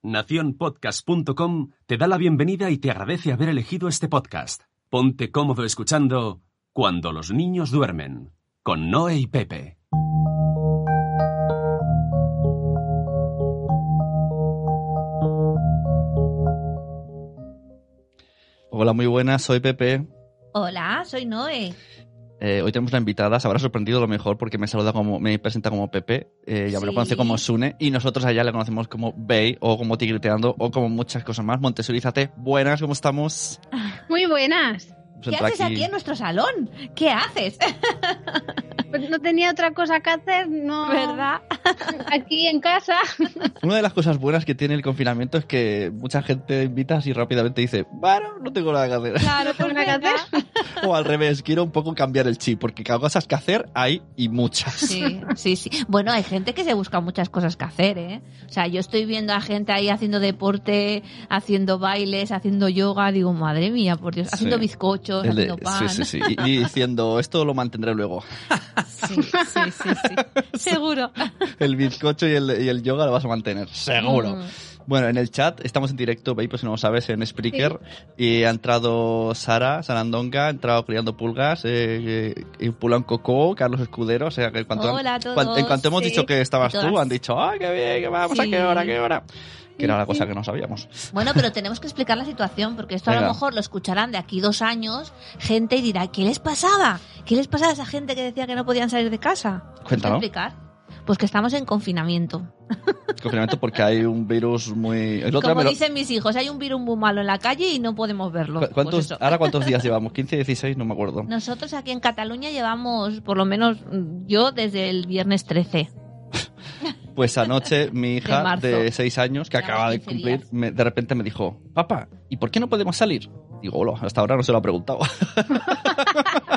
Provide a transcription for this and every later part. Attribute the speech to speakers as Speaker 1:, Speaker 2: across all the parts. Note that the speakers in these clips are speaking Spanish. Speaker 1: Naciónpodcast.com te da la bienvenida y te agradece haber elegido este podcast. Ponte cómodo escuchando Cuando los niños duermen, con Noé y Pepe.
Speaker 2: Hola, muy buenas, soy Pepe.
Speaker 3: Hola, soy Noé.
Speaker 2: Eh, hoy tenemos una invitada, se habrá sorprendido a lo mejor porque me saluda como, me presenta como Pepe, eh, ya me lo
Speaker 3: Sí.
Speaker 2: conoce como Sune, y nosotros allá la conocemos como Bey, o como Tigreteando, o como muchas cosas más. Montesurízate, buenas, ¿cómo estamos? Pues
Speaker 4: Muy buenas.
Speaker 2: Hemos
Speaker 3: ¿Qué
Speaker 2: entrado
Speaker 3: haces aquí en nuestro salón? ¿Qué haces?
Speaker 4: Pues no tenía otra cosa que hacer, no.
Speaker 3: ¿Verdad?
Speaker 4: Ah, Aquí en casa.
Speaker 2: Una de las cosas buenas que tiene el confinamiento es que mucha gente invita así rápidamente y dice, bueno, no tengo nada que hacer.
Speaker 3: Claro,
Speaker 4: pues venga.
Speaker 2: o al revés, quiero un poco cambiar el chip, porque cosas que hacer hay y muchas.
Speaker 3: Sí, sí, sí. Bueno, hay gente que se busca muchas cosas que hacer, ¿eh? O sea, yo estoy viendo a gente ahí haciendo deporte, haciendo bailes, haciendo yoga. Digo, madre mía, por Dios, haciendo
Speaker 2: Sí.
Speaker 3: bizcochos,
Speaker 2: El de-
Speaker 3: haciendo pan.
Speaker 2: sí, sí, sí. Y, y diciendo, esto lo mantendré luego.
Speaker 3: sí, sí, sí, sí. Seguro.
Speaker 2: El bizcocho y el, y el yoga lo vas a mantener. Seguro.
Speaker 3: Mm.
Speaker 2: Bueno, en el chat estamos en directo, veis, pues si no lo sabes, en Spreaker. Y ha entrado Sara, Sarandonga, ha entrado Criando Pulgas, eh, eh, y Pulan Coco, Carlos Escudero. O sea, que cuanto,
Speaker 3: Hola a todos.
Speaker 2: cuan- en cuanto hemos
Speaker 3: Sí.
Speaker 2: dicho que estabas
Speaker 3: Y
Speaker 2: tú,
Speaker 3: todas.
Speaker 2: han dicho, ¡ay, qué bien, que vamos, a
Speaker 3: Sí.
Speaker 2: qué hora, qué hora! Que era la cosa que no sabíamos.
Speaker 3: Bueno, pero tenemos que explicar la situación, porque esto a
Speaker 2: Venga.
Speaker 3: lo mejor lo escucharán de aquí dos años gente y dirá, ¿qué les pasaba? ¿Qué les pasaba a esa gente que decía que no podían salir de casa?
Speaker 2: Cuéntalo.
Speaker 3: ¿Puedes explicar? Pues que estamos en confinamiento.
Speaker 2: Confinamiento porque hay un virus muy... El otro día
Speaker 3: Como
Speaker 2: me lo-
Speaker 3: dicen mis hijos, hay un virus muy malo en la calle y no podemos verlo.
Speaker 2: ¿Cu- ¿Cuántos,
Speaker 3: Pues eso.
Speaker 2: ¿Ahora cuántos días llevamos? ¿15, 16? No me acuerdo.
Speaker 3: Nosotros aquí en Cataluña llevamos, por lo menos mm, yo, desde el viernes 13.
Speaker 2: Pues anoche mi hija
Speaker 3: marzo.
Speaker 2: de 6 años, que
Speaker 3: Llevaba
Speaker 2: acaba de
Speaker 3: 15
Speaker 2: cumplir,
Speaker 3: días.
Speaker 2: me- de repente me dijo, papá, ¿y por qué no podemos salir? Digo, hola, hasta ahora no se lo ha preguntado.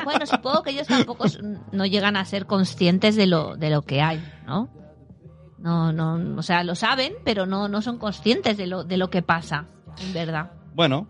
Speaker 3: Bueno, supongo que ellos tampoco s- no llegan a ser conscientes de lo, de lo que hay, ¿no? No, no, o sea, lo saben, pero no, no son conscientes de lo, de lo que pasa, en verdad.
Speaker 2: Bueno,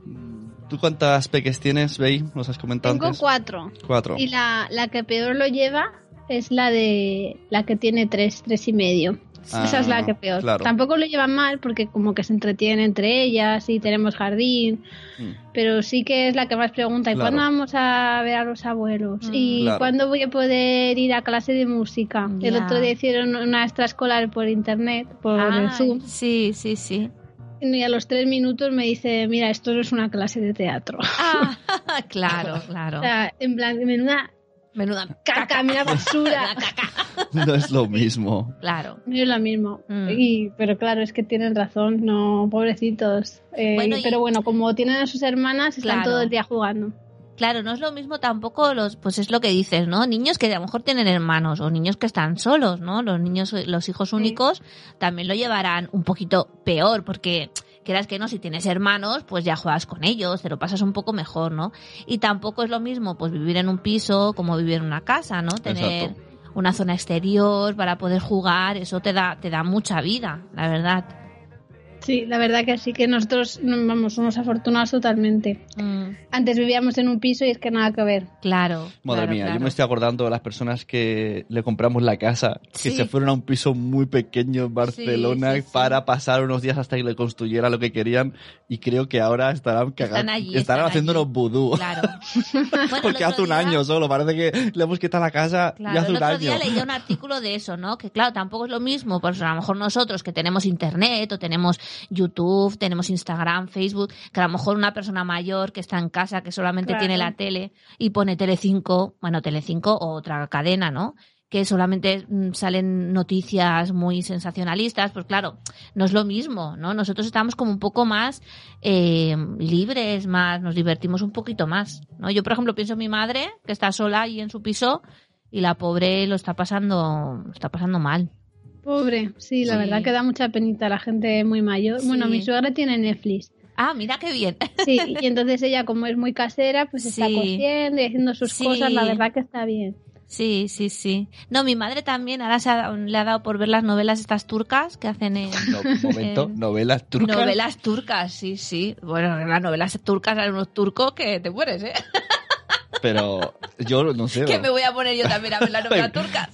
Speaker 2: ¿tú cuántas peques tienes, Bey? Nos has comentado
Speaker 4: Tengo
Speaker 2: antes.
Speaker 4: cuatro.
Speaker 2: Cuatro.
Speaker 4: Y la, la que peor lo lleva es la de la que tiene tres, tres y medio.
Speaker 2: Ah,
Speaker 4: Esa es la que peor.
Speaker 2: claro.
Speaker 4: Tampoco lo llevan mal porque como que se entretienen entre ellas y tenemos jardín,
Speaker 2: Mm.
Speaker 4: pero sí que es la que más pregunta. ¿Y
Speaker 2: Claro.
Speaker 4: cuándo vamos a ver a los abuelos?
Speaker 3: Mm.
Speaker 4: ¿Y
Speaker 2: Claro.
Speaker 4: cuándo voy a poder ir a clase de música? El
Speaker 3: Ya. Ah,
Speaker 4: otro día hicieron una extraescolar por internet, por el Zoom.
Speaker 3: sí, sí, sí.
Speaker 4: Y a los tres minutos me dice, mira, esto no es una clase de teatro.
Speaker 3: Ah, claro, claro.
Speaker 4: O sea, en plan, menuda
Speaker 3: Menuda
Speaker 4: caca, mira basura.
Speaker 2: No es lo mismo.
Speaker 3: Claro.
Speaker 4: No es lo mismo.
Speaker 3: Mm.
Speaker 4: Y- pero claro, es que tienen razón, no, pobrecitos. Eh,
Speaker 3: Bueno, y-
Speaker 4: Pero bueno, como tienen a sus hermanas, están
Speaker 3: Claro.
Speaker 4: todo el día jugando.
Speaker 3: Claro, no es lo mismo tampoco los, pues es lo que dices, ¿no? Niños que a lo mejor tienen hermanos o niños que están solos, ¿no? Los niños, los hijos únicos también lo llevarán un poquito peor porque quieras que no, si tienes hermanos, pues ya juegas con ellos, te lo pasas un poco mejor, ¿no? Y tampoco es lo mismo, pues vivir en un piso como vivir en una casa, ¿no? Tener
Speaker 2: Exacto.
Speaker 3: una zona exterior para poder jugar, eso te da, te da mucha vida, la verdad.
Speaker 4: Sí, la verdad que sí que nosotros, no, vamos, somos afortunados totalmente.
Speaker 3: Mm,
Speaker 4: Antes vivíamos en un piso y es que nada que ver.
Speaker 3: claro.
Speaker 2: Madre
Speaker 3: claro,
Speaker 2: mía, yo
Speaker 3: claro.
Speaker 2: me estoy acordando de las personas que le compramos la casa, que
Speaker 3: Sí.
Speaker 2: se fueron a un piso muy pequeño en Barcelona
Speaker 3: sí, sí.
Speaker 2: para pasar unos días hasta que le construyera lo que querían y creo que ahora estarán cagando,
Speaker 3: Están allí,
Speaker 2: estarán
Speaker 3: están
Speaker 2: haciéndonos
Speaker 3: allí.
Speaker 2: vudú.
Speaker 3: Claro. Bueno, el
Speaker 2: Porque
Speaker 3: otro
Speaker 2: hace un
Speaker 3: día-
Speaker 2: año solo, parece que le hemos quitado la casa
Speaker 3: Claro,
Speaker 2: y hace
Speaker 3: el
Speaker 2: un
Speaker 3: otro día
Speaker 2: año.
Speaker 3: leía un artículo de eso, ¿no? Que claro, tampoco es lo mismo, pues a lo mejor nosotros que tenemos internet o tenemos YouTube, tenemos Instagram, Facebook, que a lo mejor una persona mayor que está en casa, que solamente
Speaker 4: Claro.
Speaker 3: tiene la tele y pone Telecinco, bueno, Telecinco o otra cadena, ¿no? Que solamente mm, salen noticias muy sensacionalistas, pues claro, no es lo mismo, ¿no? Nosotros estamos como un poco más eh, libres, más, nos divertimos un poquito más, ¿no? Yo, por ejemplo, pienso en mi madre, que está sola ahí en su piso, y la pobre lo está pasando, lo está pasando mal.
Speaker 4: Pobre, sí, la
Speaker 3: Sí.
Speaker 4: verdad que da mucha penita la gente muy mayor.
Speaker 3: Sí.
Speaker 4: Bueno, mi suegra tiene Netflix.
Speaker 3: Ah, mira qué bien.
Speaker 4: Sí, y entonces ella, como es muy casera, pues está
Speaker 3: Sí.
Speaker 4: cociendo y haciendo sus
Speaker 3: Sí.
Speaker 4: cosas. La verdad que está bien.
Speaker 3: Sí, sí, sí. No, mi madre también ahora se ha dado- le ha dado por ver las novelas estas turcas que hacen en...
Speaker 2: No, momento,
Speaker 3: Eh,
Speaker 2: novelas turcas.
Speaker 3: Novelas turcas, sí, sí. Bueno, en las novelas turcas hay unos turcos que te mueres, ¿eh?
Speaker 2: Pero yo no sé.
Speaker 3: Que
Speaker 2: no-
Speaker 3: me voy a poner yo también a ver las novelas turcas.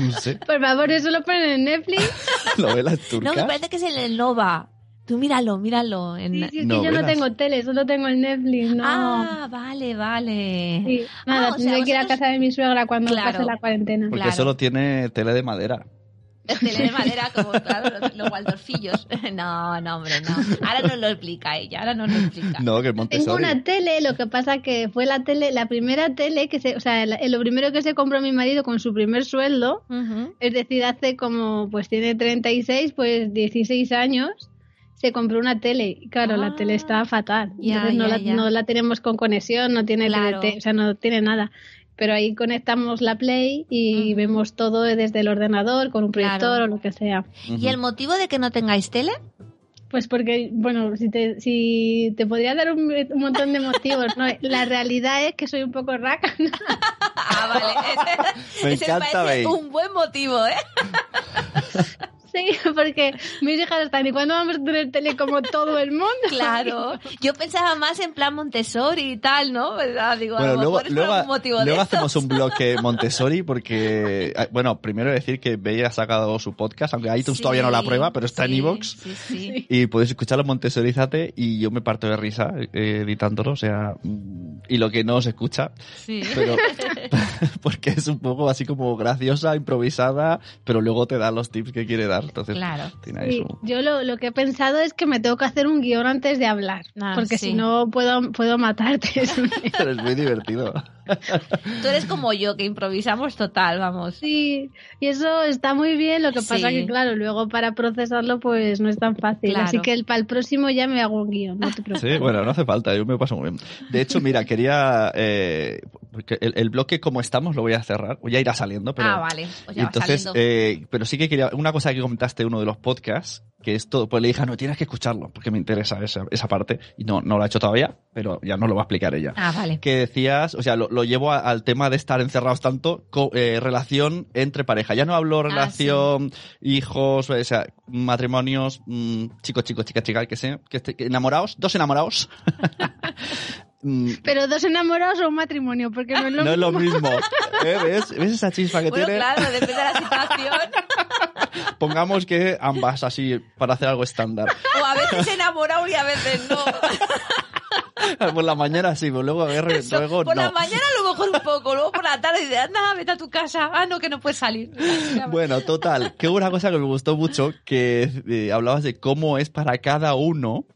Speaker 2: No sé,
Speaker 4: Por favor, eso lo ponen en Netflix.
Speaker 2: novelas
Speaker 3: No, me
Speaker 2: turcas.
Speaker 3: parece que es en el Nova. Tú míralo, míralo. en-
Speaker 4: Sí, sí, es que yo no
Speaker 2: Novelas.
Speaker 4: tengo tele, solo tengo el Netflix, no.
Speaker 3: Ah, vale, vale.
Speaker 4: Sí, Nada,
Speaker 3: Ah, o sea,
Speaker 4: tendré que ir a
Speaker 3: vosotros-
Speaker 4: casa de mi suegra cuando
Speaker 3: Claro.
Speaker 4: pase la cuarentena.
Speaker 2: Porque
Speaker 3: claro.
Speaker 2: solo tiene tele de madera.
Speaker 3: Tele de madera, como claro, los, los Waldorfillos. No, no, hombre, no. Ahora nos lo explica ella, ahora nos lo explica.
Speaker 2: No, que es
Speaker 4: Tengo
Speaker 2: Montessori.
Speaker 4: una tele, lo que pasa que fue la tele, la primera tele que se, o sea, la- lo primero que se compró mi marido con su primer sueldo,
Speaker 3: Ujú.
Speaker 4: es decir, hace como, pues tiene 36, pues 16 años, se compró una tele. Y claro,
Speaker 3: Ah.
Speaker 4: la tele está fatal.
Speaker 3: Ya,
Speaker 4: Entonces no,
Speaker 3: ya,
Speaker 4: la,
Speaker 3: ya.
Speaker 4: no la tenemos con conexión, no tiene
Speaker 3: Claro.
Speaker 4: TDT, o sea, no tiene nada. Pero ahí conectamos la Play y
Speaker 3: Ujú.
Speaker 4: vemos todo desde el ordenador, con un
Speaker 3: Claro.
Speaker 4: proyector o lo que sea.
Speaker 2: Ujú.
Speaker 3: ¿Y el motivo de que no tengáis tele?
Speaker 4: Pues porque, bueno, si te, si te podría dar un, un montón de motivos, ¿no? La realidad es que soy un poco raca.
Speaker 3: Ah, vale. Ese,
Speaker 2: Me
Speaker 3: ese
Speaker 2: encanta,
Speaker 3: parece
Speaker 2: Bey.
Speaker 3: un buen motivo, ¿eh?
Speaker 4: Sí, porque mis hijas están, ¿y cuándo vamos a tener tele como todo el mundo?
Speaker 3: Claro. Yo pensaba más en plan Montessori y tal, ¿no? ¿Verdad? Digo, a
Speaker 2: Bueno,
Speaker 3: lo
Speaker 2: luego,
Speaker 3: mejor es por
Speaker 2: luego,
Speaker 3: algún motivo de
Speaker 2: luego
Speaker 3: eso.
Speaker 2: hacemos un bloque Montessori porque, ah, bueno, primero decir que Bella ha sacado su podcast, aunque iTunes
Speaker 3: Sí,
Speaker 2: todavía no la prueba, pero está
Speaker 3: sí,
Speaker 2: en iVoox.
Speaker 3: Sí, sí.
Speaker 2: Y podéis escucharlo en Montessorizate y yo me parto de risa eh, editándolo, o sea, mm, y lo que no se escucha,
Speaker 3: sí.
Speaker 2: pero porque es un poco así como graciosa, improvisada, pero luego te da los tips que quiere dar. Entonces,
Speaker 3: Claro.
Speaker 2: tiene ahí
Speaker 4: Sí,
Speaker 2: su-
Speaker 4: yo lo, lo que he pensado es que me tengo que hacer un guión antes de hablar,
Speaker 3: Ah,
Speaker 4: porque
Speaker 3: sí.
Speaker 4: si no puedo, puedo matarte.
Speaker 2: Pero es muy divertido.
Speaker 3: Tú eres como yo, que improvisamos total, vamos.
Speaker 4: Sí, y eso está muy bien, lo que pasa
Speaker 3: Sí.
Speaker 4: que claro, luego para procesarlo pues no es tan fácil,
Speaker 3: Claro.
Speaker 4: así que el, para el próximo ya me hago un guión, no te preocupes.
Speaker 2: Sí, bueno, no hace falta, yo me paso muy bien. De hecho, mira, quería... eh, porque el, el bloque como estamos lo voy a cerrar, o ya irá saliendo, pero...
Speaker 3: ah, vale. O sea, va
Speaker 2: Entonces,
Speaker 3: saliendo.
Speaker 2: eh, pero sí que quería, una cosa que comentaste en uno de los podcasts, que esto, pues le dije, no, tienes que escucharlo, porque me interesa esa, esa parte, y no, no lo ha hecho todavía, pero ya nos lo va a explicar ella.
Speaker 3: ah, vale.
Speaker 2: Que decías, o sea, lo, lo llevo a- al tema de estar encerrados tanto, co- eh, relación entre pareja. Ya no
Speaker 3: Ah,
Speaker 2: hablo relación, hijos, o sea, matrimonios, mm, chico, chico, chica, chica, que sé, que esté- que enamorados, dos enamorados. Mm,
Speaker 4: Pero dos enamorados o un matrimonio, porque no es lo
Speaker 2: no es
Speaker 4: mismo.
Speaker 2: lo mismo. ¿eh? ¿Ves? ¿Ves esa chispa que
Speaker 3: Bueno,
Speaker 2: tiene?
Speaker 3: claro, depende de la situación.
Speaker 2: Pongamos que ambas así para hacer algo estándar.
Speaker 3: O a veces enamorado y a veces no.
Speaker 2: Por la mañana sí, pero luego, a ver,
Speaker 3: Eso,
Speaker 2: luego
Speaker 3: por
Speaker 2: no.
Speaker 3: la mañana a lo mejor un poco, luego por la tarde dices, anda, vete a tu casa. Ah, no, que no puedes salir.
Speaker 2: Bueno, total, que hubo una cosa que me gustó mucho, que eh, hablabas de cómo es para cada uno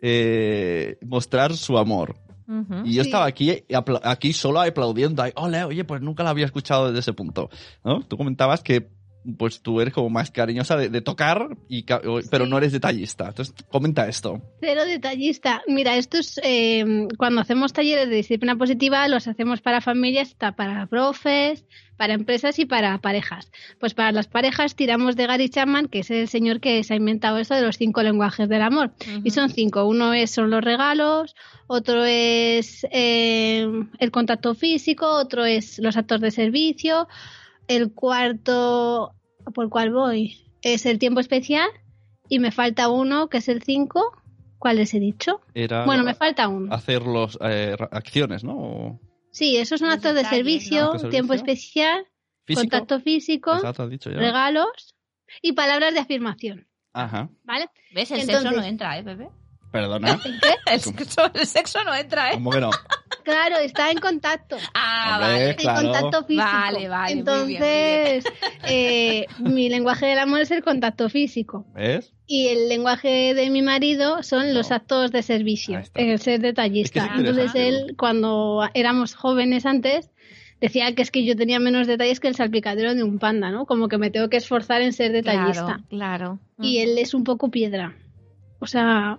Speaker 2: eh, mostrar su amor.
Speaker 3: Ujú.
Speaker 2: Y yo
Speaker 4: Ah, Sí.
Speaker 2: estaba aquí, apla- aquí solo aplaudiendo, ahí, ole, oye, pues nunca la había escuchado desde ese punto. ¿no? Tú comentabas que pues tú eres como más cariñosa de, de tocar, y, ca- o- pero
Speaker 4: Sí.
Speaker 2: no eres detallista. Entonces, comenta esto.
Speaker 4: Cero detallista. Mira, esto es eh, cuando hacemos talleres de disciplina positiva, los hacemos para familias, está para profes, para empresas y para parejas. Pues para las parejas tiramos de Gary Chapman, que es el señor que se ha inventado eso de los cinco lenguajes del amor. Y son cinco. Uno es son los regalos, otro es eh, el contacto físico, otro es los actos de servicio, el cuarto por cuál voy es el tiempo especial y me falta uno que es el cinco. ¿Cuál les he dicho?
Speaker 2: Era
Speaker 4: Bueno, me falta uno.
Speaker 2: hacer los, eh, ra- acciones, ¿no? O-
Speaker 4: Sí, esos son
Speaker 3: Los
Speaker 4: actos de
Speaker 3: detalles, ¿no?
Speaker 4: servicio,
Speaker 2: Actos de
Speaker 4: tiempo
Speaker 2: servicio.
Speaker 4: especial,
Speaker 2: Físico.
Speaker 4: contacto físico,
Speaker 2: Exacto, has dicho ya.
Speaker 4: regalos y palabras de afirmación.
Speaker 2: Ajá.
Speaker 4: ¿Vale?
Speaker 3: ¿Ves? El
Speaker 4: Entonces-
Speaker 3: sexo no entra, ¿eh, bebé?
Speaker 2: Perdona.
Speaker 3: El sexo, el sexo no entra, ¿eh?
Speaker 2: ¿Cómo que no?
Speaker 4: Claro, está en contacto.
Speaker 3: Ah,
Speaker 2: Hombre,
Speaker 3: vale.
Speaker 4: en
Speaker 2: claro.
Speaker 4: contacto físico.
Speaker 3: Vale, vale, muy bien, muy bien.
Speaker 4: Entonces, eh, mi lenguaje del amor es el contacto físico.
Speaker 2: ¿Ves?
Speaker 4: Y el lenguaje de mi marido son los
Speaker 2: No.
Speaker 4: actos de servicio,
Speaker 2: Ahí está.
Speaker 4: el ser detallista.
Speaker 2: Es que
Speaker 3: es
Speaker 4: Entonces
Speaker 2: interesante.
Speaker 4: él, cuando éramos jóvenes antes, decía que es que yo tenía menos detalles que el salpicadero de un panda, ¿no? Como que me tengo que esforzar en ser detallista.
Speaker 3: Mm. Claro, claro.
Speaker 4: Y él es un poco piedra. O sea,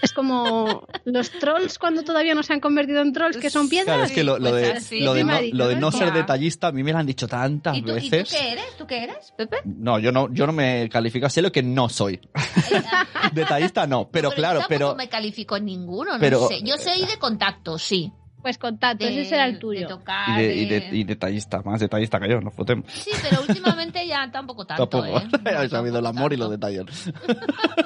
Speaker 4: Es como los trolls cuando todavía no se han convertido en trolls, que son piedras.
Speaker 2: Claro, es que lo, lo de,
Speaker 3: Sí,
Speaker 2: lo de
Speaker 3: sí,
Speaker 2: no,
Speaker 4: marido,
Speaker 2: lo de no
Speaker 4: ¿no?
Speaker 2: ser
Speaker 4: Ya.
Speaker 2: detallista a mí me lo han dicho tantas
Speaker 3: ¿Y tú, ¿Y tú
Speaker 2: veces.
Speaker 3: qué eres? ¿Tú qué eres, Pepe?
Speaker 2: No, yo no, yo no me califico, sé lo que no soy. detallista no, pero,
Speaker 3: Ah, yo
Speaker 2: claro,
Speaker 3: tampoco
Speaker 2: pero
Speaker 3: me califico Pues en ninguno, no
Speaker 2: pero-
Speaker 3: sé. Yo soy de contacto, sí.
Speaker 4: Pues contactos,
Speaker 3: De-
Speaker 4: ese era el
Speaker 3: de
Speaker 4: tuyo.
Speaker 3: tocar,
Speaker 2: y, de- y
Speaker 3: de-
Speaker 2: de- y detallista, más detallista que yo, no fotemos.
Speaker 3: Sí, pero últimamente ya tampoco tanto,
Speaker 2: Tampoco.
Speaker 3: ¿eh?
Speaker 2: Habéis sabido el
Speaker 3: Tampoco
Speaker 2: amor y los
Speaker 3: tanto.
Speaker 2: detalles.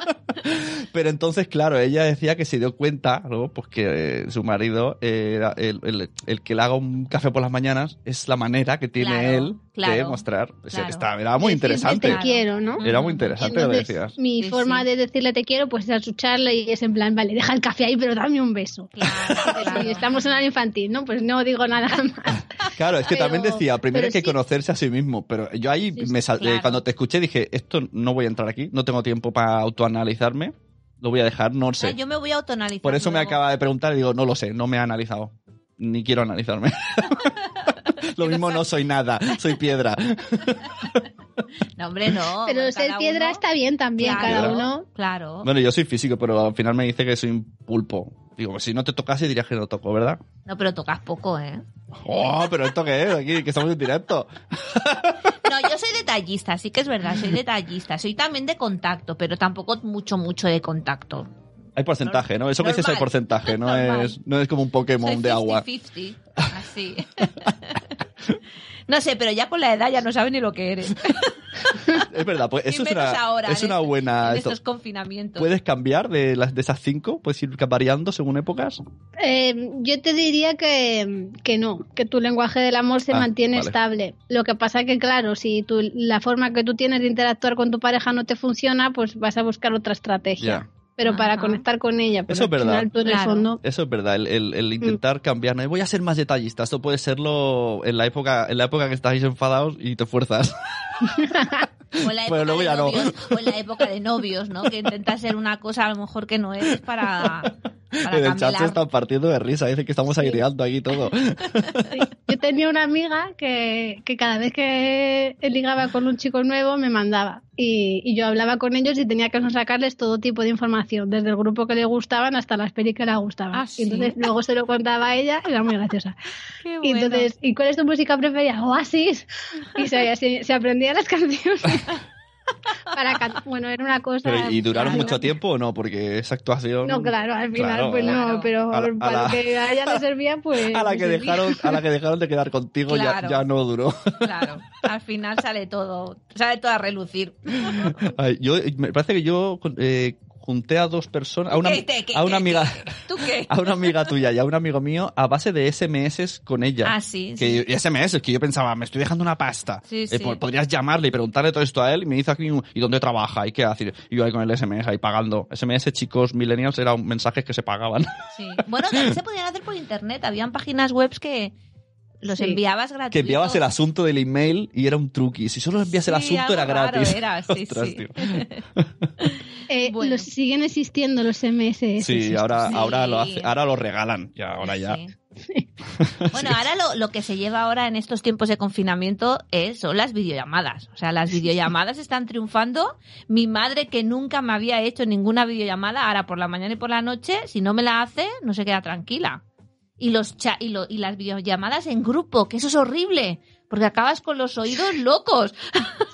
Speaker 2: Pero entonces, claro, ella decía que se dio cuenta, luego, pues que eh, su marido, eh, era el, el- el que le haga un café por las mañanas, es la manera que tiene
Speaker 3: Claro,
Speaker 2: él de
Speaker 3: claro,
Speaker 2: mostrar. O sea,
Speaker 3: claro.
Speaker 2: Estaba, era muy
Speaker 4: Decirte
Speaker 2: interesante.
Speaker 4: Te quiero, ¿no?
Speaker 3: Claro.
Speaker 2: Era muy interesante lo que
Speaker 4: Entonces,
Speaker 2: decías.
Speaker 4: mi
Speaker 3: Sí,
Speaker 4: forma
Speaker 3: sí.
Speaker 4: de decirle te quiero, pues es achucharle y es en plan, vale, deja el café ahí, pero dame un beso.
Speaker 3: Claro, claro.
Speaker 4: Y Estamos en la infantil, ¿no? Pues no digo nada más.
Speaker 2: Claro, es que
Speaker 4: Pero-
Speaker 2: también decía, primero
Speaker 4: pero
Speaker 2: hay que
Speaker 4: sí.
Speaker 2: conocerse a sí mismo, pero yo ahí
Speaker 4: Sí, sí,
Speaker 2: me sal- eh,
Speaker 3: claro.
Speaker 2: cuando te escuché dije, esto no voy a entrar aquí, no tengo tiempo para autoanalizarme, lo voy a dejar, no sé.
Speaker 3: Ah, yo me voy a autonalizar.
Speaker 2: Por eso me
Speaker 3: luego.
Speaker 2: acaba de preguntar y digo, no lo sé, no me ha analizado. Ni quiero analizarme. lo mismo no soy nada, soy piedra.
Speaker 3: No, hombre, no.
Speaker 4: Pero
Speaker 3: cada
Speaker 4: ser piedra
Speaker 3: uno-
Speaker 4: está bien también,
Speaker 3: Claro,
Speaker 4: cada uno.
Speaker 3: Claro.
Speaker 2: Bueno, yo soy físico, pero al final me dice que soy un pulpo. Digo, si no te tocase dirías que no toco, ¿verdad?
Speaker 3: No, pero tocas poco, ¿eh?
Speaker 2: Oh, pero esto qué es aquí, que estamos en directo.
Speaker 3: No, yo soy detallista, sí que es verdad, soy detallista. Soy también de contacto, pero tampoco mucho, mucho de contacto.
Speaker 2: Hay porcentaje, ¿no? Eso que dices es el
Speaker 3: Normal.
Speaker 2: porcentaje, no
Speaker 3: Normal.
Speaker 2: es, no es como un
Speaker 3: Soy
Speaker 2: Pokémon de agua.
Speaker 3: 50-50, así. No sé, pero ya con la edad ya no sabes ni lo que eres.
Speaker 2: Es verdad, pues
Speaker 3: Y
Speaker 2: eso es
Speaker 3: menos
Speaker 2: una,
Speaker 3: ahora,
Speaker 2: es
Speaker 3: en
Speaker 2: una
Speaker 3: este-
Speaker 2: buena.
Speaker 3: en
Speaker 2: Ah, esto.
Speaker 3: estos confinamientos.
Speaker 2: ¿Puedes cambiar de, las, de esas cinco? ¿Puedes ir variando según épocas?
Speaker 4: Eh, yo te diría que, que no, que tu lenguaje del amor se
Speaker 2: Ah,
Speaker 4: mantiene
Speaker 2: vale.
Speaker 4: estable. Lo que pasa que, claro, si tú, la forma que tú tienes de interactuar con tu pareja no te funciona, pues vas a buscar otra estrategia.
Speaker 2: Ya.
Speaker 4: Pero para
Speaker 3: Ajá.
Speaker 4: conectar con ella, pero
Speaker 2: Eso es
Speaker 4: al
Speaker 2: verdad.
Speaker 4: final tú en el
Speaker 3: Claro.
Speaker 4: fondo...
Speaker 2: Eso es verdad, el, el- el
Speaker 3: Mm.
Speaker 2: intentar cambiar. ¿no? Voy a ser más detallista. Esto puede serlo en la época, en la época que estáis enfadados y te fuerzas.
Speaker 3: O en la
Speaker 2: Pero
Speaker 3: época
Speaker 2: luego
Speaker 3: de
Speaker 2: ya no.
Speaker 3: novios, o en la época de novios, ¿no? Que intentas ser una cosa a lo mejor que no eres para, para
Speaker 2: en el chat se
Speaker 3: camelar.
Speaker 2: están partiendo de risa. Dicen que estamos aireando aquí todo.
Speaker 4: Yo tenía una amiga que, que cada vez que ligaba con un chico nuevo me mandaba y, y yo hablaba con ellos y tenía que sacarles todo tipo de información, desde el grupo que le gustaban hasta las pelis que le gustaban.
Speaker 3: Ah,
Speaker 4: Y entonces
Speaker 3: ¿sí?
Speaker 4: luego se lo contaba a ella, era muy graciosa.
Speaker 3: Qué
Speaker 4: Y
Speaker 3: bueno.
Speaker 4: entonces, ¿y cuál es tu música preferida? Oasis. Y se, se, se aprendía las canciones. Para can- bueno, era una cosa...
Speaker 2: Pero, ¿Y duraron
Speaker 4: al
Speaker 2: mucho
Speaker 4: final-
Speaker 2: tiempo o no? Porque esa actuación.
Speaker 4: No, claro, al final
Speaker 2: Claro,
Speaker 4: pues
Speaker 3: claro.
Speaker 4: no, pero
Speaker 2: A la- a
Speaker 4: para
Speaker 2: la-
Speaker 4: lo que a ella le servía pues...
Speaker 2: A la,
Speaker 4: le
Speaker 2: que
Speaker 4: servía.
Speaker 2: dejaron, a la que dejaron de quedar contigo ya-
Speaker 3: Claro.
Speaker 2: ya, no duró.
Speaker 3: Claro, al final sale todo, sale todo a relucir.
Speaker 2: Ay, yo, me parece que yo eh, junté a dos personas, a una,
Speaker 3: ¿Qué, qué, qué,
Speaker 2: a una
Speaker 3: qué,
Speaker 2: amiga,
Speaker 3: ¿Tú qué?
Speaker 2: a una amiga tuya y a un amigo mío a base de SMS con ella.
Speaker 3: Ah, sí, sí.
Speaker 2: que y SMS, que yo pensaba, me estoy dejando una pasta.
Speaker 3: Sí,
Speaker 2: Eh,
Speaker 3: sí.
Speaker 2: po- podrías llamarle y preguntarle todo esto a él y me dice aquí, un- ¿y dónde trabaja? ¿Y qué hace? Y yo ahí con el SMS, ahí pagando. SMS, chicos, millennials, eran mensajes que se pagaban.
Speaker 3: Sí. Bueno, también se podían hacer por internet. Habían páginas web que los
Speaker 4: Sí.
Speaker 3: enviabas gratuitos.
Speaker 2: que enviabas el asunto del email y era un truqui. Si solo envías el
Speaker 3: Sí,
Speaker 2: asunto
Speaker 3: algo
Speaker 2: era
Speaker 3: raro
Speaker 2: gratis.
Speaker 3: era, sí,
Speaker 2: Ostras,
Speaker 3: sí.
Speaker 2: tío.
Speaker 4: Eh,
Speaker 3: Bueno.
Speaker 4: los, siguen existiendo los MS.
Speaker 2: Sí, ahora,
Speaker 3: sí.
Speaker 2: ahora, lo hace- ahora lo regalan. Ya, ahora ya.
Speaker 3: Sí. Bueno, ahora lo, lo que se lleva ahora en estos tiempos de confinamiento es, son las videollamadas. O sea, las videollamadas están triunfando. Mi madre, que nunca me había hecho ninguna videollamada, ahora por la mañana y por la noche, si no me la hace, no se queda tranquila. Y, los cha- y, lo- y las videollamadas en grupo, que eso es horrible, porque acabas con los oídos locos.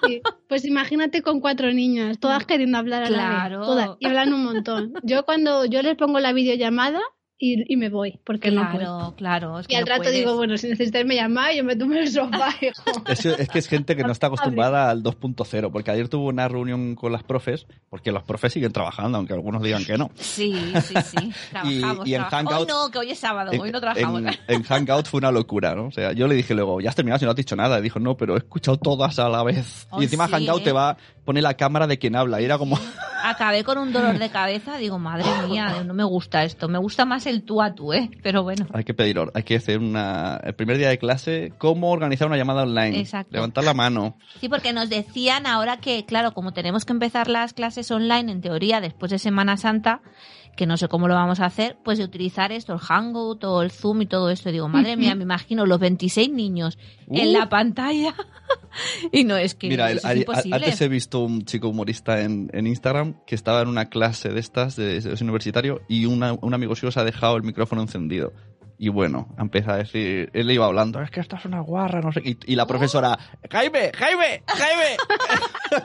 Speaker 4: Sí, Pues imagínate con cuatro niñas, todas queriendo hablar a la
Speaker 3: Claro.
Speaker 4: vez, todas, y hablan un montón. Yo cuando yo les pongo la videollamada y, y me voy, porque no
Speaker 3: claro,
Speaker 4: puedo.
Speaker 3: claro. es que
Speaker 4: Y al
Speaker 3: no
Speaker 4: rato
Speaker 3: puedes.
Speaker 4: digo, bueno, si necesitáis me llamáis, yo me tomo en el sofá, hijo.
Speaker 2: Es que, es que es gente que no está acostumbrada al 2.0, porque ayer tuve una reunión con las profes, porque los profes siguen trabajando, aunque algunos digan que no.
Speaker 3: Sí, sí, sí. Trabajamos.
Speaker 2: y en
Speaker 3: trabajamos.
Speaker 2: Hangouts-
Speaker 3: Hoy no, que hoy es sábado, hoy no trabajamos.
Speaker 2: en, en Hangout fue una locura, ¿no? O sea, yo le dije luego, ¿ya has terminado si no has dicho nada? Y dijo, no, pero he escuchado todas a la vez.
Speaker 3: Oh,
Speaker 2: y encima
Speaker 3: sí,
Speaker 2: Hangout
Speaker 3: ¿eh?
Speaker 2: te va a poner la cámara de quien habla. Y era como,
Speaker 3: Acabé con un dolor de cabeza, digo, madre mía, no me gusta esto. Me gusta más el tú a tú, ¿eh? Pero bueno.
Speaker 2: hay que pedir, or- hay que hacer una, el primer día de clase, cómo organizar una llamada online.
Speaker 3: Exacto.
Speaker 2: Levantar la mano.
Speaker 3: Sí, porque nos decían ahora que, claro, como tenemos que empezar las clases online, en teoría, después de Semana Santa, que no sé cómo lo vamos a hacer, pues de utilizar esto, el Hangout o el Zoom y todo esto. Digo, madre mía, me imagino los 26 niños en
Speaker 2: Uh.
Speaker 3: la pantalla y no es que
Speaker 2: Mira, el-
Speaker 3: eso es
Speaker 2: a- a-
Speaker 3: imposible.
Speaker 2: antes he visto un chico humorista en, en Instagram que estaba en una clase de estas, de, de- es universitario, y una- un amigo suyo se ha dejado el micrófono encendido. Y bueno, empieza a decir, él le iba hablando, es que esta es una guarra, no sé. qué". Y, y la profesora, Jaime, Jaime, Jaime.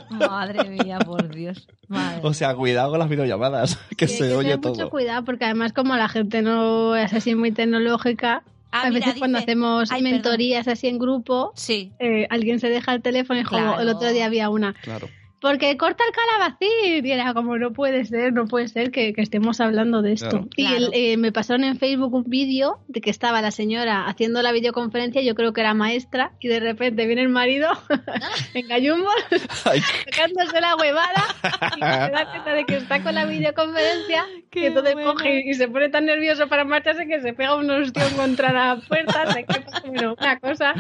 Speaker 3: Madre mía, por Dios. Madre.
Speaker 2: o sea, cuidado con las videollamadas, que
Speaker 4: Sí,
Speaker 2: se
Speaker 4: hay que
Speaker 2: oye
Speaker 4: tener
Speaker 2: todo.
Speaker 4: mucho cuidado porque además como la gente no es así muy tecnológica,
Speaker 3: Ah,
Speaker 4: a
Speaker 3: mira,
Speaker 4: veces cuando
Speaker 3: dice-
Speaker 4: hacemos
Speaker 3: Ay, perdón.
Speaker 4: mentorías así en grupo,
Speaker 3: Sí.
Speaker 4: eh, alguien se deja el teléfono y como
Speaker 3: Claro.
Speaker 4: el otro día había una,
Speaker 2: Claro.
Speaker 4: porque corta el calabacín. Y era como, no puede ser, no puede ser que, que estemos hablando de esto.
Speaker 2: Claro.
Speaker 4: Y
Speaker 3: Claro.
Speaker 4: el- eh, me pasaron en Facebook un vídeo de que estaba la señora haciendo la videoconferencia, yo creo que era maestra, y de repente viene el marido en gallumbos,
Speaker 2: Ay,
Speaker 4: sacándose la huevada, y se da cuenta de que está con la videoconferencia,
Speaker 3: Qué
Speaker 4: que entonces
Speaker 3: bueno.
Speaker 4: coge y se pone tan nervioso para marcharse que se pega un hostión contra la puerta, se quepa, bueno, una cosa.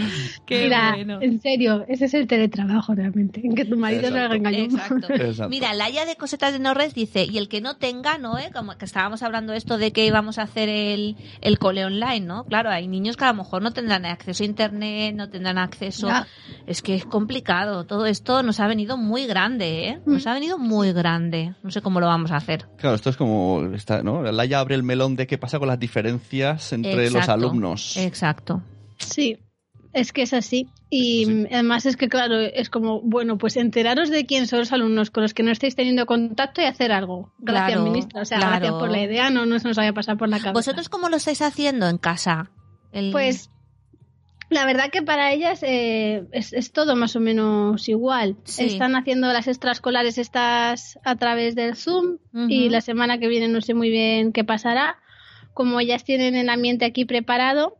Speaker 3: Qué
Speaker 4: Mira,
Speaker 3: bueno.
Speaker 4: en serio, ese es el teletrabajo realmente, en que tu marido
Speaker 2: Exacto.
Speaker 4: se engañó.
Speaker 3: Exacto.
Speaker 2: Exacto.
Speaker 3: Mira, Laia de Cosetas de Norres dice, y el que no tenga, ¿no? eh? Como que estábamos hablando esto de que íbamos a hacer el, el cole online, ¿no? Claro, hay niños que a lo mejor no tendrán acceso a internet, no tendrán acceso...
Speaker 4: Ya.
Speaker 3: Es que es complicado. Todo esto nos ha venido muy grande, ¿eh? Nos
Speaker 4: Mm.
Speaker 3: ha venido muy grande. No sé cómo lo vamos a hacer.
Speaker 2: Claro, esto es como, está, ¿no? Laia abre el melón de qué pasa con las diferencias entre los
Speaker 3: Exacto.
Speaker 2: alumnos.
Speaker 3: Exacto.
Speaker 4: Sí, es que es así. Y
Speaker 2: Sí.
Speaker 4: mm, además es que, claro, es como, bueno, pues enteraros de quién son los alumnos con los que no estáis teniendo contacto y hacer algo. Gracias,
Speaker 3: Claro,
Speaker 4: ministra. O sea,
Speaker 3: claro.
Speaker 4: gracias por la idea, no, no se nos había pasado por la cabeza.
Speaker 3: ¿Vosotros cómo lo estáis haciendo en casa? El-
Speaker 4: Pues la verdad que para ellas eh, es, es todo más o menos igual.
Speaker 3: Sí.
Speaker 4: Están haciendo las extraescolares estas a través del Zoom
Speaker 3: Ujú.
Speaker 4: y la semana que viene no sé muy bien qué pasará. Como ellas tienen el ambiente aquí preparado,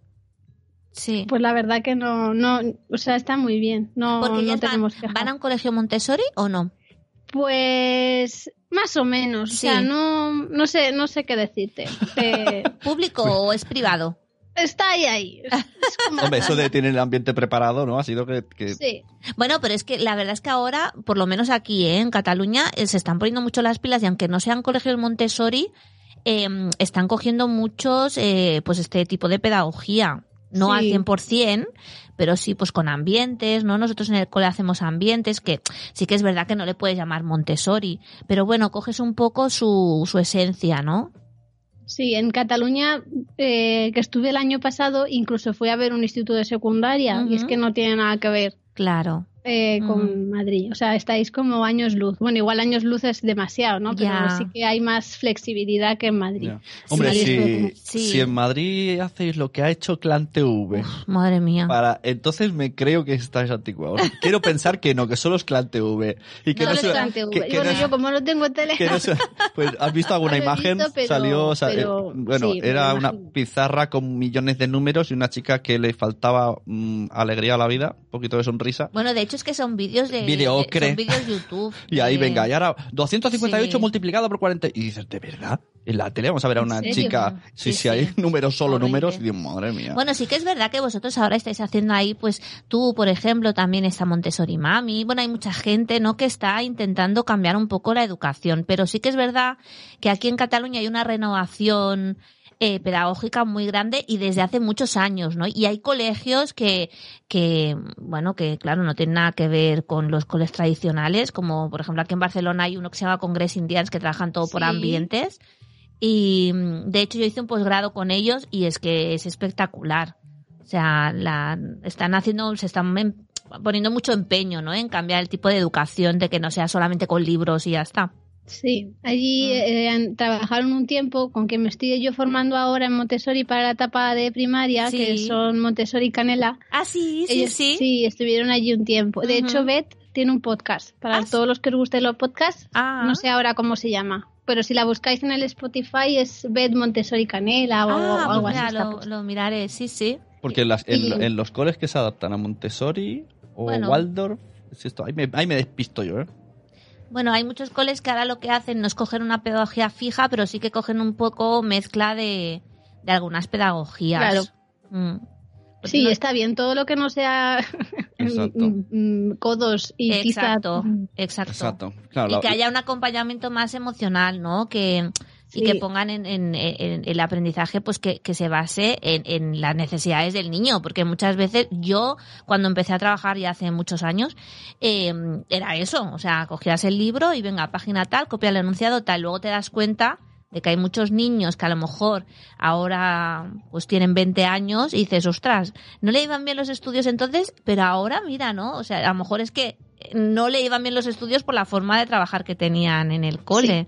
Speaker 3: sí.
Speaker 4: pues la verdad que no, no o sea, está muy bien. No,
Speaker 3: Porque
Speaker 4: no
Speaker 3: ellas van-
Speaker 4: tenemos
Speaker 3: van,
Speaker 4: queja.
Speaker 3: a un colegio Montessori o no?
Speaker 4: Pues más o menos,
Speaker 3: Sí.
Speaker 4: o sea, no, no sé, no sé qué decirte. Eh,
Speaker 3: ¿Público o es privado?
Speaker 4: está ahí, ahí. Es como-
Speaker 2: Hombre, eso de tiene el ambiente preparado, ¿no? Ha sido que, que
Speaker 4: Sí.
Speaker 3: Bueno, pero es que la verdad es que ahora, por lo menos aquí ¿eh? en Cataluña, eh, se están poniendo mucho las pilas y aunque no sean colegios Montessori, eh, están cogiendo muchos eh, pues este tipo de pedagogía. No
Speaker 4: Sí.
Speaker 3: al 100%, pero sí pues con ambientes, ¿no? Nosotros en el cole hacemos ambientes que sí que es verdad que no le puedes llamar Montessori, pero bueno, coges un poco su, su esencia, ¿no?
Speaker 4: Sí, en Cataluña, eh, que estuve el año pasado, incluso fui a ver un instituto de secundaria y es
Speaker 3: Ujú. Mm.
Speaker 4: que no tiene nada que ver
Speaker 3: Claro.
Speaker 4: eh, con Madrid. O sea, estáis como años luz. Bueno, igual años luz es demasiado, ¿no? Pero
Speaker 3: Ya.
Speaker 4: sí que hay más flexibilidad que en Madrid.
Speaker 2: Ya. Hombre,
Speaker 4: Sí,
Speaker 2: si,
Speaker 4: es
Speaker 3: sí.
Speaker 2: si en Madrid hacéis lo que ha hecho Clan TV,
Speaker 3: Madre mía.
Speaker 2: para, entonces me creo que estáis anticuados. Quiero pensar que no, que solo es Clan TV. Y que
Speaker 4: Solo
Speaker 2: no,
Speaker 4: es
Speaker 2: se-
Speaker 4: Plan TV.
Speaker 2: que- que
Speaker 4: bueno,
Speaker 2: no-
Speaker 4: yo como no tengo tele,
Speaker 2: que no se- pues, ¿Has visto alguna
Speaker 4: No lo he
Speaker 2: imagen?
Speaker 4: visto, pero-
Speaker 2: Salió, o sea, eh,
Speaker 4: pero
Speaker 2: bueno,
Speaker 4: sí, me
Speaker 2: era
Speaker 4: lo
Speaker 2: una
Speaker 4: imagino.
Speaker 2: pizarra con millones de números y una chica que le faltaba mm, alegría a la vida, un poquito de sonrisa.
Speaker 3: Bueno, de hecho es que son vídeos de,
Speaker 2: Videocre.
Speaker 3: de- son vídeos YouTube.
Speaker 2: Y ahí,
Speaker 3: de-
Speaker 2: venga, y ahora 258
Speaker 3: Sí.
Speaker 2: multiplicado por 40. Y dices, ¿de verdad? En la tele vamos a ver a
Speaker 4: ¿En
Speaker 2: una
Speaker 4: serio?
Speaker 2: chica. Sí, sí,
Speaker 3: Sí, sí.
Speaker 2: hay números, solo
Speaker 3: Horrible.
Speaker 2: números. Y digo, madre mía.
Speaker 3: Bueno, sí que es verdad que vosotros ahora estáis haciendo ahí, pues tú, por ejemplo, también está Montessori Mami. Bueno, hay mucha gente, ¿no? Que está intentando cambiar un poco la educación. Pero sí que es verdad que aquí en Cataluña hay una renovación eh, pedagógica muy grande y desde hace muchos años, ¿no? Y hay colegios que, que, bueno, que claro, no tienen nada que ver con los coles tradicionales, como por ejemplo aquí en Barcelona hay uno que se llama Congress Indians que trabajan todo por
Speaker 4: Sí.
Speaker 3: ambientes. Y mm, de hecho yo hice un posgrado con ellos y es que es espectacular. O sea, la, están haciendo, se están em- poniendo mucho empeño, ¿no? En cambiar el tipo de educación, de que no sea solamente con libros y ya está.
Speaker 4: Sí, allí
Speaker 3: Mm.
Speaker 4: eh, han- trabajaron un tiempo con quien me estoy yo formando ahora en Montessori para la etapa de primaria,
Speaker 3: Sí.
Speaker 4: que son Montessori Canela.
Speaker 3: Ah, sí, sí,
Speaker 4: Ellos
Speaker 3: sí.
Speaker 4: estuvieron allí un tiempo. De
Speaker 3: Ujú.
Speaker 4: hecho, Beth tiene un podcast. Para
Speaker 3: Ah, sí.
Speaker 4: todos los que os gusten los podcasts,
Speaker 3: Ah,
Speaker 4: no sé ahora cómo se llama. Pero si la buscáis en el Spotify es Beth Montessori Canela o,
Speaker 3: ah,
Speaker 4: o algo
Speaker 3: pues
Speaker 4: así.
Speaker 3: mira,
Speaker 4: está
Speaker 3: lo,
Speaker 4: puesto.
Speaker 3: lo miraré, sí, sí.
Speaker 2: Porque en, las- en-
Speaker 4: Y-
Speaker 2: en los coles que se adaptan a Montessori o
Speaker 3: Bueno.
Speaker 2: Waldorf, es esto, ahí, me, ahí me despisto yo, ¿eh?
Speaker 3: Bueno, hay muchos coles que ahora lo que hacen no es coger una pedagogía fija, pero sí que cogen un poco mezcla de, de algunas pedagogías.
Speaker 4: Claro.
Speaker 3: Mm. Porque
Speaker 4: Sí,
Speaker 3: no-
Speaker 4: está bien. Todo lo que no sea
Speaker 2: Exacto.
Speaker 4: mm, mm, codos y mm, tiza.
Speaker 3: Exacto, exacto.
Speaker 2: Exacto. Claro,
Speaker 3: Y
Speaker 2: la-
Speaker 3: que haya un acompañamiento más emocional, ¿no? Que, y que pongan en, en- en el aprendizaje pues que, que se base en, en las necesidades del niño, porque muchas veces yo cuando empecé a trabajar ya hace muchos años eh, era eso, o sea, cogías el libro y venga, página tal, copia el enunciado tal, luego te das cuenta de que hay muchos niños que a lo mejor ahora pues tienen 20 años y dices, ostras, no le iban bien los estudios entonces, pero ahora mira, ¿no? O sea, a lo mejor es que no le iban bien los estudios por la forma de trabajar que tenían en el cole,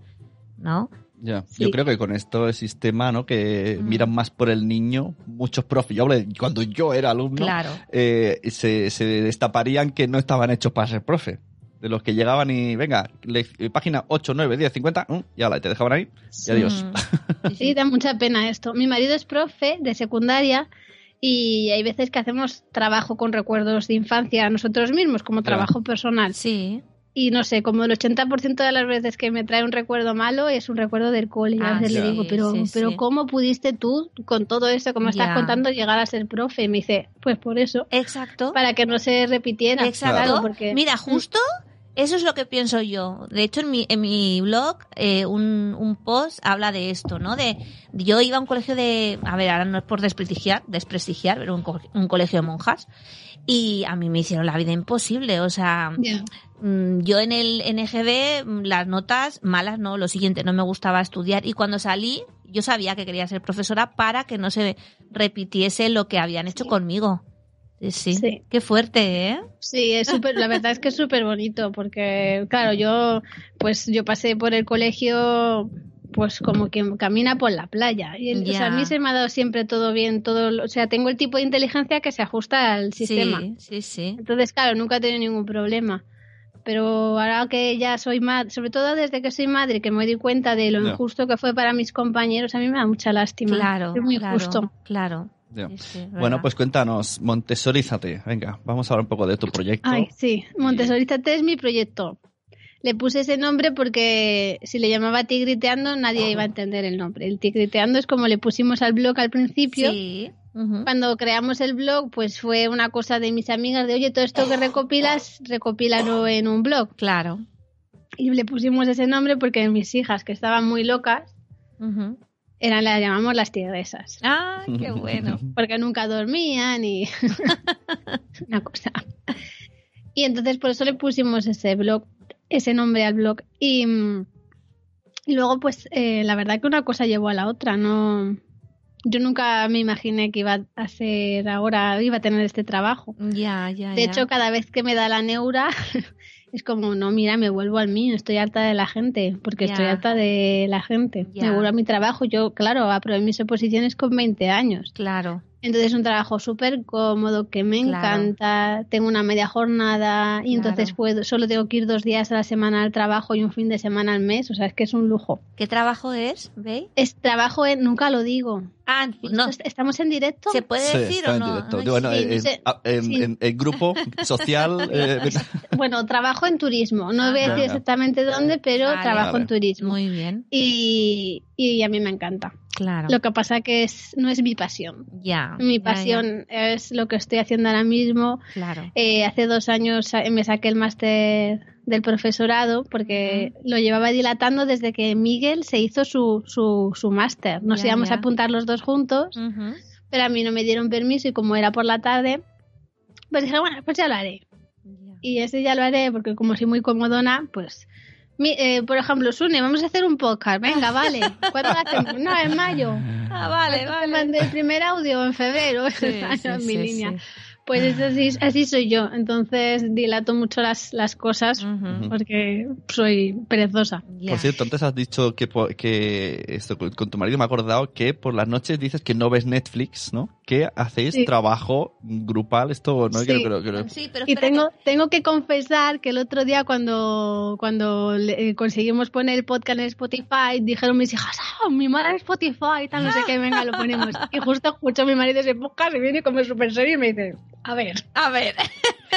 Speaker 3: ¿no?
Speaker 2: Ya.
Speaker 4: Sí.
Speaker 2: Yo creo que con esto el sistema, ¿no? Que
Speaker 3: Mm.
Speaker 2: miran más por el niño, muchos profes. Yo hablo de cuando yo era alumno,
Speaker 3: Claro.
Speaker 2: eh, se, se destaparían que no estaban hechos para ser profe. De los que llegaban y, venga, le- eh, página 8, 9, 10, 50, mm, y ala, y te dejaban ahí, y adiós.
Speaker 3: Mm.
Speaker 4: Sí, da mucha pena esto. Mi marido es profe de secundaria y hay veces que hacemos trabajo con recuerdos de infancia nosotros mismos, como
Speaker 2: Claro.
Speaker 4: trabajo personal.
Speaker 3: Sí.
Speaker 4: Y no sé, como el 80% de las veces que me trae un recuerdo malo es un recuerdo del cole. Y a
Speaker 3: Ah,
Speaker 2: sí,
Speaker 4: veces le digo, pero,
Speaker 3: sí,
Speaker 4: pero
Speaker 3: sí.
Speaker 4: ¿cómo pudiste tú, con todo eso que me estás
Speaker 3: Ya.
Speaker 4: contando, llegar a ser profe? Y me dice, pues por eso,
Speaker 3: Exacto.
Speaker 4: para que no se repitiera.
Speaker 3: Exacto.
Speaker 4: Claro, porque... mm.
Speaker 3: Mira, justo eso es lo que pienso yo. De hecho, en mi, en mi blog, eh, un, un post habla de esto, ¿no? De yo iba a un colegio de, a ver, ahora no es por desprestigiar, desprestigiar, pero un, co- un colegio de monjas y a mí me hicieron la vida imposible. O sea,
Speaker 4: Ya.
Speaker 3: Mm, yo en el NGB mm, las notas malas no, lo siguiente, no me gustaba estudiar y cuando salí yo sabía que quería ser profesora para que no se repitiese lo que habían hecho conmigo. Sí, sí.
Speaker 4: Sí.
Speaker 3: Qué fuerte, ¿eh?
Speaker 4: Sí, es súper, la verdad es que es súper bonito porque, claro, yo, pues yo pasé por el colegio, pues como quien camina por la playa. Y el- o sea, a
Speaker 3: Ya.
Speaker 4: mí se me ha dado siempre todo bien, todo, lo- o sea, tengo el tipo de inteligencia que se ajusta al sistema.
Speaker 3: Sí, sí, sí.
Speaker 4: Entonces, claro, nunca he tenido ningún problema. Pero ahora que ya soy madre, sobre todo desde que soy madre, que me doy cuenta de lo
Speaker 2: Ya.
Speaker 4: injusto que fue para mis compañeros, a mí me da mucha lástima.
Speaker 3: Claro,
Speaker 4: es muy
Speaker 3: claro,
Speaker 4: injusto.
Speaker 3: claro.
Speaker 2: Ya.
Speaker 3: Sí, sí,
Speaker 2: Bueno,
Speaker 3: verdad.
Speaker 2: pues cuéntanos, Montessorízate. Venga, vamos a hablar un poco de tu proyecto.
Speaker 4: Ay, sí, Montesorízate es mi proyecto. Le puse ese nombre porque si le llamaba Tigriteando nadie iba a entender el nombre. El Tigriteando es como le pusimos al blog al principio.
Speaker 3: Sí. ujú.
Speaker 4: Cuando creamos el blog, pues fue una cosa de mis amigas de, oye, todo esto que recopilas, recopílalo en un blog.
Speaker 3: Claro.
Speaker 4: Y le pusimos ese nombre porque mis hijas, que estaban muy locas,
Speaker 3: Ujú.
Speaker 4: eran las llamamos las tigresas.
Speaker 3: Ah, qué bueno.
Speaker 4: porque nunca dormían y una cosa. Y entonces por eso le pusimos ese blog, ese nombre al blog. Y, mm, y luego, pues, eh, la verdad que una cosa llevó a la otra, no. Yo nunca me imaginé que iba a ser ahora, iba a tener este trabajo.
Speaker 3: Ya, ya,
Speaker 4: De
Speaker 3: ya.
Speaker 4: hecho, cada vez que me da la neura, es como, no, mira, me vuelvo al mío, estoy harta de la gente, porque
Speaker 3: Ya.
Speaker 4: estoy harta de la gente.
Speaker 3: Ya.
Speaker 4: Me vuelvo a mi trabajo. Yo, claro, aprobé mis oposiciones con 20 años.
Speaker 3: Claro.
Speaker 4: Entonces es un trabajo súper cómodo que me
Speaker 3: Claro.
Speaker 4: encanta, tengo una media jornada y
Speaker 3: Claro.
Speaker 4: entonces puedo, solo tengo que ir dos días a la semana al trabajo y un fin de semana al mes, o sea, es que es un lujo.
Speaker 3: ¿Qué trabajo es, veis?
Speaker 4: Es trabajo, en- nunca lo digo.
Speaker 3: Ah, no.
Speaker 4: Est- ¿Estamos en directo?
Speaker 3: ¿Se puede
Speaker 2: Sí,
Speaker 3: decir
Speaker 2: está
Speaker 3: o
Speaker 2: en
Speaker 3: no?
Speaker 2: directo.
Speaker 3: Ay,
Speaker 2: Digo, no,
Speaker 4: sí,
Speaker 2: en- en-
Speaker 4: sí.
Speaker 2: ah, en-
Speaker 4: Sí.
Speaker 2: en- el grupo social. eh,
Speaker 4: Bueno, trabajo en turismo, no voy a decir
Speaker 2: Venga.
Speaker 4: exactamente dónde, pero
Speaker 3: Ah. Vale.
Speaker 4: trabajo
Speaker 2: Vale.
Speaker 4: en turismo.
Speaker 3: Muy bien,
Speaker 4: Y, y a mí me encanta.
Speaker 3: claro.
Speaker 4: Lo que pasa que es, no es mi pasión.
Speaker 3: Ya. ya,
Speaker 4: Mi
Speaker 3: ya,
Speaker 4: pasión es lo que estoy haciendo ahora mismo,
Speaker 3: claro.
Speaker 4: Eh, hace dos años sa- me saqué el máster del profesorado porque lo llevaba dilatando desde que Miguel se hizo su, su, su máster. Nos
Speaker 3: Ya,
Speaker 4: íbamos
Speaker 3: ya.
Speaker 4: a apuntar los dos juntos,
Speaker 3: Ujú.
Speaker 4: pero a mí no me dieron permiso y como era por la tarde, pues dije, bueno, pues ya lo haré.
Speaker 3: Ya.
Speaker 4: Y ese ya lo haré porque como soy muy comodona, pues... mi- eh, por ejemplo, Sune, vamos a hacer un podcast. Venga, vale. ¿Cuándo lo hacemos? No, en mayo.
Speaker 3: Ah, vale,
Speaker 4: Te
Speaker 3: vale.
Speaker 4: mandé el primer audio en febrero.
Speaker 3: Sí,
Speaker 4: Esa
Speaker 3: sí,
Speaker 4: es mi
Speaker 3: sí,
Speaker 4: línea.
Speaker 3: sí.
Speaker 4: Pues es así, así soy yo. Entonces dilato mucho las, las cosas
Speaker 3: Ujú.
Speaker 4: porque soy perezosa.
Speaker 3: Ya.
Speaker 2: Por cierto, antes has dicho que, po- que esto, con con tu marido me he acordado que por las noches dices que no ves Netflix, ¿no? Que hacéis
Speaker 4: Sí.
Speaker 2: trabajo grupal, esto, ¿no?
Speaker 4: Sí.
Speaker 2: Creo, creo- creo-
Speaker 3: Sí, pero
Speaker 4: Y
Speaker 3: espera
Speaker 4: tengo, tengo que confesar que el otro día cuando, cuando le- eh, conseguimos poner el podcast en Spotify, dijeron mis hijas, ah, mi madre en Spotify y tal, no sé qué, venga, lo ponemos. Y justo escucho a mi marido ese podcast y viene como súper serio y me dice, a ver,
Speaker 3: que- A ver.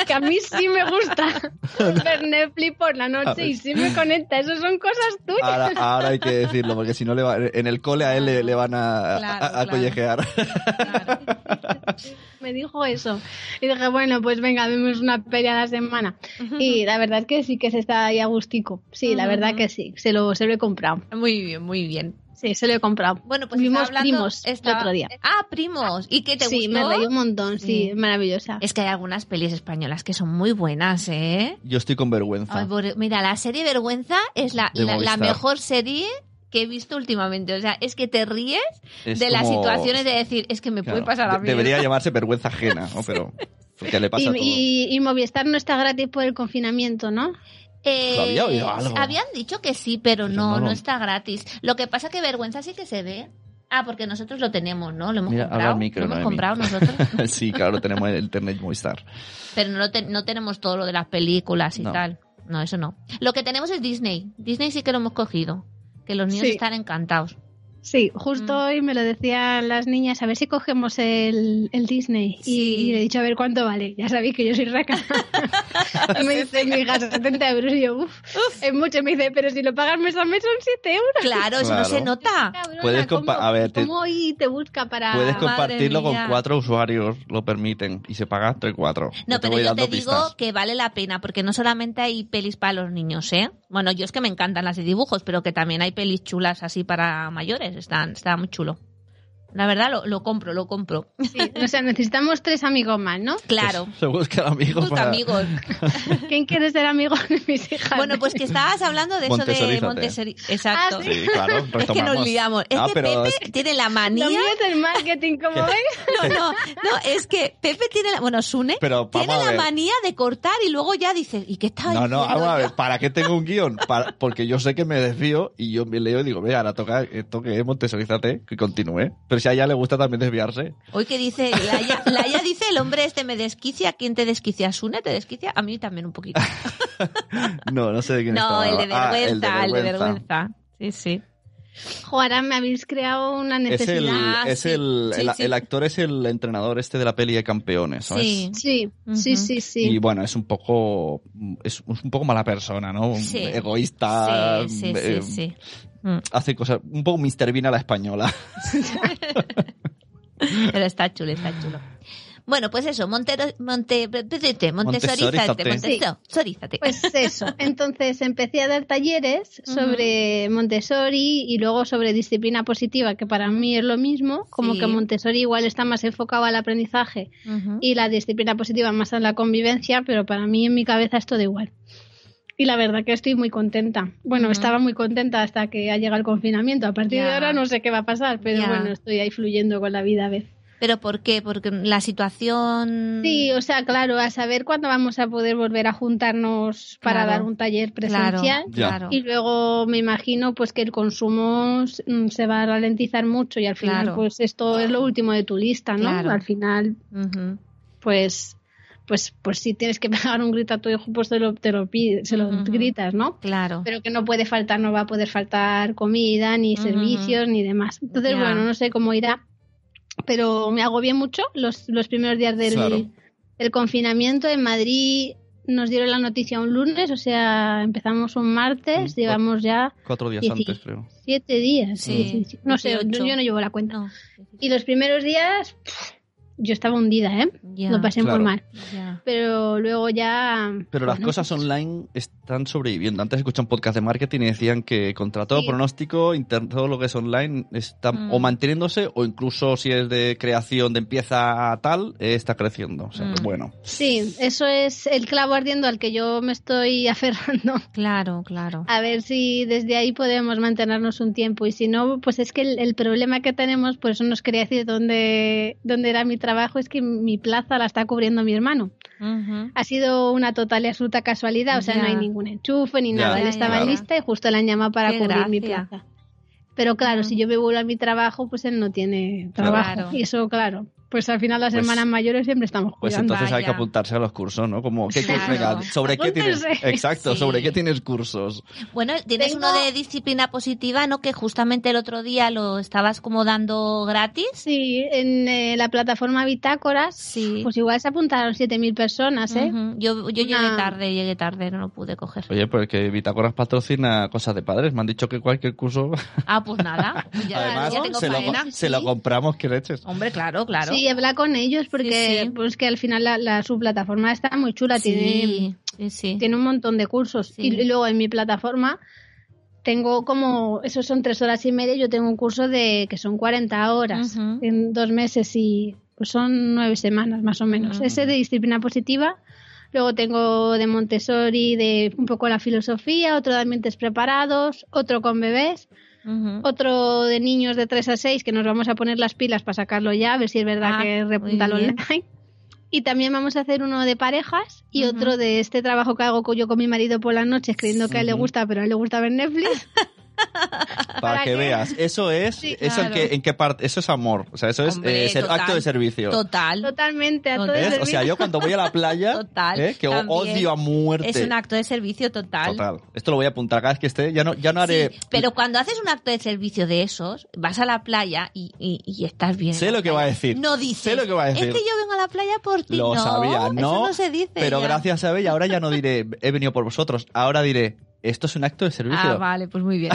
Speaker 4: que a mí sí me gusta ver Netflix por la
Speaker 2: A ver.
Speaker 4: noche y sí me conecta, eso son cosas tuyas.
Speaker 2: Ahora, ahora hay que decirlo, porque si no, le va- en el cole a él le, le van a, a-
Speaker 3: Claro,
Speaker 2: a- a
Speaker 3: claro.
Speaker 2: collejear.
Speaker 3: Claro.
Speaker 4: me dijo eso. Y dije, bueno, pues venga, vemos una peli a la semana. Y la verdad es que sí que se está ahí agustico. Sí, la verdad que sí. Se lo, se lo he comprado.
Speaker 3: Muy bien, muy bien.
Speaker 4: Sí, se lo he comprado.
Speaker 3: Bueno, pues
Speaker 4: Vimos
Speaker 3: estaba hablando
Speaker 4: Primos el
Speaker 3: estaba-
Speaker 4: otro día.
Speaker 3: Ah, primos. ¿Y qué te
Speaker 4: sí,
Speaker 3: gustó? Eh,
Speaker 4: me reí un montón. Sí, maravillosa.
Speaker 3: Es que hay algunas pelis españolas que son muy buenas, ¿eh?
Speaker 2: Yo estoy con vergüenza.
Speaker 3: Ay, por- mira, la serie Vergüenza es la,
Speaker 2: De
Speaker 3: la- la
Speaker 2: Movistar.
Speaker 3: mejor serie que he visto últimamente. O sea, es que te ríes
Speaker 2: Es
Speaker 3: de las
Speaker 2: como-
Speaker 3: situaciones de decir, es que me
Speaker 2: Claro,
Speaker 3: puede pasar a
Speaker 2: de-
Speaker 3: mí.
Speaker 2: Debería llamarse vergüenza ajena, ¿no? Pero. Porque le pasa
Speaker 4: Y,
Speaker 2: todo.
Speaker 4: y- y Movistar no está gratis por el confinamiento, ¿no?
Speaker 3: Eh,
Speaker 2: Lo había oído algo.
Speaker 3: Habían dicho que sí, pero,
Speaker 2: Pero
Speaker 3: no,
Speaker 2: no
Speaker 3: no,
Speaker 2: lo-
Speaker 3: está gratis. Lo que pasa que vergüenza sí que se ve. Ah, porque nosotros lo tenemos, ¿no? Lo hemos
Speaker 2: Mira, habla
Speaker 3: comprado.
Speaker 2: al micro,
Speaker 3: lo hemos
Speaker 2: Noemi.
Speaker 3: comprado nosotros.
Speaker 2: sí, claro, tenemos el internet Movistar.
Speaker 3: Pero no, lo ten- no tenemos todo lo de las películas y
Speaker 2: No.
Speaker 3: tal. No, eso no. Lo que tenemos es Disney. Disney sí que lo hemos cogido. Que los niños
Speaker 4: Sí.
Speaker 3: están encantados.
Speaker 4: Sí, justo
Speaker 3: Mm.
Speaker 4: hoy me lo decían las niñas, a ver si cogemos el, el Disney. Y-
Speaker 3: Sí.
Speaker 4: Y, le he dicho, a ver cuánto vale. Ya sabéis que yo soy raca. Y me dice mi hija, 70 euros. Y yo, uff, es mucho. Y me dice, pero si lo pagas mes a mes son 7 euros.
Speaker 3: Claro, eso no
Speaker 2: Claro.
Speaker 3: se nota.
Speaker 4: Cabrona,
Speaker 2: Puedes compa-
Speaker 4: ¿cómo-
Speaker 2: a ver, te-
Speaker 4: ¿Cómo hoy te busca para...?
Speaker 2: Puedes
Speaker 3: Ah, madre
Speaker 2: compartirlo con
Speaker 3: mía.
Speaker 2: cuatro usuarios, lo permiten, y se paga entre cuatro.
Speaker 3: No, pero
Speaker 2: voy
Speaker 3: yo
Speaker 2: dando
Speaker 3: te digo
Speaker 2: pistas.
Speaker 3: que vale la pena, porque no solamente hay pelis para los niños, ¿eh? Bueno, yo es que me encantan las de dibujos, pero que también hay pelis chulas así para mayores. Están, está muy chulo. La verdad, lo, lo compro, lo compro.
Speaker 4: Sí, o sea, necesitamos tres amigos más, ¿no?
Speaker 3: Claro.
Speaker 2: Se busca el amigo
Speaker 3: Tus
Speaker 2: para-
Speaker 3: amigos.
Speaker 4: ¿Quién quiere ser amigo de mis hijas?
Speaker 3: Bueno, pues que estabas hablando de eso de
Speaker 2: Montesorízate.
Speaker 3: Montessori. Exacto.
Speaker 4: Ah,
Speaker 2: Sí, claro,
Speaker 3: Es que nos
Speaker 2: retomamos.
Speaker 3: liamos. Es
Speaker 2: Ah,
Speaker 3: que
Speaker 2: pero
Speaker 3: Pepe
Speaker 2: es-
Speaker 3: tiene la
Speaker 4: Lo
Speaker 3: manía.
Speaker 4: mío es el marketing, como
Speaker 2: ¿Qué?
Speaker 3: No,
Speaker 4: ves.
Speaker 3: no, no, es que Pepe tiene la. Bueno, Sune
Speaker 2: Pero
Speaker 3: tiene
Speaker 2: vamos a
Speaker 3: la
Speaker 2: ver.
Speaker 3: manía de cortar y luego ya dice, ¿y qué estaba
Speaker 2: No, no,
Speaker 3: diciendo
Speaker 2: vamos a
Speaker 3: yo?
Speaker 2: ver, ¿para qué tengo un guión? Para- porque yo sé que me desvío y yo me leo y digo, venga, ahora toca esto que es Montesorízate, que continúe. Pero si a ella le gusta también desviarse.
Speaker 3: Hoy que dice, Laia, Laia dice, el hombre este me desquicia. ¿Quién te desquicia? ¿Sune te desquicia? A mí también un poquito.
Speaker 2: No, no sé de quién
Speaker 3: No,
Speaker 2: estaba.
Speaker 3: el de vergüenza,
Speaker 2: Ah,
Speaker 3: el de vergüenza. Sí, sí.
Speaker 4: Jo, ahora me habéis creado una
Speaker 2: Es
Speaker 4: necesidad.
Speaker 2: el,
Speaker 3: Ah,
Speaker 2: es
Speaker 3: sí,
Speaker 2: el,
Speaker 3: sí,
Speaker 2: el-
Speaker 3: sí.
Speaker 2: el actor es el entrenador este de la peli de campeones, ¿sabes?
Speaker 3: Sí.
Speaker 4: Sí,
Speaker 3: Ujú.
Speaker 4: sí, sí, sí.
Speaker 2: Y bueno, es un poco mm, es un poco mala persona, ¿no? Un
Speaker 3: Sí.
Speaker 2: Egoísta.
Speaker 3: sí, sí,
Speaker 2: eh,
Speaker 3: sí, sí. Mm,
Speaker 2: Hace cosas, un poco Mr. Bean a la española.
Speaker 3: Pero está chulo, está chulo. Bueno, pues eso, Montero, Monte, Montesorízate,
Speaker 2: Montesorízate.
Speaker 3: Montesorízate.
Speaker 4: Pues eso. Entonces empecé a dar talleres
Speaker 3: Ujú.
Speaker 4: sobre Montessori y luego sobre disciplina positiva, que para mí es lo mismo, como
Speaker 3: Sí.
Speaker 4: que Montessori igual está más enfocado al aprendizaje
Speaker 3: Ujú.
Speaker 4: y la disciplina positiva más a la convivencia, pero para mí en mi cabeza es todo igual. Y la verdad que estoy muy contenta. Bueno,
Speaker 3: Ujú.
Speaker 4: estaba muy contenta hasta que ha llegado el confinamiento. A partir
Speaker 3: Ya.
Speaker 4: de ahora no sé qué va a pasar, pero
Speaker 3: Ya.
Speaker 4: bueno, estoy ahí fluyendo con la vida a veces.
Speaker 3: ¿Pero por qué? Porque la situación...
Speaker 4: Sí, o sea, claro, a saber cuándo vamos a poder volver a juntarnos para
Speaker 3: Claro.
Speaker 4: dar un taller
Speaker 3: claro,
Speaker 4: presencial.
Speaker 2: Ya.
Speaker 3: claro.
Speaker 4: Y luego me imagino pues que el consumo s- mm, se va a ralentizar mucho y al final
Speaker 3: Claro.
Speaker 4: pues esto es lo último de tu lista, ¿no?
Speaker 3: Claro.
Speaker 4: Al final
Speaker 3: Ujú.
Speaker 4: pues pues pues si tienes que pegar un grito a tu hijo pues te lo te lo pide- se lo
Speaker 3: Ujú.
Speaker 4: gritas, ¿no?
Speaker 3: Claro.
Speaker 4: Pero que no puede faltar, no va a poder faltar comida, ni
Speaker 3: Ujú.
Speaker 4: servicios, ni demás. Entonces,
Speaker 3: Ya.
Speaker 4: bueno, no sé cómo irá, pero me agobié mucho los, los primeros días del,
Speaker 2: Claro.
Speaker 4: del confinamiento. En Madrid nos dieron la noticia un lunes, o sea, empezamos un martes,
Speaker 2: Mm,
Speaker 4: llevamos ya
Speaker 2: Cuatro días
Speaker 4: Y sí.
Speaker 2: antes, creo.
Speaker 4: siete días.
Speaker 3: Sí,
Speaker 4: sí, sí. No sé, yo,
Speaker 3: 18.
Speaker 4: yo no llevo la cuenta.
Speaker 3: No.
Speaker 4: Y los primeros días, pff, yo estaba hundida, ¿eh?
Speaker 3: Ya,
Speaker 4: Lo pasé
Speaker 2: Claro.
Speaker 4: muy mal.
Speaker 3: ya.
Speaker 4: Pero luego ya...
Speaker 2: Pero las
Speaker 4: bueno,
Speaker 2: cosas online están sobreviviendo. Antes escuché un podcast de marketing y decían que contra todo
Speaker 4: Sí.
Speaker 2: pronóstico, inter- todo lo que es online está
Speaker 3: Mm.
Speaker 2: o manteniéndose o incluso si es de creación de empieza a tal, eh, está creciendo. O sea, que
Speaker 3: Mm.
Speaker 2: bueno.
Speaker 4: Sí, eso es el clavo ardiendo al que yo me estoy aferrando.
Speaker 3: Claro, claro.
Speaker 4: A ver si desde ahí podemos mantenernos un tiempo y si no, pues es que el, el problema que tenemos, por eso nos quería decir dónde, dónde era mi trabajo, es que mi plaza la está cubriendo mi hermano.
Speaker 3: Ujú.
Speaker 4: Ha sido una total y absoluta casualidad, o sea,
Speaker 3: Ya.
Speaker 4: no hay ningún enchufe ni
Speaker 2: Ya,
Speaker 4: nada. Él
Speaker 3: ya,
Speaker 4: estaba
Speaker 3: ya.
Speaker 4: en lista y justo le han llamado para
Speaker 3: Qué
Speaker 4: cubrir mi
Speaker 3: gracia.
Speaker 4: plaza. Pero claro,
Speaker 3: Ah.
Speaker 4: si yo me vuelvo a mi trabajo, pues él no tiene
Speaker 2: Claro.
Speaker 4: trabajo. Y eso, claro, pues al final las
Speaker 2: Pues-
Speaker 4: hermanas mayores siempre estamos
Speaker 2: Pues
Speaker 4: cuidando.
Speaker 2: entonces hay que
Speaker 3: Vaya.
Speaker 2: apuntarse a los cursos, ¿no? Como, ¿qué
Speaker 3: Claro.
Speaker 2: venga, ¿sobre qué tienes?
Speaker 4: Apúntense.
Speaker 2: Exacto,
Speaker 3: Sí.
Speaker 2: ¿sobre qué tienes cursos?
Speaker 3: Bueno, tienes
Speaker 4: Tengo-
Speaker 3: uno de disciplina positiva, ¿no? Que justamente el otro día lo estabas como dando gratis.
Speaker 4: Sí, en eh, la plataforma Bitácoras,
Speaker 3: Sí.
Speaker 4: pues igual se apuntaron 7.000 personas, ¿eh?
Speaker 3: Ujú. Yo, yo
Speaker 4: Una-
Speaker 3: llegué tarde, llegué tarde, no lo pude coger.
Speaker 2: Oye, porque Bitácoras patrocina cosas de padres. Me han dicho que cualquier curso.
Speaker 3: Ah, pues nada. pues ya,
Speaker 4: Además,
Speaker 3: ya tengo
Speaker 2: se, lo,
Speaker 3: faena.
Speaker 2: se lo compramos que leches.
Speaker 3: Hombre, claro, claro.
Speaker 4: Sí, habla con ellos porque
Speaker 3: Sí, sí.
Speaker 4: pues que al final la, la- su plataforma está muy chula, tiene,
Speaker 3: Sí, sí, sí.
Speaker 4: tiene un montón de cursos.
Speaker 3: Sí.
Speaker 4: Y luego en mi plataforma tengo como, esos son tres horas y media, yo tengo un curso de que son 40 horas
Speaker 3: Ujú.
Speaker 4: en dos meses y pues, son nueve semanas más o menos.
Speaker 3: Ujú.
Speaker 4: Ese de disciplina positiva. Luego tengo de Montessori, de un poco la filosofía, otro de ambientes preparados, otro con bebés
Speaker 3: Ujú.
Speaker 4: otro de niños de 3 a 6 que nos vamos a poner las pilas para sacarlo ya, a ver si es verdad
Speaker 3: Ah,
Speaker 4: que repunta
Speaker 3: muy
Speaker 4: lo
Speaker 3: bien.
Speaker 4: online. Y también vamos a hacer uno de parejas y
Speaker 3: Ujú.
Speaker 4: otro de este trabajo que hago co- yo con mi marido por las noches, creyendo que a él le
Speaker 2: Ujú.
Speaker 4: gusta, pero a él le gusta ver Netflix.
Speaker 2: Para,
Speaker 4: ¿Para
Speaker 2: que
Speaker 4: qué?
Speaker 2: veas. Eso es,
Speaker 4: Sí,
Speaker 2: eso en
Speaker 3: claro.
Speaker 2: qué, en qué parte, eso es amor. O sea, eso es
Speaker 3: Hombre,
Speaker 2: eh, ser-
Speaker 3: total.
Speaker 2: acto de servicio.
Speaker 3: Total.
Speaker 4: Totalmente, a todo
Speaker 3: ¿Ves?
Speaker 4: el
Speaker 2: ¿Ves? O sea,
Speaker 4: servicio.
Speaker 2: yo cuando voy a la playa,
Speaker 3: Total,
Speaker 2: ¿eh? que o-
Speaker 3: también.
Speaker 2: odio a muerte.
Speaker 3: Es un acto de servicio total.
Speaker 2: Total. Esto lo voy a apuntar cada vez que esté. Ya no, ya no haré.
Speaker 3: Sí, pero cuando haces un acto de servicio de esos, vas a la playa y, y- y estás bien.
Speaker 2: Sé
Speaker 3: en la
Speaker 2: lo que va a
Speaker 3: playa.
Speaker 2: decir.
Speaker 3: No dices.
Speaker 2: Sé lo que va a decir.
Speaker 3: Es que yo vengo a la playa por ti.
Speaker 2: Lo
Speaker 3: no,
Speaker 2: sabía, no.
Speaker 3: Eso no se dice.
Speaker 2: Pero
Speaker 3: ya.
Speaker 2: gracias a ella, ahora ya no diré, he venido por vosotros. Ahora diré, esto es un acto de servicio.
Speaker 3: Ah, vale, pues muy bien.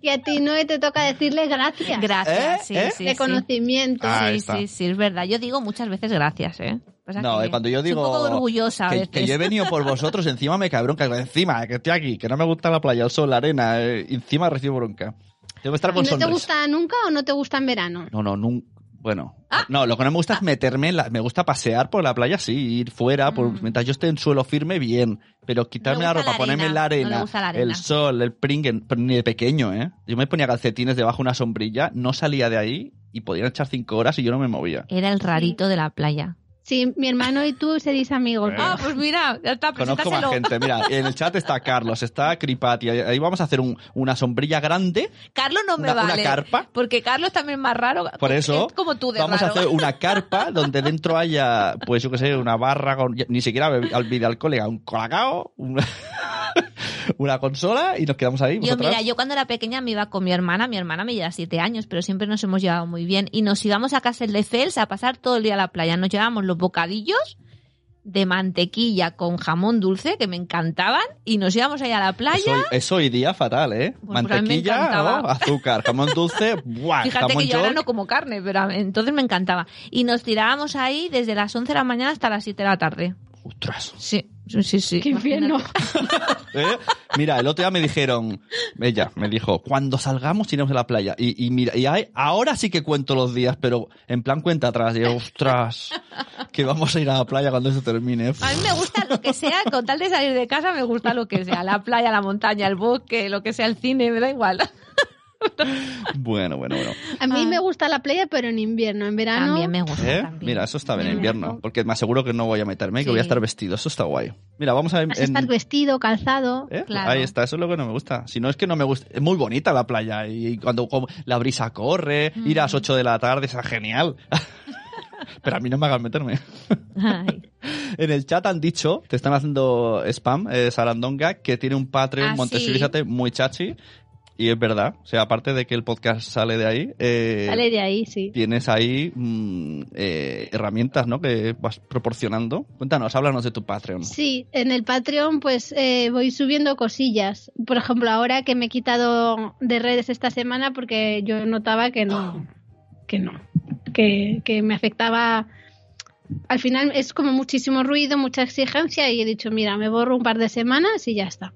Speaker 4: Y a ti no te toca decirle gracias.
Speaker 3: Gracias.
Speaker 2: ¿Eh?
Speaker 3: Sí,
Speaker 2: ¿Eh?
Speaker 3: sí,
Speaker 4: de
Speaker 3: sí.
Speaker 4: conocimiento.
Speaker 2: Ah, ahí
Speaker 3: sí,
Speaker 2: está.
Speaker 3: sí, sí, es verdad. Yo digo muchas veces gracias, ¿eh? Pasa
Speaker 2: No,
Speaker 3: que
Speaker 2: eh, cuando yo
Speaker 3: soy
Speaker 2: digo.
Speaker 3: un poco orgullosa a
Speaker 2: que,
Speaker 3: veces.
Speaker 2: que yo he venido por vosotros, encima me cae bronca. Encima, que estoy aquí, que no me gusta la playa, el sol, la arena, eh, encima recibo bronca. Tengo que estar
Speaker 4: ¿Y
Speaker 2: con
Speaker 4: no te
Speaker 2: sonrisa.
Speaker 4: gusta nunca o no te gusta en verano?
Speaker 2: No, no, nun- Bueno,
Speaker 3: Ah.
Speaker 2: no, lo que no me gusta es meterme en la... Me gusta pasear por la playa, sí, ir fuera, por-
Speaker 3: Mm.
Speaker 2: mientras yo esté en suelo firme, bien. Pero quitarme la
Speaker 3: gusta
Speaker 2: ropa,
Speaker 3: la
Speaker 2: ponerme
Speaker 3: arena,
Speaker 2: la
Speaker 3: no le
Speaker 2: arena,
Speaker 3: gusta la arena.
Speaker 2: el sol, el pringen, pero ni de pequeño, ¿eh? Yo me ponía calcetines debajo de una sombrilla, no salía de ahí y podían echar cinco horas y yo no me movía.
Speaker 3: Era el rarito de la playa.
Speaker 4: Sí, mi hermano y tú seréis amigos.
Speaker 2: Eh.
Speaker 3: Ah, pues mira, ya está,
Speaker 2: Conozco más
Speaker 3: preséntaselo.
Speaker 2: gente, mira, en el chat está Carlos, está Cripati, ahí- ahí vamos a hacer un- una sombrilla grande,
Speaker 3: Carlos no me
Speaker 2: una, una
Speaker 3: vale.
Speaker 2: carpa.
Speaker 3: Porque Carlos también es más raro.
Speaker 2: Por eso
Speaker 3: Es como tú de
Speaker 2: vamos
Speaker 3: raro.
Speaker 2: a hacer una carpa donde dentro haya, pues yo qué sé, una barra, con, ni siquiera bebi- al videoalcohólica, un colacao, una, una consola y nos quedamos ahí.
Speaker 3: Yo,
Speaker 2: vosotras.
Speaker 3: mira, yo cuando era pequeña me iba con mi hermana, mi hermana me lleva siete años, pero siempre nos hemos llevado muy bien. Y nos íbamos a Castelldefels a pasar todo el día a la playa. Nos llevábamos los bocadillos de mantequilla con jamón dulce, que me encantaban, y nos íbamos ahí a la
Speaker 2: Es
Speaker 3: playa.
Speaker 2: hoy, es hoy día fatal, ¿eh?
Speaker 3: Pues, pero a mí me
Speaker 2: Mantequilla,
Speaker 3: encantaba.
Speaker 2: ¿no? azúcar, jamón dulce, ¡buah!
Speaker 3: Fíjate
Speaker 2: ah, jamón
Speaker 3: que yo ahora
Speaker 2: york.
Speaker 3: no como carne, pero a- entonces me encantaba. Y nos tirábamos ahí desde las 11 de la mañana hasta las 7 de la tarde.
Speaker 2: ¡Ostras!
Speaker 3: Sí, sí, sí. sí.
Speaker 4: ¡Qué infierno!
Speaker 3: Imagínate.
Speaker 2: ¿Eh? Mira, el otro día me dijeron, ella me dijo, cuando salgamos iremos a la playa. Y, y mira, y ahí- ahora sí que cuento los días, pero en plan cuenta atrás. Y yo, ostras, que vamos a ir a la playa cuando eso termine.
Speaker 3: A mí me gusta lo que sea, con tal de salir de casa me gusta lo que sea. La playa, la montaña, el bosque, lo que sea, el cine, me da igual.
Speaker 2: Bueno, bueno, bueno.
Speaker 4: A mí
Speaker 3: Ah.
Speaker 4: me gusta la playa, pero en invierno. En verano
Speaker 3: También me gusta.
Speaker 2: ¿Eh?
Speaker 3: También.
Speaker 2: Mira, eso está bien en
Speaker 4: Mira,
Speaker 2: invierno,
Speaker 4: no.
Speaker 2: porque me aseguro que no voy a meterme, que voy a
Speaker 3: Sí.
Speaker 2: estar vestido. Eso está guay. Mira, vamos a ver. ¿Eh?
Speaker 4: vas a estar vestido, calzado.
Speaker 3: Claro.
Speaker 2: Ahí está, eso es lo que no me gusta. Si no es que no me gusta. Es muy bonita la playa y cuando como la brisa corre, ir a
Speaker 3: Mm.
Speaker 2: las 8 de la tarde, está genial. Pero a mí no me hagan meterme.
Speaker 3: Ay.
Speaker 2: En el chat han dicho, te están haciendo spam, eh, Sarandonga, que tiene un Patreon,
Speaker 3: Ah, sí.
Speaker 2: Montesurizate, muy chachi. Y es verdad. O sea, aparte de que el podcast sale de ahí. eh,
Speaker 4: Sale de ahí, sí.
Speaker 2: tienes ahí mm, eh, herramientas ¿no? que vas proporcionando. Cuéntanos, háblanos de tu Patreon.
Speaker 4: Sí, en el Patreon pues eh, voy subiendo cosillas. Por ejemplo, ahora que me he quitado de redes esta semana porque yo notaba que no, que no, que, que me afectaba. Al final es como muchísimo ruido, mucha exigencia y he dicho, mira, me borro un par de semanas y ya está.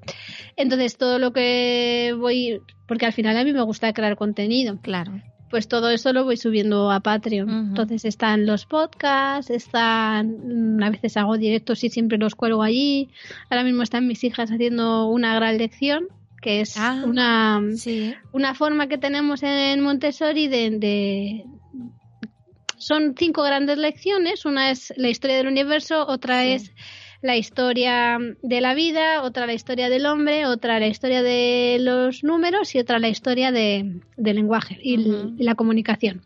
Speaker 4: Entonces todo lo que voy, porque al final a mí me gusta crear contenido
Speaker 3: Claro.
Speaker 4: pues todo eso lo voy subiendo a Patreon.
Speaker 3: Ujú.
Speaker 4: Entonces están los podcasts, están, mm, a veces hago directos y siempre los cuelgo allí. Ahora mismo están mis hijas haciendo una gran lección, que es
Speaker 3: Ah.
Speaker 4: una, mm,
Speaker 3: Sí.
Speaker 4: una forma que tenemos en Montessori de, de- Son cinco grandes lecciones, una es la historia del universo, otra
Speaker 3: Sí.
Speaker 4: es la historia de la vida, otra la historia del hombre, otra la historia de los números y otra la historia de- del lenguaje y, l-
Speaker 3: Ujú.
Speaker 4: y la comunicación.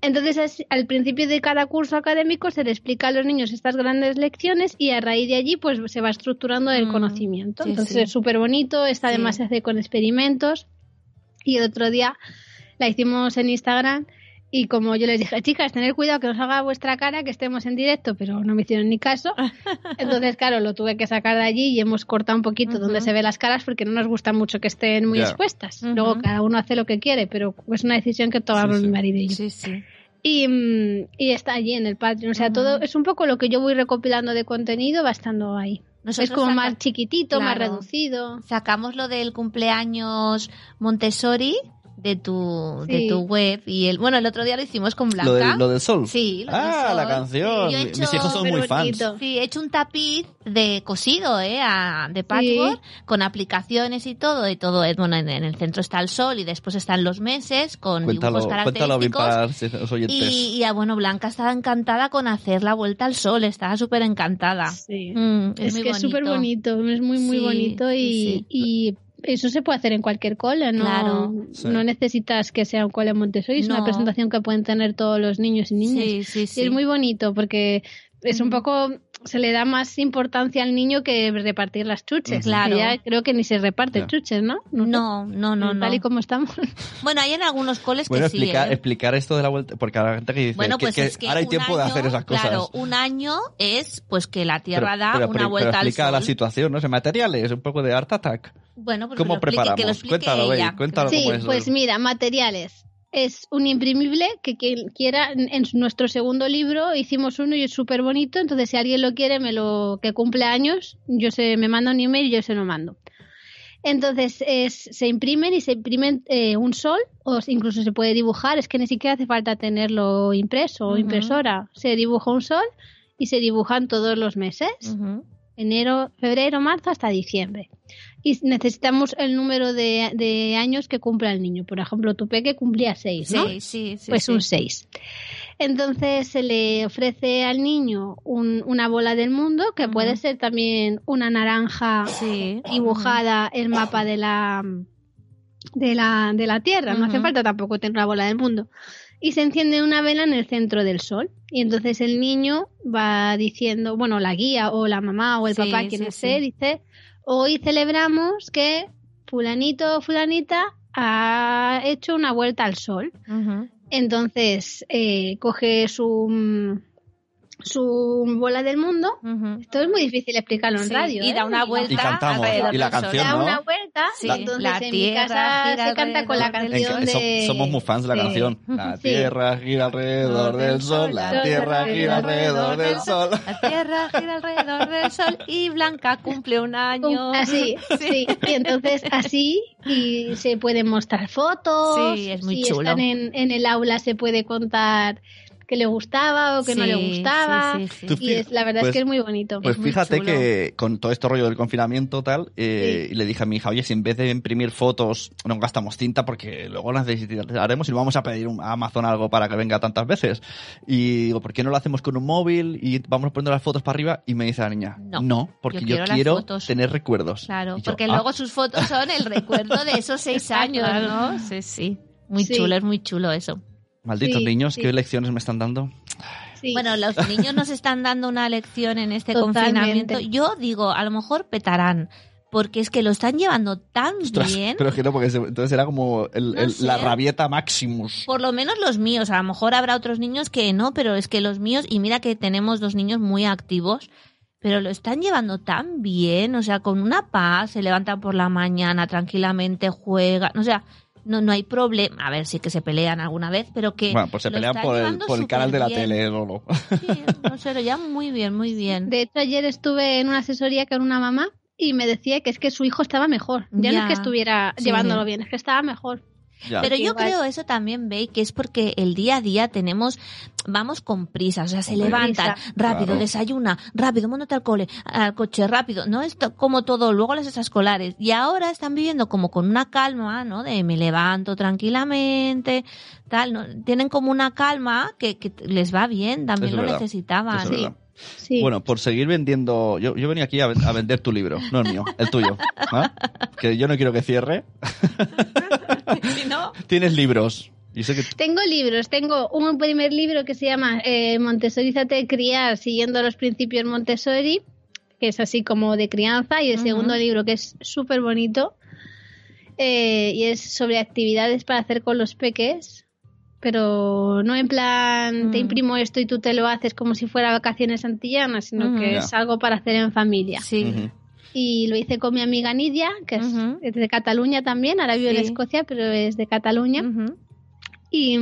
Speaker 4: Entonces, as- al principio de cada curso académico se le explica a los niños estas grandes lecciones y a raíz de allí pues se va estructurando el
Speaker 3: Mm,
Speaker 4: conocimiento.
Speaker 3: sí,
Speaker 4: Entonces
Speaker 3: sí.
Speaker 4: es súper bonito, esta
Speaker 3: Sí.
Speaker 4: además se hace con experimentos y el otro día la hicimos en Instagram y como yo les dije, chicas, tener cuidado que os haga vuestra cara, que estemos en directo, pero no me hicieron ni caso. Entonces, claro, lo tuve que sacar de allí y hemos cortado un poquito
Speaker 3: Ujú.
Speaker 4: donde se ve las caras porque no nos gusta mucho que estén muy
Speaker 2: Ya.
Speaker 4: expuestas.
Speaker 3: Ujú.
Speaker 4: Luego cada uno hace lo que quiere, pero es una decisión que tomamos
Speaker 2: Sí, sí.
Speaker 4: mi marido y yo.
Speaker 3: Sí, sí.
Speaker 4: Y, mm, y está allí en el Patreon. O sea, todo es un poco lo que yo voy recopilando de contenido va estando ahí.
Speaker 3: Nosotros
Speaker 4: es como
Speaker 3: saca-
Speaker 4: más chiquitito, más
Speaker 3: Claro.
Speaker 4: reducido.
Speaker 3: Sacamos lo del cumpleaños Montessori de tu, de
Speaker 4: Sí.
Speaker 3: tu web. Y el, bueno, el otro día lo hicimos con Blanca.
Speaker 2: Lo del, lo del sol.
Speaker 3: Sí, lo del
Speaker 2: ah,
Speaker 3: sol.
Speaker 2: la canción.
Speaker 3: Sí, yo he hecho-
Speaker 2: Mis hijos son
Speaker 4: Súper
Speaker 2: muy fans.
Speaker 4: bonito.
Speaker 3: Sí, he hecho un tapiz de cosido, ¿eh? A- de patchwork, con aplicaciones y todo. Y todo, eh, bueno, en, en el centro está el sol y después están los meses con
Speaker 2: Cuéntalo,
Speaker 3: dibujos
Speaker 2: cuéntalo bien
Speaker 3: característicos.
Speaker 2: para los oyentes.
Speaker 3: y, y, ah, bueno, Blanca estaba encantada con hacer la vuelta al sol, estaba súper encantada.
Speaker 4: Sí.
Speaker 3: Mm, es
Speaker 4: Es,
Speaker 3: muy
Speaker 4: que es súper bonito, es muy, muy
Speaker 3: Sí,
Speaker 4: bonito y,
Speaker 3: sí, sí.
Speaker 4: y eso se puede hacer en cualquier cole, ¿no?
Speaker 3: Claro.
Speaker 2: Sí.
Speaker 4: No necesitas que sea un cole Montessori, es
Speaker 3: No.
Speaker 4: una presentación que pueden tener todos los niños y niñas.
Speaker 3: Sí, sí,
Speaker 4: Y
Speaker 3: sí.
Speaker 4: es muy bonito porque es un
Speaker 3: Ujú.
Speaker 4: poco, se le da más importancia al niño que repartir las chuches.
Speaker 2: Ujú.
Speaker 3: Claro.
Speaker 4: Que Ya creo que ni se reparte
Speaker 2: Ya.
Speaker 4: chuches, ¿no? sé.
Speaker 3: No, no, no, no.
Speaker 4: Tal y como estamos.
Speaker 3: Bueno, hay en algunos coles
Speaker 2: Bueno,
Speaker 3: que sí.
Speaker 2: explicar,
Speaker 3: ¿eh?
Speaker 2: explicar esto de la vuelta, porque hay gente que dice
Speaker 3: Bueno,
Speaker 2: que-
Speaker 3: pues
Speaker 2: que,
Speaker 3: es que
Speaker 2: ahora hay
Speaker 3: un
Speaker 2: tiempo de
Speaker 3: año,
Speaker 2: hacer esas cosas.
Speaker 3: Claro, un año es pues que la Tierra da una
Speaker 2: pero
Speaker 3: vuelta al
Speaker 2: explica
Speaker 3: sol.
Speaker 2: la situación, ¿no? sé, materiales, un poco de Art Attack.
Speaker 3: Bueno, pues que
Speaker 2: ¿Cómo
Speaker 3: lo explique- que lo
Speaker 2: preparamos?
Speaker 3: explique
Speaker 2: Cuéntalo, Bey,
Speaker 3: ella.
Speaker 2: cuéntalo
Speaker 4: sí,
Speaker 2: cómo es.
Speaker 4: pues mira, materiales. Es un imprimible que quien quiera, en en nuestro segundo libro hicimos uno y es súper bonito, entonces si alguien lo quiere, me lo que cumple años, yo se me manda un email y yo se lo mando. Entonces es, se imprimen y se imprimen eh, un sol, o s- incluso se puede dibujar, es que ni siquiera hace falta tenerlo impreso o
Speaker 3: Ujú.
Speaker 4: impresora, se dibuja un sol y se dibujan todos los meses
Speaker 3: Ujú.
Speaker 4: enero, febrero, marzo hasta diciembre. Y necesitamos el número de, de años que cumpla el niño. Por ejemplo, tu peque cumplía seis, ¿no?
Speaker 3: Sí, sí, sí.
Speaker 4: pues
Speaker 3: sí.
Speaker 4: un seis. Entonces se le ofrece al niño un- una bola del mundo, que
Speaker 3: Ujú.
Speaker 4: puede ser también una naranja
Speaker 3: Sí.
Speaker 4: dibujada, el mapa de la, de la, de la Tierra. No hace
Speaker 3: Ujú.
Speaker 4: falta tampoco tener una bola del mundo. Y se enciende una vela en el centro del sol. Y entonces el niño va diciendo, bueno, la guía o la mamá o el
Speaker 3: Sí,
Speaker 4: papá, quien
Speaker 3: sí,
Speaker 4: esté,
Speaker 3: sí.
Speaker 4: dice, hoy celebramos que fulanito o fulanita ha hecho una vuelta al sol.
Speaker 3: Ujú, ujú.
Speaker 4: Entonces eh, coge su, su bola del mundo.
Speaker 3: Ujú.
Speaker 4: Esto es muy difícil explicarlo en
Speaker 3: Sí,
Speaker 4: radio.
Speaker 3: y
Speaker 4: ¿eh?
Speaker 3: da una vuelta
Speaker 2: Y cantamos,
Speaker 3: alrededor
Speaker 2: y la
Speaker 3: del sol.
Speaker 2: canción,
Speaker 4: da
Speaker 2: ¿no?
Speaker 4: una vuelta
Speaker 3: Sí,
Speaker 4: y entonces
Speaker 3: la
Speaker 4: en mi
Speaker 3: tierra
Speaker 4: casa
Speaker 3: gira
Speaker 4: se canta con la
Speaker 3: alrededor
Speaker 2: En-
Speaker 3: del
Speaker 4: canción
Speaker 3: sol.
Speaker 2: en- so-
Speaker 4: de
Speaker 2: somos muy fans de la
Speaker 4: Sí.
Speaker 2: canción. La
Speaker 4: Sí.
Speaker 2: tierra gira alrededor del sol, la tierra gira alrededor del sol.
Speaker 3: La Tierra gira alrededor del sol y Blanca cumple un año.
Speaker 4: Así, sí. Y entonces así y se pueden mostrar fotos.
Speaker 3: Sí, es muy
Speaker 4: si
Speaker 3: chulo.
Speaker 4: están en, en el aula se puede contar que le gustaba o que no le
Speaker 3: Sí,
Speaker 4: gustaba.
Speaker 3: sí, sí, sí.
Speaker 2: Tú-
Speaker 4: Y es, la verdad
Speaker 2: Pues-
Speaker 4: es que es muy bonito.
Speaker 2: Pues
Speaker 3: muy
Speaker 2: fíjate
Speaker 3: chulo.
Speaker 2: que con todo este rollo del confinamiento tal, eh, y le dije a mi hija, oye, si en vez de imprimir fotos no gastamos cinta porque luego las necesitaremos y no vamos a pedir un- a Amazon algo para que venga tantas veces. Y digo, ¿por qué no lo hacemos con un móvil y vamos poniendo las fotos para arriba? Y me dice la niña,
Speaker 3: No,
Speaker 2: no, porque yo,
Speaker 3: yo quiero las
Speaker 2: quiero,
Speaker 3: fotos".
Speaker 2: tener recuerdos.
Speaker 3: Claro,
Speaker 2: Y yo,
Speaker 3: porque
Speaker 2: "Ah".
Speaker 3: luego sus fotos son el recuerdo de esos seis años, ¿no? Sí, sí. Muy
Speaker 4: Sí.
Speaker 3: chulo, es muy chulo eso.
Speaker 2: Malditos
Speaker 4: Sí,
Speaker 2: niños,
Speaker 4: sí.
Speaker 2: ¿qué lecciones me están dando?
Speaker 4: Sí.
Speaker 3: Bueno, los niños nos están dando una lección en este
Speaker 4: Totalmente.
Speaker 3: confinamiento. Yo digo, a lo mejor petarán, porque es que lo están llevando tan
Speaker 2: Ostras,
Speaker 3: bien.
Speaker 2: Pero es que no, porque se- entonces era como el-
Speaker 3: No
Speaker 2: el- la
Speaker 3: sé.
Speaker 2: rabieta Maximus.
Speaker 3: Por lo menos los míos, a lo mejor habrá otros niños que no, pero es que los míos, y mira que tenemos dos niños muy activos, pero lo están llevando tan bien, o sea, con una paz, se levantan por la mañana tranquilamente, juegan, o sea, no, no hay problema. A ver, sí que se pelean alguna vez, pero que...
Speaker 2: Bueno, pues se
Speaker 3: lo
Speaker 2: pelean
Speaker 3: están
Speaker 2: por el,
Speaker 3: llevando
Speaker 2: por el canal de la
Speaker 3: superbién.
Speaker 2: tele, Lolo.
Speaker 3: Sí, no sé, lo llevan muy bien, muy bien.
Speaker 4: De hecho, ayer estuve en una asesoría con una mamá y me decía que es que su hijo estaba mejor. Ya, no
Speaker 3: Ya.
Speaker 4: es que estuviera
Speaker 3: Sí.
Speaker 4: llevándolo bien, es que estaba mejor.
Speaker 2: Ya.
Speaker 3: Pero yo
Speaker 4: Igual.
Speaker 3: creo eso también, Bey, que es porque el día a día tenemos, vamos con prisa, o sea, se
Speaker 2: Hombre.
Speaker 3: levantan,
Speaker 4: Prisa.
Speaker 3: rápido,
Speaker 2: Claro.
Speaker 3: desayuna, rápido, montate al cole, al coche, rápido, ¿no? Es to- como todo, luego las escolares. Y ahora están viviendo como con una calma, ¿no? De me levanto tranquilamente, tal, ¿no? Tienen como una calma que, que les va bien, también
Speaker 2: Eso es
Speaker 3: lo
Speaker 2: verdad.
Speaker 3: necesitaban.
Speaker 2: Eso es
Speaker 3: Sí.
Speaker 2: verdad.
Speaker 4: Sí.
Speaker 2: Bueno, por seguir vendiendo. Yo, yo venía aquí a, ven- a vender tu libro, no el mío, el tuyo. ¿ah? Que yo no quiero que cierre.
Speaker 3: Si no,
Speaker 2: Tienes libros. Y sé que.
Speaker 4: Tengo libros, tengo un primer libro que se llama eh, Montessorízate criar siguiendo los principios Montessori, que es así como de crianza, y el
Speaker 3: Ujú.
Speaker 4: segundo libro que es súper bonito eh, y es sobre actividades para hacer con los peques, pero no en plan te
Speaker 3: Mm.
Speaker 4: imprimo esto y tú te lo haces como si fuera vacaciones antillanas, sino
Speaker 3: Ujú.
Speaker 4: que
Speaker 2: Ya.
Speaker 4: es algo para hacer en familia.
Speaker 3: sí.
Speaker 2: Ujú.
Speaker 4: Y lo hice con mi amiga Nidia, que es-
Speaker 3: Ujú.
Speaker 4: es de Cataluña también, ahora vive en
Speaker 3: Sí.
Speaker 4: Escocia, pero es de Cataluña.
Speaker 3: Ujú.
Speaker 4: y,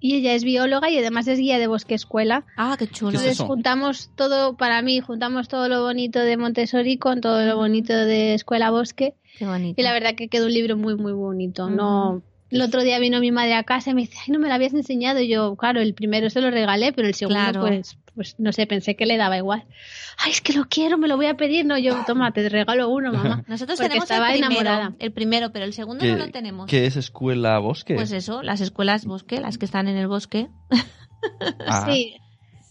Speaker 4: y ella es bióloga y además es guía de bosque escuela.
Speaker 3: Ah, qué chulo.
Speaker 2: ¿Qué es
Speaker 4: Entonces
Speaker 2: eso?
Speaker 4: juntamos todo, para mí, juntamos todo lo bonito de Montessori con todo lo bonito de escuela bosque
Speaker 3: Qué bonito.
Speaker 4: y la verdad que quedó un libro muy, muy bonito.
Speaker 3: Mm.
Speaker 4: No, el otro día vino mi madre a casa y me dice, ay, no me lo habías enseñado. Y yo, claro, el primero se lo regalé, pero el segundo,
Speaker 3: Claro.
Speaker 4: pues, pues no sé, pensé que le daba igual. Ay, es que lo quiero, me lo voy a pedir. No, yo, toma, te regalo uno, mamá.
Speaker 3: Nosotros
Speaker 4: Porque
Speaker 3: tenemos el
Speaker 4: estaba
Speaker 3: primero,
Speaker 4: enamorada.
Speaker 3: el primero, pero el segundo
Speaker 2: ¿Qué-
Speaker 3: no lo tenemos.
Speaker 2: ¿Qué es escuela bosque?
Speaker 3: Pues eso, las escuelas bosque, las que están en el bosque.
Speaker 2: Ah,
Speaker 4: Sí.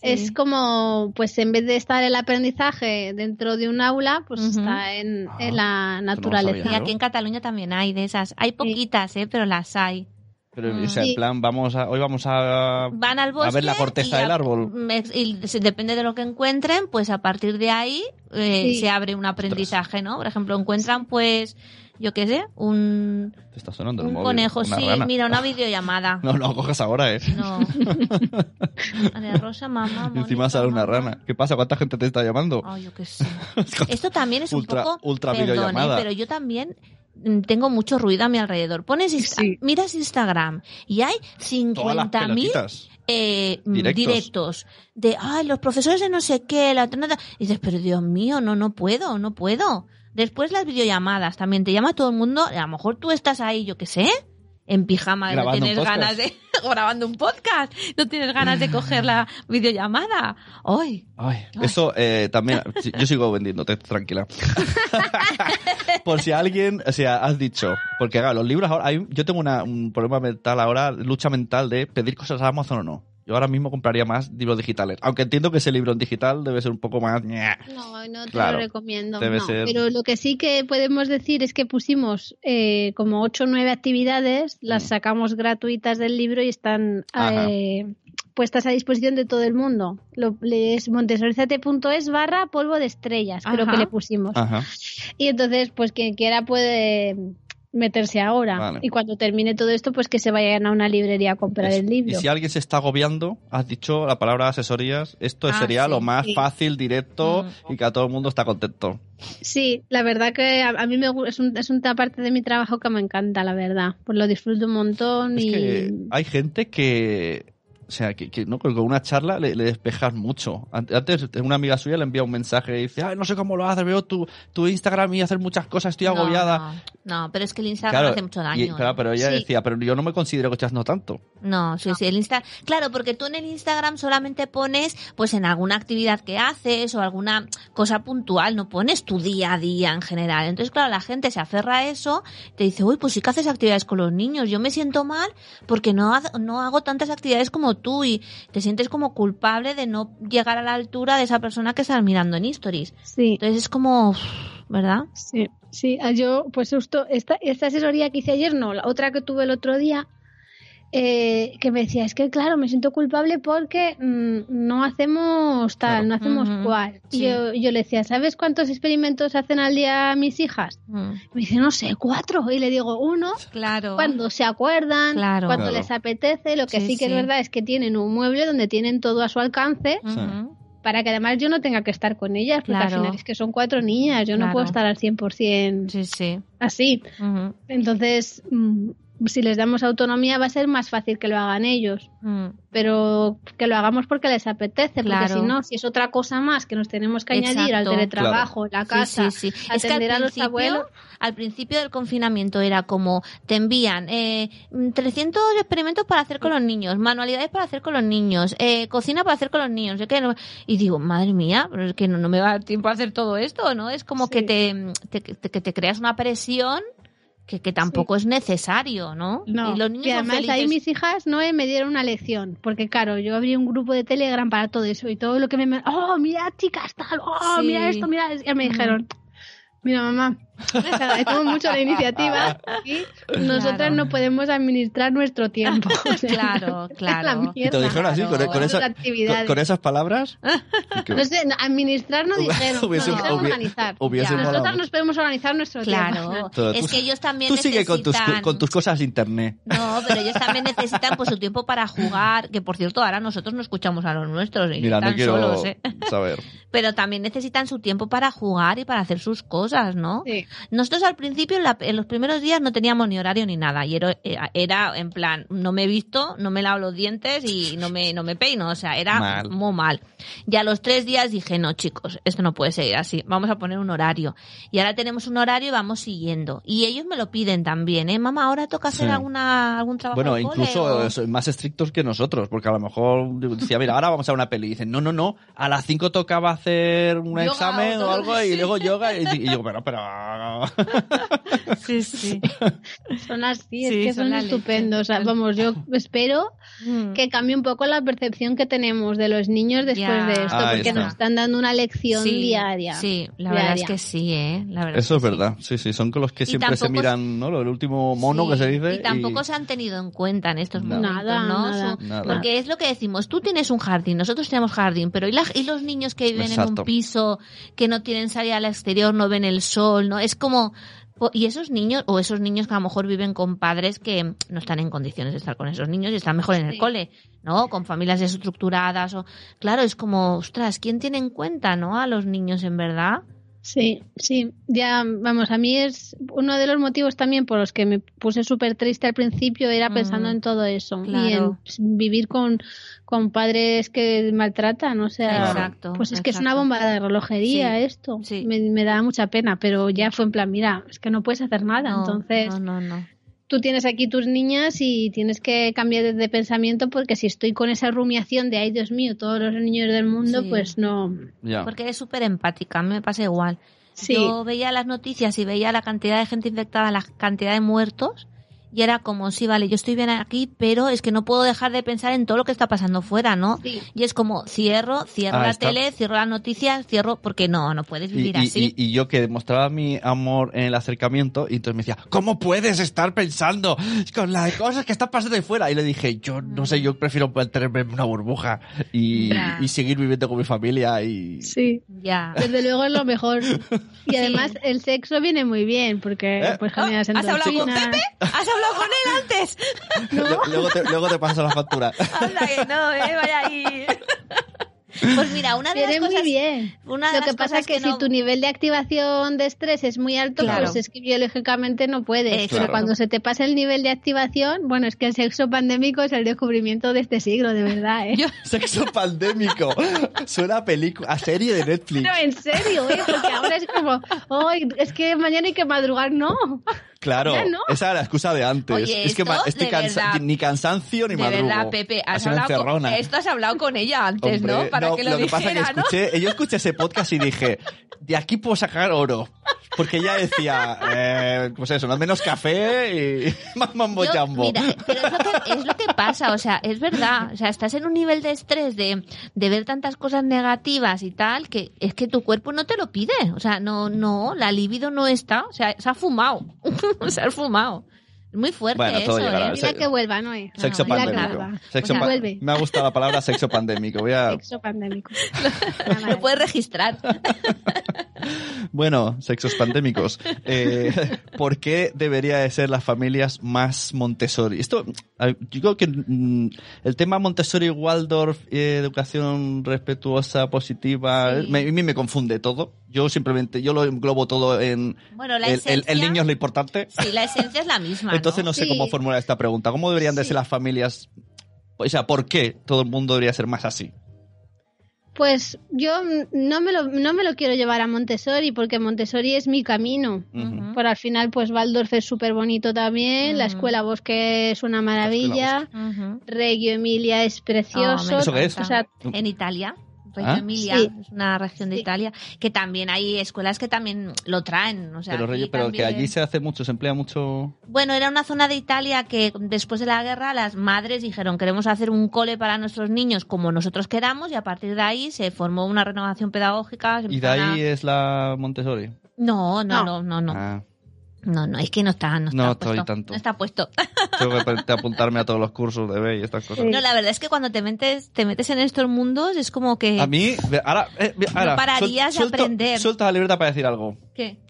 Speaker 4: Es como, pues en vez de estar el aprendizaje dentro de un aula, pues
Speaker 3: Ujú.
Speaker 4: está en,
Speaker 2: Ah,
Speaker 4: en la
Speaker 2: lo
Speaker 4: naturaleza.
Speaker 3: Y
Speaker 2: Claro.
Speaker 3: aquí en Cataluña también hay de esas. Hay poquitas, ¿eh? pero las hay.
Speaker 2: Pero,
Speaker 3: Mm.
Speaker 2: o sea, en
Speaker 4: Sí.
Speaker 2: plan, vamos a, hoy vamos a...
Speaker 3: Van al bosque.
Speaker 2: A ver la corteza
Speaker 3: y
Speaker 2: del
Speaker 3: a-
Speaker 2: árbol.
Speaker 3: me- Y se- depende de lo que encuentren, pues a partir de ahí eh,
Speaker 4: Sí.
Speaker 3: se abre un aprendizaje, ¿no? Por ejemplo, encuentran, pues, yo qué sé, un,
Speaker 2: Te está sonando el
Speaker 3: un
Speaker 2: móvil.
Speaker 3: conejo.
Speaker 2: una
Speaker 3: Sí,
Speaker 2: rana.
Speaker 3: mira, una videollamada.
Speaker 2: No, no cojas ahora, eh.
Speaker 3: No. María Rosa, mamá.
Speaker 2: Y encima
Speaker 3: Mónica,
Speaker 2: sale una
Speaker 3: mamá.
Speaker 2: rana. ¿Qué pasa? ¿Cuánta gente te está llamando?
Speaker 3: Ay, yo qué sé. Esto también es
Speaker 2: Ultra-
Speaker 3: un poco.
Speaker 2: ultra
Speaker 3: perdón,
Speaker 2: videollamada.
Speaker 3: ¿eh? pero yo también mm, tengo mucho ruido a mi alrededor. Pones Insta-
Speaker 4: Sí.
Speaker 3: miras Instagram y hay
Speaker 2: Todas las
Speaker 3: 50.000
Speaker 2: pelotitas.
Speaker 3: eh, mm,
Speaker 2: Directos.
Speaker 3: directos. de ay, los profesores de no sé qué, la otra nada. Y dices, pero Dios mío, no, no puedo, no puedo. Después las videollamadas también te llama todo el mundo. A lo mejor tú estás ahí, yo qué sé, en pijama, no
Speaker 2: Grabando un
Speaker 3: tienes
Speaker 2: podcast.
Speaker 3: ganas de o grabando un podcast, no tienes ganas de coger la videollamada. Ay,
Speaker 2: Ay,
Speaker 3: Ay.
Speaker 2: eso eh, también. sí, Yo sigo vendiéndote, tranquila. Por si alguien, o sea, has dicho, porque haga los libros ahora. hay- yo tengo una- un problema mental ahora, lucha mental de pedir cosas a Amazon o no. Yo ahora mismo compraría más libros digitales. Aunque entiendo que ese libro en digital debe ser un poco más. ñe.
Speaker 4: No, no te
Speaker 2: Claro,
Speaker 4: lo recomiendo.
Speaker 2: debe
Speaker 4: no.
Speaker 2: ser-
Speaker 4: Pero lo que sí que podemos decir es que pusimos eh, como 8 o 9 actividades, las
Speaker 2: Mm.
Speaker 4: sacamos gratuitas del libro y están
Speaker 2: Ajá.
Speaker 4: eh, puestas a disposición de todo el mundo. Lo, es montessorizate.es barra polvo de estrellas, creo
Speaker 3: Ajá.
Speaker 4: que le pusimos.
Speaker 2: Ajá.
Speaker 4: Y entonces, pues quien quiera puede meterse ahora.
Speaker 2: Vale.
Speaker 4: Y cuando termine todo esto, pues que se vayan a una librería a comprar
Speaker 2: Es-
Speaker 4: el libro.
Speaker 2: Y si alguien se está agobiando, has dicho la palabra asesorías, esto
Speaker 3: Ah,
Speaker 2: sería
Speaker 3: sí,
Speaker 2: lo más
Speaker 4: sí.
Speaker 2: fácil, directo y que a todo el mundo está contento.
Speaker 4: Sí, la verdad que a, a mí me, gu- es, un- es una parte de mi trabajo que me encanta, la verdad. Pues lo disfruto un montón
Speaker 2: Es
Speaker 4: y...
Speaker 2: que hay gente que. O sea, que, que no, con una charla le, le despejas mucho. Ante- Antes, una amiga suya le envía un mensaje y dice: Ay, no sé cómo lo haces, veo tu, tu Instagram y hacer muchas cosas, estoy
Speaker 3: No,
Speaker 2: agobiada.
Speaker 3: No, no, pero es que el Instagram hace mucho daño.
Speaker 2: y- claro,
Speaker 3: ¿eh?
Speaker 2: pero ella
Speaker 4: Sí.
Speaker 2: decía: Pero yo no me considero que estás no tanto.
Speaker 3: No, sí, sí, el Insta. Claro, porque tú en el Instagram solamente pones, pues, en alguna actividad que haces o alguna cosa puntual, no pones tu día a día en general. Entonces, claro, la gente se aferra a eso, te dice, uy, pues sí que haces actividades con los niños, yo me siento mal porque no, haz- no hago tantas actividades como tú y te sientes como culpable de no llegar a la altura de esa persona que estás mirando en stories.
Speaker 4: Sí,
Speaker 3: Entonces es como, uf, ¿verdad?
Speaker 4: sí, sí. Ah, Yo, pues justo, esta, esta asesoría que hice ayer, no, la otra que tuve el otro día, eh, que me decía, es que claro, me siento culpable porque mm, no hacemos
Speaker 2: Claro.
Speaker 4: tal, no hacemos
Speaker 3: Ujú.
Speaker 4: cual.
Speaker 3: Sí.
Speaker 4: Y yo, yo le decía, ¿sabes cuántos experimentos hacen al día mis hijas?
Speaker 3: Mm,
Speaker 4: Me dice, no sé, cuatro. Y le digo, uno,
Speaker 3: Claro.
Speaker 4: cuando se acuerdan,
Speaker 3: Claro.
Speaker 4: cuando
Speaker 2: Claro.
Speaker 4: les apetece. Lo que
Speaker 3: Sí,
Speaker 4: sí,
Speaker 3: sí.
Speaker 4: que es verdad es que tienen un mueble donde tienen todo a su alcance
Speaker 3: Ujú.
Speaker 4: para que además yo no tenga que estar con ellas, porque
Speaker 3: Claro.
Speaker 4: al final es que son cuatro niñas, yo
Speaker 3: Claro.
Speaker 4: no puedo estar al 100%
Speaker 3: Sí, sí.
Speaker 4: así.
Speaker 3: Ujú.
Speaker 4: Entonces, mm, si les damos autonomía va a ser más fácil que lo hagan ellos.
Speaker 3: Mm.
Speaker 4: Pero que lo hagamos porque les apetece,
Speaker 3: Claro.
Speaker 4: porque si no, si es otra cosa más que nos tenemos que añadir al
Speaker 3: Exacto.
Speaker 4: teletrabajo, la casa,
Speaker 3: Sí, sí, sí. Es que al
Speaker 4: atender a los abuelos.
Speaker 3: principio, al principio del confinamiento era como te envían eh, 300 experimentos para hacer con los niños, manualidades para hacer con los niños, eh, cocina para hacer con los niños. yo que no- Y digo, madre mía, pero es que no, no me va a dar tiempo a hacer todo esto, ¿no? Es como
Speaker 4: Sí.
Speaker 3: que, te, te- que te- que te creas una presión que, que tampoco es necesario, ¿no?
Speaker 4: No,
Speaker 3: y
Speaker 4: y,
Speaker 3: los niños son
Speaker 4: además ahí
Speaker 3: felices.
Speaker 4: mis hijas no me dieron una lección, porque claro, yo abrí un grupo de Telegram para todo eso y todo lo que me... ¡Oh, mira chicas, tal! ¡Oh,
Speaker 3: Sí.
Speaker 4: mira esto, mira! esto", Ya me
Speaker 3: Mm.
Speaker 4: dijeron, mira mamá, te agradecemos mucho la iniciativa y nosotras
Speaker 3: Claro.
Speaker 4: no podemos administrar nuestro tiempo. O sea,
Speaker 3: Claro,
Speaker 4: es la
Speaker 3: claro.
Speaker 4: mierda.
Speaker 2: Y te dijeron así, con, e-,
Speaker 3: Claro.
Speaker 2: con esa-
Speaker 4: Otras
Speaker 2: con,
Speaker 4: actividades.
Speaker 2: con esas palabras. Que-
Speaker 4: No sé, no, administrar no dijeron,
Speaker 2: Hubiese-
Speaker 4: no, dijeron
Speaker 2: hubie-
Speaker 4: organizar.
Speaker 2: hubiese
Speaker 3: Ya.
Speaker 2: molado
Speaker 4: Nosotras
Speaker 2: mucho.
Speaker 4: nos podemos organizar nuestro tiempo.
Speaker 3: Claro,
Speaker 2: Todo,
Speaker 3: es
Speaker 2: tú-
Speaker 3: que ellos también
Speaker 2: Tú sigue con tus,
Speaker 3: necesitan-
Speaker 2: con tus cosas de internet.
Speaker 3: No, pero ellos también necesitan pues su tiempo para jugar, que por cierto ahora nosotros no escuchamos a los nuestros y
Speaker 2: Mira,
Speaker 3: están
Speaker 2: no quiero
Speaker 3: solos, ¿eh?
Speaker 2: saber.
Speaker 3: pero también necesitan su tiempo para jugar y para hacer sus cosas, ¿no?
Speaker 4: Sí.
Speaker 3: Nosotros al principio, en, la- en los primeros días, no teníamos ni horario ni nada. Y era, era- era en plan, no me he visto, no me lavo los dientes y no me, no me peino. O sea, era
Speaker 2: Mal.
Speaker 3: muy mal. Y a los tres días dije, no, chicos, esto no puede seguir así. Vamos a poner un horario. Y ahora tenemos un horario y vamos siguiendo. Y ellos me lo piden también, ¿eh? Mamá, ahora toca hacer
Speaker 2: Sí.
Speaker 3: alguna, algún trabajo.
Speaker 2: Bueno,
Speaker 3: al cole
Speaker 2: incluso
Speaker 3: o-
Speaker 2: eh, son más estrictos que nosotros, porque a lo mejor decía, mira, ahora vamos a una peli. Y dicen, no, no, no, a las 5 tocaba hacer un
Speaker 3: Yoga
Speaker 2: examen
Speaker 3: o
Speaker 2: o algo
Speaker 3: sí.
Speaker 2: y luego yoga. Y, y digo, pero, pero.
Speaker 3: Sí, sí.
Speaker 4: Son así,
Speaker 3: Sí,
Speaker 4: es que
Speaker 3: son
Speaker 4: son,
Speaker 3: la leche.
Speaker 4: estupendos. O sea, vamos, yo espero que cambie un poco la percepción que tenemos de los niños después
Speaker 3: Ya.
Speaker 4: de esto,
Speaker 2: Ahí
Speaker 4: porque
Speaker 2: está.
Speaker 4: nos están dando una lección
Speaker 3: Sí,
Speaker 4: diaria.
Speaker 3: Sí, la verdad es
Speaker 4: Diaria.
Speaker 3: que sí, ¿eh? La verdad
Speaker 2: Eso
Speaker 3: que
Speaker 2: es
Speaker 3: sí.
Speaker 2: verdad, sí, sí, son con los que
Speaker 3: Y
Speaker 2: siempre se
Speaker 3: tampoco-
Speaker 2: miran, ¿no? Lo- El último mono
Speaker 3: Sí,
Speaker 2: que se dice.
Speaker 3: Y tampoco se han tenido en cuenta en estos
Speaker 2: Nada.
Speaker 3: momentos,
Speaker 4: Nada,
Speaker 3: ¿no?
Speaker 4: nada.
Speaker 3: Su-
Speaker 2: Nada.
Speaker 3: Porque es lo que decimos, tú tienes un jardín, nosotros tenemos jardín, pero ¿y, la- y los niños que viven en
Speaker 2: Exacto.
Speaker 3: un piso, que no tienen salida al exterior, no ven el sol, ¿no? Es como... po- Y esos niños, o esos niños que a lo mejor viven con padres que no están en condiciones de estar con esos niños y están mejor en el
Speaker 4: Sí.
Speaker 3: cole, ¿no? Con familias desestructuradas o... Claro, es como, ostras, ¿quién tiene en cuenta, no? A los niños, en verdad.
Speaker 4: Sí, sí, ya vamos, a mí es uno de los motivos también por los que me puse súper triste al principio era pensando
Speaker 3: Mm,
Speaker 4: en todo eso y en
Speaker 3: claro.
Speaker 4: pues, vivir con, con padres que maltratan, o sea,
Speaker 3: Exacto.
Speaker 4: pues es que es una
Speaker 3: exacto.
Speaker 4: bomba de relojería
Speaker 3: Sí,
Speaker 4: esto,
Speaker 3: sí.
Speaker 4: me, me daba mucha pena, pero ya fue en plan, mira, es que no puedes hacer nada,
Speaker 3: No,
Speaker 4: entonces
Speaker 3: No, no, no.
Speaker 4: tú tienes aquí tus niñas y tienes que cambiar de pensamiento porque si estoy con esa rumiación de, ay Dios mío, todos los niños del mundo,
Speaker 3: Sí.
Speaker 4: pues no,
Speaker 2: Ya.
Speaker 3: Porque eres súper empática, a mí me pasa igual.
Speaker 4: sí.
Speaker 3: Yo veía las noticias y veía la cantidad de gente infectada, la cantidad de muertos, y era como, sí, vale, yo estoy bien aquí, pero es que no puedo dejar de pensar en todo lo que está pasando fuera, ¿no?
Speaker 4: Sí.
Speaker 3: Y es como, cierro, cierro
Speaker 2: Ah,
Speaker 3: la
Speaker 2: está.
Speaker 3: tele, cierro las noticias, cierro, porque no, no puedes
Speaker 2: Y,
Speaker 3: vivir
Speaker 2: y-
Speaker 3: así.
Speaker 2: y- y yo que demostraba mi amor en el acercamiento, y entonces me decía, ¿cómo puedes estar pensando con las cosas que están pasando ahí fuera? Y le dije, yo no sé, yo prefiero mantenerme en una burbuja y,
Speaker 3: Mm. Ya.
Speaker 2: y seguir viviendo con mi familia y...
Speaker 4: Sí.
Speaker 3: Ya.
Speaker 4: Desde luego es lo mejor. Y además el sexo viene muy bien porque
Speaker 2: ¿Eh?
Speaker 4: pues
Speaker 3: Oh,
Speaker 4: generas
Speaker 3: ¿Has hablado con
Speaker 4: endorfinas.
Speaker 3: Pepe? ¿Has hablado con él antes?
Speaker 2: Lu- Luego, te, luego te paso la factura.
Speaker 3: Anda, que no, eh, vaya ahí. Pues mira, una de
Speaker 4: Viene
Speaker 3: las
Speaker 4: muy
Speaker 3: cosas...
Speaker 4: bien.
Speaker 3: una de
Speaker 4: Lo
Speaker 3: las
Speaker 4: que pasa
Speaker 3: cosas
Speaker 4: es que,
Speaker 3: no-
Speaker 4: si tu nivel de activación de estrés es muy alto,
Speaker 3: Claro.
Speaker 4: pues es que biológicamente no puedes.
Speaker 3: Exacto.
Speaker 4: Pero cuando se te pasa el nivel de activación, bueno, es que el sexo pandémico es el descubrimiento de este siglo, de verdad, ¿eh?
Speaker 3: Yo-
Speaker 2: Sexo pandémico. Suena a película, a serie de Netflix.
Speaker 4: Pero en serio, ¿eh? Porque ahora es como, "Ay, es que mañana hay que madrugar, no.
Speaker 2: Claro,
Speaker 4: Ya no.
Speaker 2: esa era la excusa de antes.
Speaker 3: Oye,
Speaker 2: es que
Speaker 3: esto,
Speaker 2: ma- estoy
Speaker 3: de
Speaker 2: cansa-
Speaker 3: verdad.
Speaker 2: ni cansancio ni
Speaker 3: De
Speaker 2: madrugo.
Speaker 3: verdad, Pepe, has
Speaker 2: Ha sido
Speaker 3: hablado con,
Speaker 2: encerrona.
Speaker 3: esto has hablado con ella antes,
Speaker 2: Hombre,
Speaker 3: ¿no? Para que lo,
Speaker 2: pasa es
Speaker 3: dijera,
Speaker 2: que
Speaker 3: ¿no?
Speaker 2: escuché, yo escuché ese podcast y dije, de aquí puedo sacar oro. Porque ella decía, eh, pues eso, no menos café y más mambo
Speaker 3: Yo-
Speaker 2: jambo.
Speaker 3: mira, pero es lo, que, es lo que pasa, o sea, es verdad, o sea, estás en un nivel de estrés de, de ver tantas cosas negativas y tal, que es que tu cuerpo no te lo pide, o sea, no, no, la libido no está, o sea, se ha fumado, se ha fumado. Es muy fuerte
Speaker 2: Bueno, todo
Speaker 3: eso,
Speaker 2: llegará,
Speaker 3: ¿eh?
Speaker 2: eso-
Speaker 4: Mira que vuelva, ¿no? eh?
Speaker 2: Sexo
Speaker 3: Ah,
Speaker 4: Mira que
Speaker 2: pandémico.
Speaker 4: vuelva.
Speaker 2: Sexo
Speaker 3: O sea,
Speaker 2: pa-
Speaker 4: vuelve.
Speaker 2: me ha gustado la palabra sexo pandémico. Voy a-
Speaker 4: Sexo pandémico. Ah,
Speaker 3: Lo puedes registrar.
Speaker 2: bueno, sexos pandémicos. Eh, ¿Por qué debería de ser las familias más Montessori? Esto, eh, yo creo que mm, el tema Montessori-Waldorf, eh, educación respetuosa, positiva,
Speaker 3: Sí.
Speaker 2: me- a mí me confunde todo. Yo simplemente, yo lo englobo todo en,
Speaker 3: Bueno, la
Speaker 2: el,
Speaker 3: esencia,
Speaker 2: el- el niño es lo importante.
Speaker 3: sí, la esencia es la misma,
Speaker 2: Entonces no sé
Speaker 4: Sí.
Speaker 2: cómo formular esta pregunta. ¿Cómo deberían de
Speaker 4: Sí.
Speaker 2: ser las familias? O sea, ¿por qué todo el mundo debería ser más así?
Speaker 4: Pues yo mm, no me, lo, no me lo quiero llevar a Montessori porque Montessori es mi camino.
Speaker 2: Ujú.
Speaker 3: Ujú.
Speaker 4: Por al final, pues Waldorf es súper bonito también, la
Speaker 3: Mm.
Speaker 4: escuela Bosque es una maravilla,
Speaker 3: Ujú.
Speaker 4: Reggio Emilia es precioso.
Speaker 3: Oh, me
Speaker 2: ¿Eso qué es?
Speaker 4: O sea,
Speaker 3: en Italia. Reggio
Speaker 2: ¿Ah?
Speaker 3: Emilia
Speaker 4: Sí.
Speaker 3: es una región de
Speaker 4: Sí.
Speaker 3: Italia que también hay escuelas que también lo traen. O sea,
Speaker 2: pero
Speaker 3: aquí
Speaker 2: Reyes, pero que
Speaker 3: también-
Speaker 2: allí se hace mucho, se emplea mucho.
Speaker 3: Bueno, era una zona de Italia que después de la guerra las madres dijeron queremos hacer un cole para nuestros niños como nosotros queramos y a partir de ahí se formó una renovación pedagógica. se
Speaker 2: Y de
Speaker 3: empezaron
Speaker 2: ahí
Speaker 3: a-
Speaker 2: es la Montessori.
Speaker 3: No, no, no, no, no,
Speaker 2: Ah,
Speaker 3: no, no, es que no está, no está
Speaker 2: No estoy
Speaker 3: puesto.
Speaker 2: tanto.
Speaker 3: No está puesto.
Speaker 2: tengo que ap- apuntarme a todos los cursos de B y estas cosas.
Speaker 4: Sí.
Speaker 3: No, la verdad es que cuando te metes, te metes en estos mundos es como que...
Speaker 2: A mí, ve- ahora, eh, ve- ahora,
Speaker 3: No pararías de
Speaker 2: suelto-
Speaker 3: aprender.
Speaker 2: Suelta la libertad para decir algo.
Speaker 3: ¿Qué?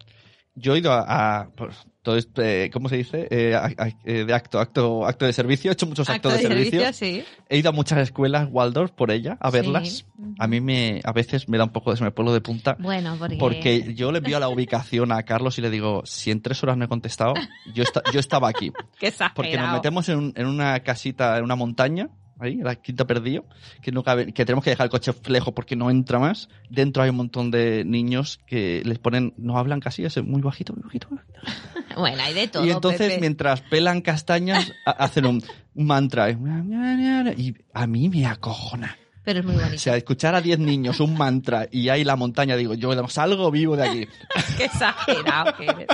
Speaker 2: yo he ido a, a pues, todo esto, eh, ¿cómo se dice? Eh, a- a- eh, de acto, acto, acto de servicio. He hecho muchos actos de, servicio.
Speaker 5: sí.
Speaker 2: He ido a muchas escuelas Waldorf por ella, a
Speaker 3: Sí.
Speaker 2: verlas. A mí me, a veces me da un poco de, se me pone de punta.
Speaker 3: Bueno, porque...
Speaker 2: Porque yo le envío la ubicación a Carlos y le digo, si en tres horas no he contestado, yo, esta- yo estaba aquí.
Speaker 5: Qué exagerado.
Speaker 2: Porque nos metemos en, un- en una casita, en una montaña, ahí, en la Quinta Perdido, que, no cabe- que tenemos que dejar el coche lejos porque no entra más. Dentro hay un montón de niños que les ponen, nos hablan casi así, muy bajito, muy bajito. muy bajito.
Speaker 3: Bueno, hay de todo.
Speaker 2: y entonces,
Speaker 5: Pepe.
Speaker 2: mientras pelan castañas, ha- hacen un un mantra. eh, Y a mí me acojona.
Speaker 3: Pero es muy
Speaker 2: O
Speaker 3: bonito.
Speaker 2: sea, escuchar a 10 niños un mantra y ahí la montaña, digo, yo salgo vivo de aquí.
Speaker 5: Qué exagerado que eres.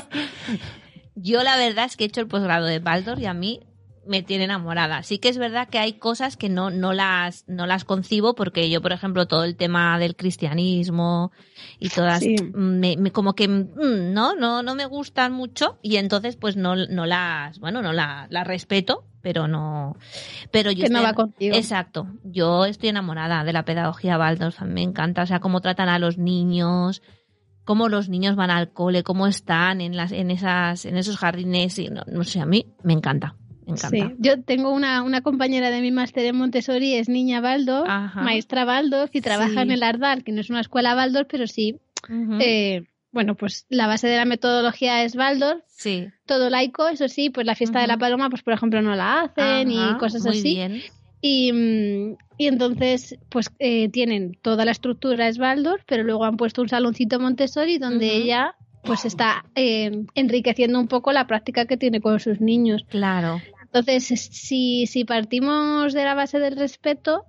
Speaker 3: Yo la verdad es que he hecho el posgrado de Baldor y a mí me tiene enamorada. Sí que es verdad que hay cosas que no, no, las, no las concibo porque yo, por ejemplo, todo el tema del cristianismo y todas,
Speaker 4: Sí.
Speaker 3: me, me- como que mm, no, no, no me gustan mucho y entonces pues no, no las, bueno, no la- las respeto, pero no, pero yo
Speaker 4: que no
Speaker 3: estoy-
Speaker 4: va contigo.
Speaker 3: Exacto. Yo estoy enamorada de la pedagogía Waldorf. a mí Me encanta, o sea, cómo tratan a los niños, cómo los niños van al cole, cómo están en las, en esas, en esos jardines. Y no, no sé, a mí me encanta, me
Speaker 4: Sí,
Speaker 3: encanta.
Speaker 4: yo tengo una, una compañera de mi máster en Montessori, es niña Baldor,
Speaker 3: Ajá.
Speaker 4: maestra Baldor, y trabaja
Speaker 3: Sí.
Speaker 4: en el Ardal, que no es una escuela Baldor, pero sí,
Speaker 3: Ujú.
Speaker 4: eh, bueno, pues la base de la metodología es Baldor,
Speaker 3: sí.
Speaker 4: todo laico, eso sí, pues la fiesta de
Speaker 3: Ujú.
Speaker 4: la paloma, pues por ejemplo no la hacen
Speaker 3: Ajá,
Speaker 4: y cosas
Speaker 3: muy
Speaker 4: así.
Speaker 3: bien.
Speaker 4: Y, mm, y entonces, pues eh, tienen toda la estructura es Baldor, pero luego han puesto un saloncito Montessori donde
Speaker 3: Ujú.
Speaker 4: ella pues está eh, enriqueciendo un poco la práctica que tiene con sus niños.
Speaker 3: Claro.
Speaker 4: Entonces, es- si, si partimos de la base del respeto,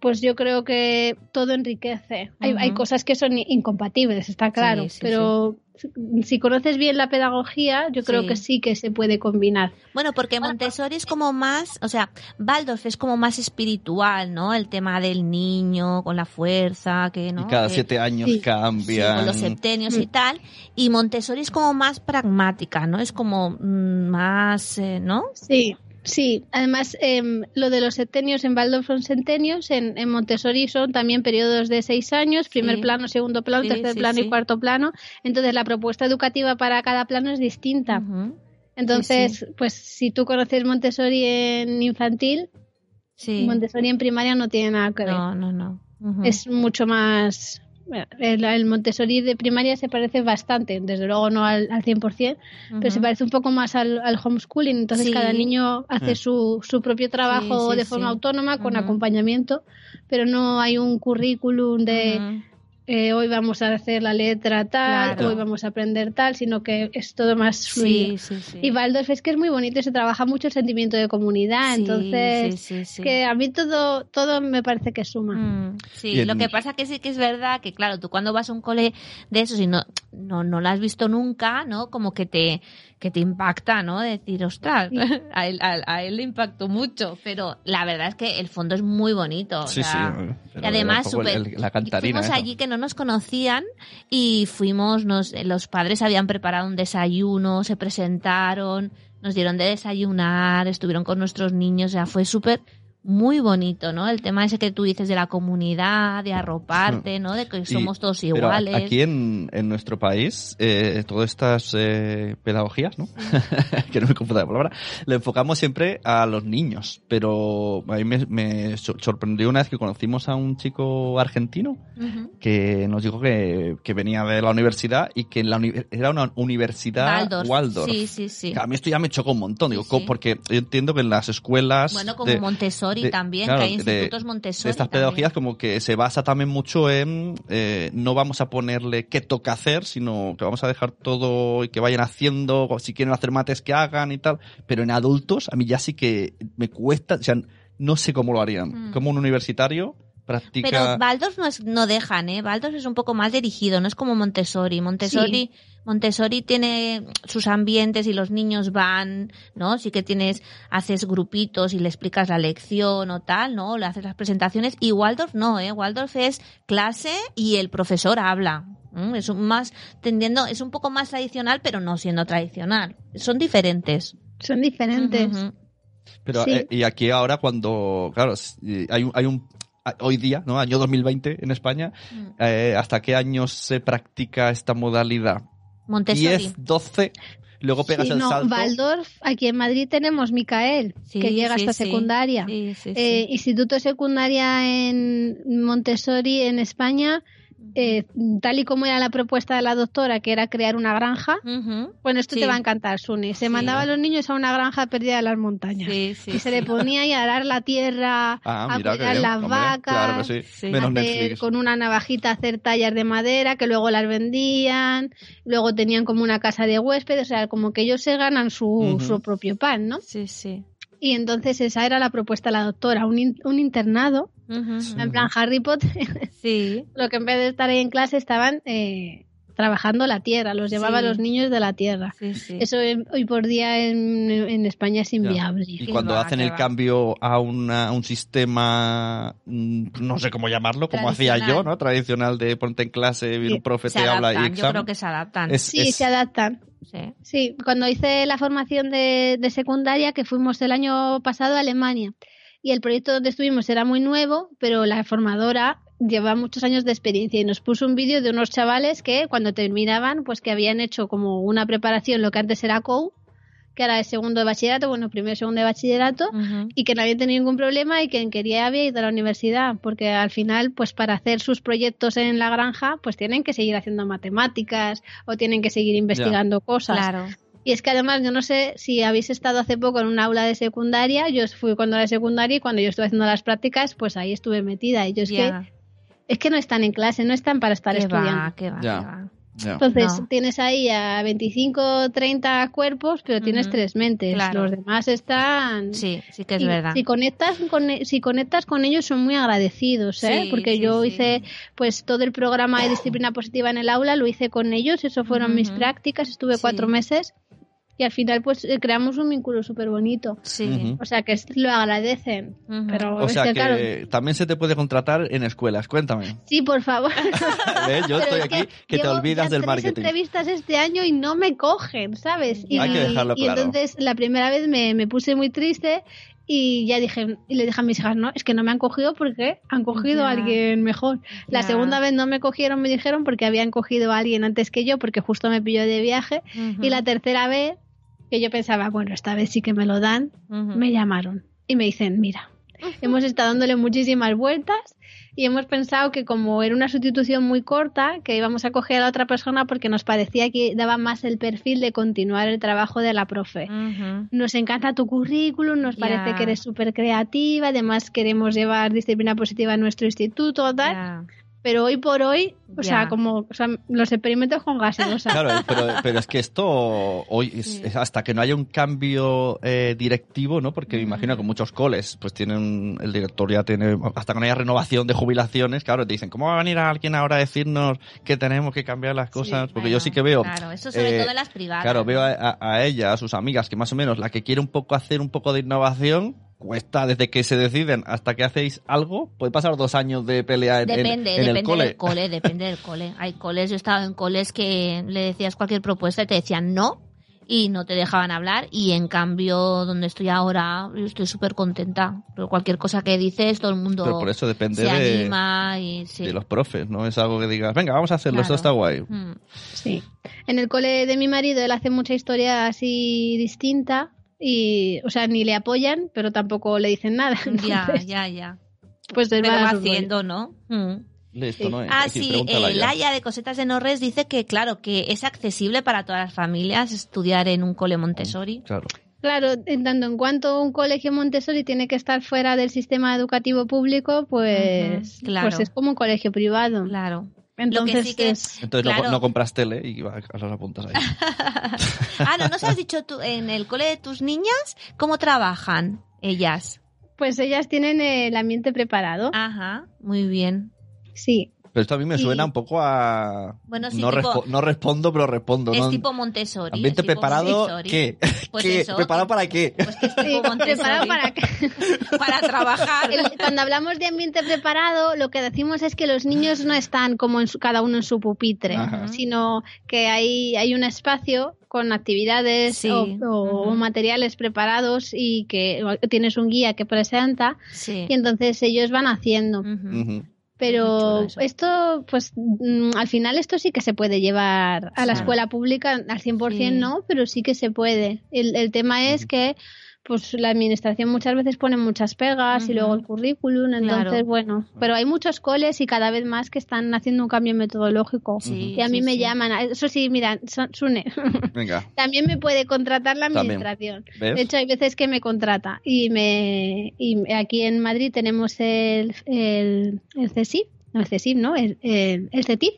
Speaker 4: pues yo creo que todo enriquece. Hay, hay
Speaker 3: Ujú.
Speaker 4: cosas que son i- incompatibles, está claro,
Speaker 3: sí,
Speaker 4: pero si- si conoces bien la pedagogía, yo creo
Speaker 3: Sí.
Speaker 4: que sí que se puede combinar.
Speaker 3: Bueno, porque
Speaker 4: pues
Speaker 3: Montessori es como más, o sea, Waldorf es como más espiritual, ¿no? El tema del niño con la fuerza, que no.
Speaker 2: Y cada
Speaker 3: Que-
Speaker 2: siete años
Speaker 4: Sí.
Speaker 3: Sí, pues
Speaker 2: cambian.
Speaker 3: con los septenios
Speaker 4: Mm.
Speaker 3: y tal. Y Montessori es como más pragmática, ¿no? Es como mm, más, eh, ¿no?
Speaker 4: Sí, sí. Además, em, lo de los septenios en Waldorf son centenios, en, en Montessori son también periodos de seis años, primer
Speaker 3: Sí.
Speaker 4: plano, segundo plano,
Speaker 3: Sí,
Speaker 4: tercer
Speaker 3: sí,
Speaker 4: plano
Speaker 3: sí.
Speaker 4: y cuarto plano. Entonces, la propuesta educativa para cada plano es distinta.
Speaker 3: Ujú.
Speaker 4: Entonces, pues si tú conoces Montessori en infantil,
Speaker 3: Sí.
Speaker 4: Montessori en primaria no tiene nada que ver. Mm.
Speaker 3: No, no, no. Ujú.
Speaker 4: Es mucho más... bueno, El, el Montessori de primaria se parece bastante, desde luego no al, al 100%, pero
Speaker 3: Ujú.
Speaker 4: se parece un poco más al, al homeschooling. Entonces
Speaker 3: Sí. Mm.
Speaker 4: cada niño hace
Speaker 2: Ah.
Speaker 4: su, su propio trabajo
Speaker 3: Sí, sí,
Speaker 4: de forma
Speaker 3: sí.
Speaker 4: autónoma, con
Speaker 3: Ujú.
Speaker 4: acompañamiento, pero no hay un currículum de
Speaker 3: Ujú.
Speaker 4: eh, hoy vamos a hacer la letra tal,
Speaker 3: Claro.
Speaker 4: hoy vamos a aprender tal, sino que es todo más fluido.
Speaker 3: Sí, sí, sí.
Speaker 4: Y Waldorf es que es muy bonito, se trabaja mucho el sentimiento de comunidad,
Speaker 3: Sí,
Speaker 4: entonces
Speaker 3: sí, sí, sí.
Speaker 4: que a mí todo todo me parece que suma.
Speaker 3: Mm, sí,
Speaker 2: Y en-
Speaker 3: lo que pasa que sí que es verdad que, claro, tú cuando vas a un cole de esos y no, no, no lo has visto nunca, ¿no? Como que te, que te impacta, ¿no? Decir, ostras, a, él, a- a él le impactó mucho, pero la verdad es que el fondo es muy bonito. o
Speaker 2: Sí, sí.
Speaker 3: sea,
Speaker 2: pero
Speaker 3: y además,
Speaker 2: tampoco el-
Speaker 3: súper-
Speaker 2: el- la cantarina.
Speaker 3: fuimos
Speaker 2: eso.
Speaker 3: allí que no nos conocían y fuimos, nos, los padres habían preparado un desayuno, se presentaron, nos dieron de desayunar, estuvieron con nuestros niños, o sea, fue súper muy bonito, ¿no? El tema ese que tú dices de la comunidad, de arroparte, ¿no? De que somos todos
Speaker 2: Pero a-
Speaker 3: iguales.
Speaker 2: aquí en, en nuestro país, eh, todas estas eh, pedagogías, ¿no? que no me confunda la palabra, le enfocamos siempre a los niños. Pero a mí me, me so- sorprendió una vez que conocimos a un chico argentino
Speaker 3: Ujú.
Speaker 2: que nos dijo que, que venía de la universidad y que en la uni- era una universidad
Speaker 3: Waldorf.
Speaker 2: Waldorf.
Speaker 3: Sí, sí, sí.
Speaker 2: A mí esto ya me chocó un montón, digo,
Speaker 3: Sí,
Speaker 2: co-
Speaker 3: sí.
Speaker 2: porque yo entiendo que en las escuelas
Speaker 3: Bueno, como
Speaker 2: de,
Speaker 3: Montessori
Speaker 2: de-
Speaker 3: también,
Speaker 2: claro,
Speaker 3: que
Speaker 2: de-
Speaker 3: hay institutos Montessori.
Speaker 2: de estas
Speaker 3: también.
Speaker 2: pedagogías como que se basa también mucho en eh, no vamos a ponerle qué toca hacer, sino que vamos a dejar todo y que vayan haciendo, o si quieren hacer mates que hagan y tal, pero en adultos a mí ya sí que me cuesta, o sea, no sé cómo lo harían,
Speaker 3: Mm.
Speaker 2: como un universitario practica...
Speaker 3: Pero Baldorf no, es- no dejan, ¿eh? Baldorf es un poco más dirigido, no es como Montessori. Montessori, Montessori tiene sus ambientes y los niños van, ¿no? Sí que tienes, haces grupitos y le explicas la lección o tal, ¿no? Le haces las presentaciones. Y Waldorf no, ¿eh? Waldorf es clase y el profesor habla. ¿m? Es un más tendiendo, es un poco más tradicional, pero no siendo tradicional. Son diferentes.
Speaker 4: Son diferentes.
Speaker 3: Ujú.
Speaker 2: Pero
Speaker 4: Sí.
Speaker 2: eh, y aquí ahora cuando, claro, s- eh, hay un, hay un a- hoy día, ¿no? Año 2020 en España,
Speaker 3: Mm.
Speaker 2: eh, ¿hasta qué años se practica esta modalidad?
Speaker 3: Montessori.
Speaker 2: 10, 12, luego pegas
Speaker 4: Sí,
Speaker 2: el
Speaker 4: no,
Speaker 2: salto.
Speaker 4: Waldorf, aquí en Madrid tenemos Micael,
Speaker 3: Sí,
Speaker 4: que llega
Speaker 3: sí,
Speaker 4: hasta
Speaker 3: sí.
Speaker 4: secundaria.
Speaker 3: Sí, sí, sí.
Speaker 4: Eh, instituto secundaria en Montessori, en España, eh, tal y como era la propuesta de la doctora, que era crear una granja.
Speaker 3: Ujú.
Speaker 4: Bueno, esto
Speaker 3: Sí.
Speaker 4: te va a encantar, Suni. Se
Speaker 3: Sí.
Speaker 4: mandaba a los niños a una granja perdida de las montañas.
Speaker 3: Sí, sí,
Speaker 4: y se le
Speaker 3: sí.
Speaker 4: ponía y a arar la tierra,
Speaker 2: Ah,
Speaker 4: a
Speaker 2: mira, que
Speaker 4: cuidar
Speaker 2: bien,
Speaker 4: las
Speaker 2: hombre,
Speaker 4: vacas,
Speaker 2: Claro que sí.
Speaker 3: Sí.
Speaker 2: Menos
Speaker 4: hacer
Speaker 2: Netflix.
Speaker 4: con una navajita hacer tallas de madera que luego las vendían, luego tenían como una casa de huéspedes, o sea, como que ellos se ganan su,
Speaker 2: Ujú.
Speaker 4: su propio pan, ¿no?
Speaker 3: Sí, sí.
Speaker 4: Y entonces esa era la propuesta de la doctora, un, in- un internado,
Speaker 3: Ujú,
Speaker 2: Sí.
Speaker 4: en plan Harry Potter,
Speaker 3: Sí.
Speaker 4: lo que en vez de estar ahí en clase estaban eh, trabajando la tierra, los llevaba
Speaker 3: Sí.
Speaker 4: los niños de la tierra.
Speaker 3: Sí, sí.
Speaker 4: Eso en- hoy por día en, en España es inviable.
Speaker 2: Y
Speaker 5: Qué
Speaker 2: cuando
Speaker 5: va,
Speaker 2: hacen
Speaker 5: qué
Speaker 2: el
Speaker 5: va.
Speaker 2: cambio a una- un sistema, mm, no sé cómo llamarlo, como hacía yo,
Speaker 3: Tradicional.
Speaker 2: ¿no? Tradicional de ponte en clase, viene
Speaker 4: Sí.
Speaker 2: un profe,
Speaker 3: Se
Speaker 2: te habla y
Speaker 3: adaptan, yo
Speaker 2: examen.
Speaker 3: creo que se adaptan.
Speaker 2: Es-
Speaker 4: Sí,
Speaker 2: es-
Speaker 4: se adaptan.
Speaker 3: sí.
Speaker 4: Sí, cuando hice la formación de, de secundaria, que fuimos el año pasado a Alemania, y el proyecto donde estuvimos era muy nuevo, pero la formadora llevaba muchos años de experiencia y nos puso un vídeo de unos chavales que cuando terminaban, pues que habían hecho como una preparación, lo que antes era COU, que ahora es segundo de bachillerato, bueno, primero, segundo de bachillerato,
Speaker 3: Ujú.
Speaker 4: y que no había tenido ningún problema y que en quería había ido a la universidad, porque al final, pues para hacer sus proyectos en la granja, pues tienen que seguir haciendo matemáticas o tienen que seguir investigando cosas.
Speaker 3: Claro.
Speaker 4: Y es que además, yo no sé si habéis estado hace poco en un aula de secundaria, yo fui cuando era de secundaria y cuando yo estuve haciendo las prácticas, pues ahí estuve metida. Y yo es,
Speaker 3: Ya.
Speaker 4: que, es que no están en clase, no están para estar
Speaker 3: Qué
Speaker 4: estudiando.
Speaker 3: va, qué va,
Speaker 2: Ya.
Speaker 3: qué va.
Speaker 2: Ya.
Speaker 4: Entonces
Speaker 3: No.
Speaker 4: tienes ahí a 25, 30 cuerpos, pero tienes
Speaker 3: Ujú.
Speaker 4: tres mentes.
Speaker 3: Claro.
Speaker 4: Los demás están...
Speaker 3: Sí, sí que es
Speaker 4: Y
Speaker 3: verdad.
Speaker 4: Si conectas, con, e- si conectas con ellos son muy agradecidos, ¿eh?
Speaker 3: Sí,
Speaker 4: Porque
Speaker 3: sí,
Speaker 4: yo
Speaker 3: sí.
Speaker 4: hice pues todo el programa de disciplina positiva en el aula, lo hice con ellos, eso fueron mis
Speaker 3: Ujú.
Speaker 4: prácticas, estuve
Speaker 3: Sí.
Speaker 4: cuatro meses y al final pues eh, creamos un vínculo súper bonito.
Speaker 3: Sí.
Speaker 2: Ujú.
Speaker 4: O sea que es- lo agradecen,
Speaker 3: Ujú.
Speaker 4: pero
Speaker 2: O
Speaker 4: es
Speaker 2: sea
Speaker 4: que,
Speaker 2: que
Speaker 4: claro,
Speaker 2: también se te puede contratar en escuelas, cuéntame.
Speaker 4: sí, por favor.
Speaker 2: ¿Ves? Yo
Speaker 4: Pero
Speaker 2: estoy
Speaker 4: es
Speaker 2: aquí que te
Speaker 4: llevo
Speaker 2: olvidas
Speaker 4: ya
Speaker 2: del
Speaker 4: tres
Speaker 2: marketing.
Speaker 4: entrevistas este año y no me cogen, ¿sabes? Y,
Speaker 3: Hay que
Speaker 2: dejarlo
Speaker 4: y
Speaker 2: claro.
Speaker 4: entonces la primera vez me, me puse muy triste y ya dije, y le dije a mis hijas, no, es que no me han cogido porque han cogido a
Speaker 3: Ya.
Speaker 4: alguien mejor. La
Speaker 3: Ya.
Speaker 4: segunda vez no me cogieron, me dijeron porque habían cogido a alguien antes que yo porque justo me pilló de viaje.
Speaker 3: Ujú.
Speaker 4: Y la tercera vez que yo pensaba, bueno, esta vez sí que me lo dan,
Speaker 3: Ujú.
Speaker 4: me llamaron y me dicen, mira, hemos estado dándole muchísimas vueltas y hemos pensado que como era una sustitución muy corta, que íbamos a coger a otra persona porque nos parecía que daba más el perfil de continuar el trabajo de la profe.
Speaker 3: Ujú.
Speaker 4: Nos encanta tu currículum, nos parece
Speaker 3: Mm. Ya.
Speaker 4: que eres súper creativa, además queremos llevar disciplina positiva a nuestro instituto, tal,
Speaker 3: Ya.
Speaker 4: pero hoy por hoy, o
Speaker 3: Ya.
Speaker 4: sea, como o sea, los experimentos con gaseosa.
Speaker 2: Claro, eh, pero, pero es que esto hoy es-
Speaker 3: Sí.
Speaker 2: es hasta que no haya un cambio eh, directivo, ¿no?
Speaker 3: Mm.
Speaker 2: Porque me imagino que
Speaker 3: Ujú.
Speaker 2: muchos coles, pues tienen el director ya tiene hasta que no haya renovación de jubilaciones, claro, te dicen cómo va a venir alguien ahora a decirnos que tenemos que cambiar las cosas, porque yo
Speaker 3: Bueno,
Speaker 2: sí que veo.
Speaker 3: Claro, eso sobre
Speaker 2: eh,
Speaker 3: todo en las privadas.
Speaker 2: Claro, veo
Speaker 3: ¿no?
Speaker 2: a, a- a ella, a sus amigas, que más o menos la que quiere un poco hacer un poco de innovación, cuesta desde que se deciden hasta que hacéis algo, puede pasar dos años de pelea en, en-
Speaker 3: Depende,
Speaker 2: en
Speaker 3: depende
Speaker 2: el cole.
Speaker 3: del cole, depende del cole. Hay coles, yo he estado en coles que le decías cualquier propuesta y te decían no y no te dejaban hablar y en cambio donde estoy ahora yo estoy súper contenta. Pero cualquier cosa que dices todo el mundo
Speaker 2: Pero por eso depende
Speaker 3: se
Speaker 2: de,
Speaker 3: anima y sí.
Speaker 2: de los profes, ¿no? Es algo que digas, venga, vamos a hacerlo, esto
Speaker 3: Claro.
Speaker 2: está guay.
Speaker 3: Mm,
Speaker 4: Sí. En el cole de mi marido él hace mucha historia así distinta y, o sea, ni le apoyan, pero tampoco le dicen nada.
Speaker 3: ya,
Speaker 4: Entonces,
Speaker 3: ya, ya.
Speaker 4: Pues él
Speaker 3: Pero
Speaker 4: va
Speaker 3: va
Speaker 4: a su rollo.
Speaker 3: haciendo, ¿no? Mm.
Speaker 2: Listo,
Speaker 4: Sí.
Speaker 2: ¿no?
Speaker 3: Ah,
Speaker 2: Aquí,
Speaker 3: sí,
Speaker 2: pregúntala
Speaker 3: eh,
Speaker 2: ya.
Speaker 3: Laia de Cosetas de Norres dice que, claro, que es accesible para todas las familias estudiar en un cole Montessori.
Speaker 2: Claro.
Speaker 4: Claro, en tanto en cuanto un colegio Montessori tiene que estar fuera del sistema educativo público, pues,
Speaker 3: Ujú, claro.
Speaker 4: pues es como un colegio
Speaker 2: Mm.
Speaker 4: privado.
Speaker 3: Claro.
Speaker 4: Entonces pues,
Speaker 3: Lo que sí que-
Speaker 4: es-
Speaker 2: Entonces no-
Speaker 3: Claro.
Speaker 2: no, compras tele y vas a las apuntas ahí.
Speaker 3: Ah, no, nos has dicho tú, en el cole de tus niñas, ¿cómo trabajan ellas?
Speaker 4: pues ellas tienen el ambiente preparado.
Speaker 3: Ajá, muy bien.
Speaker 4: Sí.
Speaker 2: Pero esto a mí me
Speaker 4: Y-
Speaker 2: suena un poco a...
Speaker 3: Bueno, sí,
Speaker 2: no,
Speaker 3: tipo-
Speaker 2: respo- no respondo, pero respondo.
Speaker 3: Es
Speaker 2: ¿no?
Speaker 3: tipo Montessori.
Speaker 2: Ambiente
Speaker 3: es tipo
Speaker 2: preparado,
Speaker 3: Montessori.
Speaker 2: ¿qué?
Speaker 3: Pues
Speaker 2: ¿Qué?
Speaker 3: eso.
Speaker 2: ¿Preparado para qué?
Speaker 3: Pues que es tipo
Speaker 4: Sí,
Speaker 3: Montessori
Speaker 4: preparado para
Speaker 3: para trabajar.
Speaker 4: El- cuando hablamos de ambiente preparado, lo que decimos es que los niños no están como en su- cada uno en su pupitre,
Speaker 2: Ajá.
Speaker 4: sino que hay, hay un espacio con actividades
Speaker 3: Sí.
Speaker 4: o, o
Speaker 3: Ujú.
Speaker 4: materiales preparados y que o- tienes un guía que presenta
Speaker 3: Sí.
Speaker 4: y entonces ellos van haciendo.
Speaker 3: Ujú.
Speaker 2: Ujú.
Speaker 4: Pero
Speaker 3: Muy chulo eso.
Speaker 4: esto, pues mm, al final esto sí que se puede llevar a la
Speaker 3: Sí.
Speaker 4: escuela pública, al 100%
Speaker 3: Sí.
Speaker 4: no, pero sí que se puede. El, el tema es que pues la administración muchas veces pone muchas pegas
Speaker 3: Ujú.
Speaker 4: y luego el currículum, entonces
Speaker 3: Claro.
Speaker 4: bueno, pero hay muchos coles y cada vez más que están haciendo un cambio metodológico.
Speaker 3: Sí,
Speaker 4: Y a mí
Speaker 3: sí,
Speaker 4: me
Speaker 3: sí.
Speaker 4: llaman, a- eso sí, mira, son- Sune,
Speaker 2: Venga,
Speaker 4: también me puede contratar la
Speaker 2: También.
Speaker 4: administración.
Speaker 2: ¿ves?
Speaker 4: De hecho, hay veces que me contrata y me y aquí en Madrid tenemos el, el, el CESIP, no el CESIP, ¿no? El, el, el CETIP.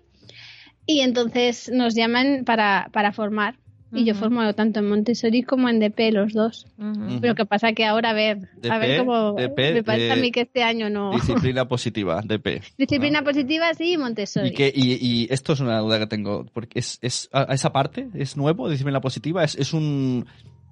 Speaker 4: Y entonces nos llaman para, para formar. Y yo
Speaker 3: Ujú.
Speaker 4: formo tanto en Montessori como en DP, los dos.
Speaker 2: Mm.
Speaker 3: Ujú.
Speaker 4: Lo que pasa que ahora, a ver, a ver
Speaker 2: DP,
Speaker 4: cómo...
Speaker 2: DP,
Speaker 4: me parece a
Speaker 2: eh,
Speaker 4: mí que este año no...
Speaker 2: Disciplina positiva, DP.
Speaker 4: Disciplina positiva, sí, y Montessori.
Speaker 2: Y, que, y, y esto es una duda que tengo, porque es, es a- a esa parte, ¿es nuevo? Disciplina positiva, ¿es, es un,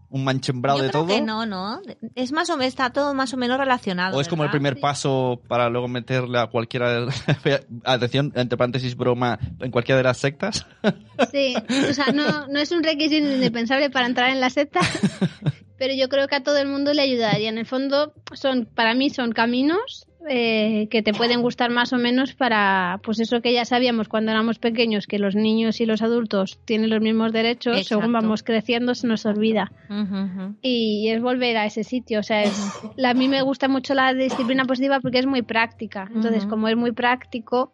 Speaker 2: un manchembrado
Speaker 3: Yo
Speaker 2: de
Speaker 3: creo
Speaker 2: todo?
Speaker 3: que no, ¿no? Es más o menos, está todo más o menos relacionado.
Speaker 2: ¿O es como el
Speaker 3: ¿verdad?
Speaker 2: primer paso para luego meterle a cualquiera de Atención, entre paréntesis, broma, en cualquiera de las sectas.
Speaker 4: Sí, o sea, no, no es un requisito indispensable para entrar en la secta, pero yo creo que a todo el mundo le ayudaría. En el fondo, son para mí son caminos eh, que te pueden gustar más o menos para, pues eso que ya sabíamos cuando éramos pequeños, que los niños y los adultos tienen los mismos derechos,
Speaker 3: Exacto.
Speaker 4: según vamos creciendo se nos olvida.
Speaker 3: Ujú, ujú.
Speaker 4: Y es volver a ese sitio, o sea, es- la- a mí me gusta mucho la disciplina positiva porque es muy práctica. Entonces,
Speaker 3: Ujú.
Speaker 4: como es muy práctico,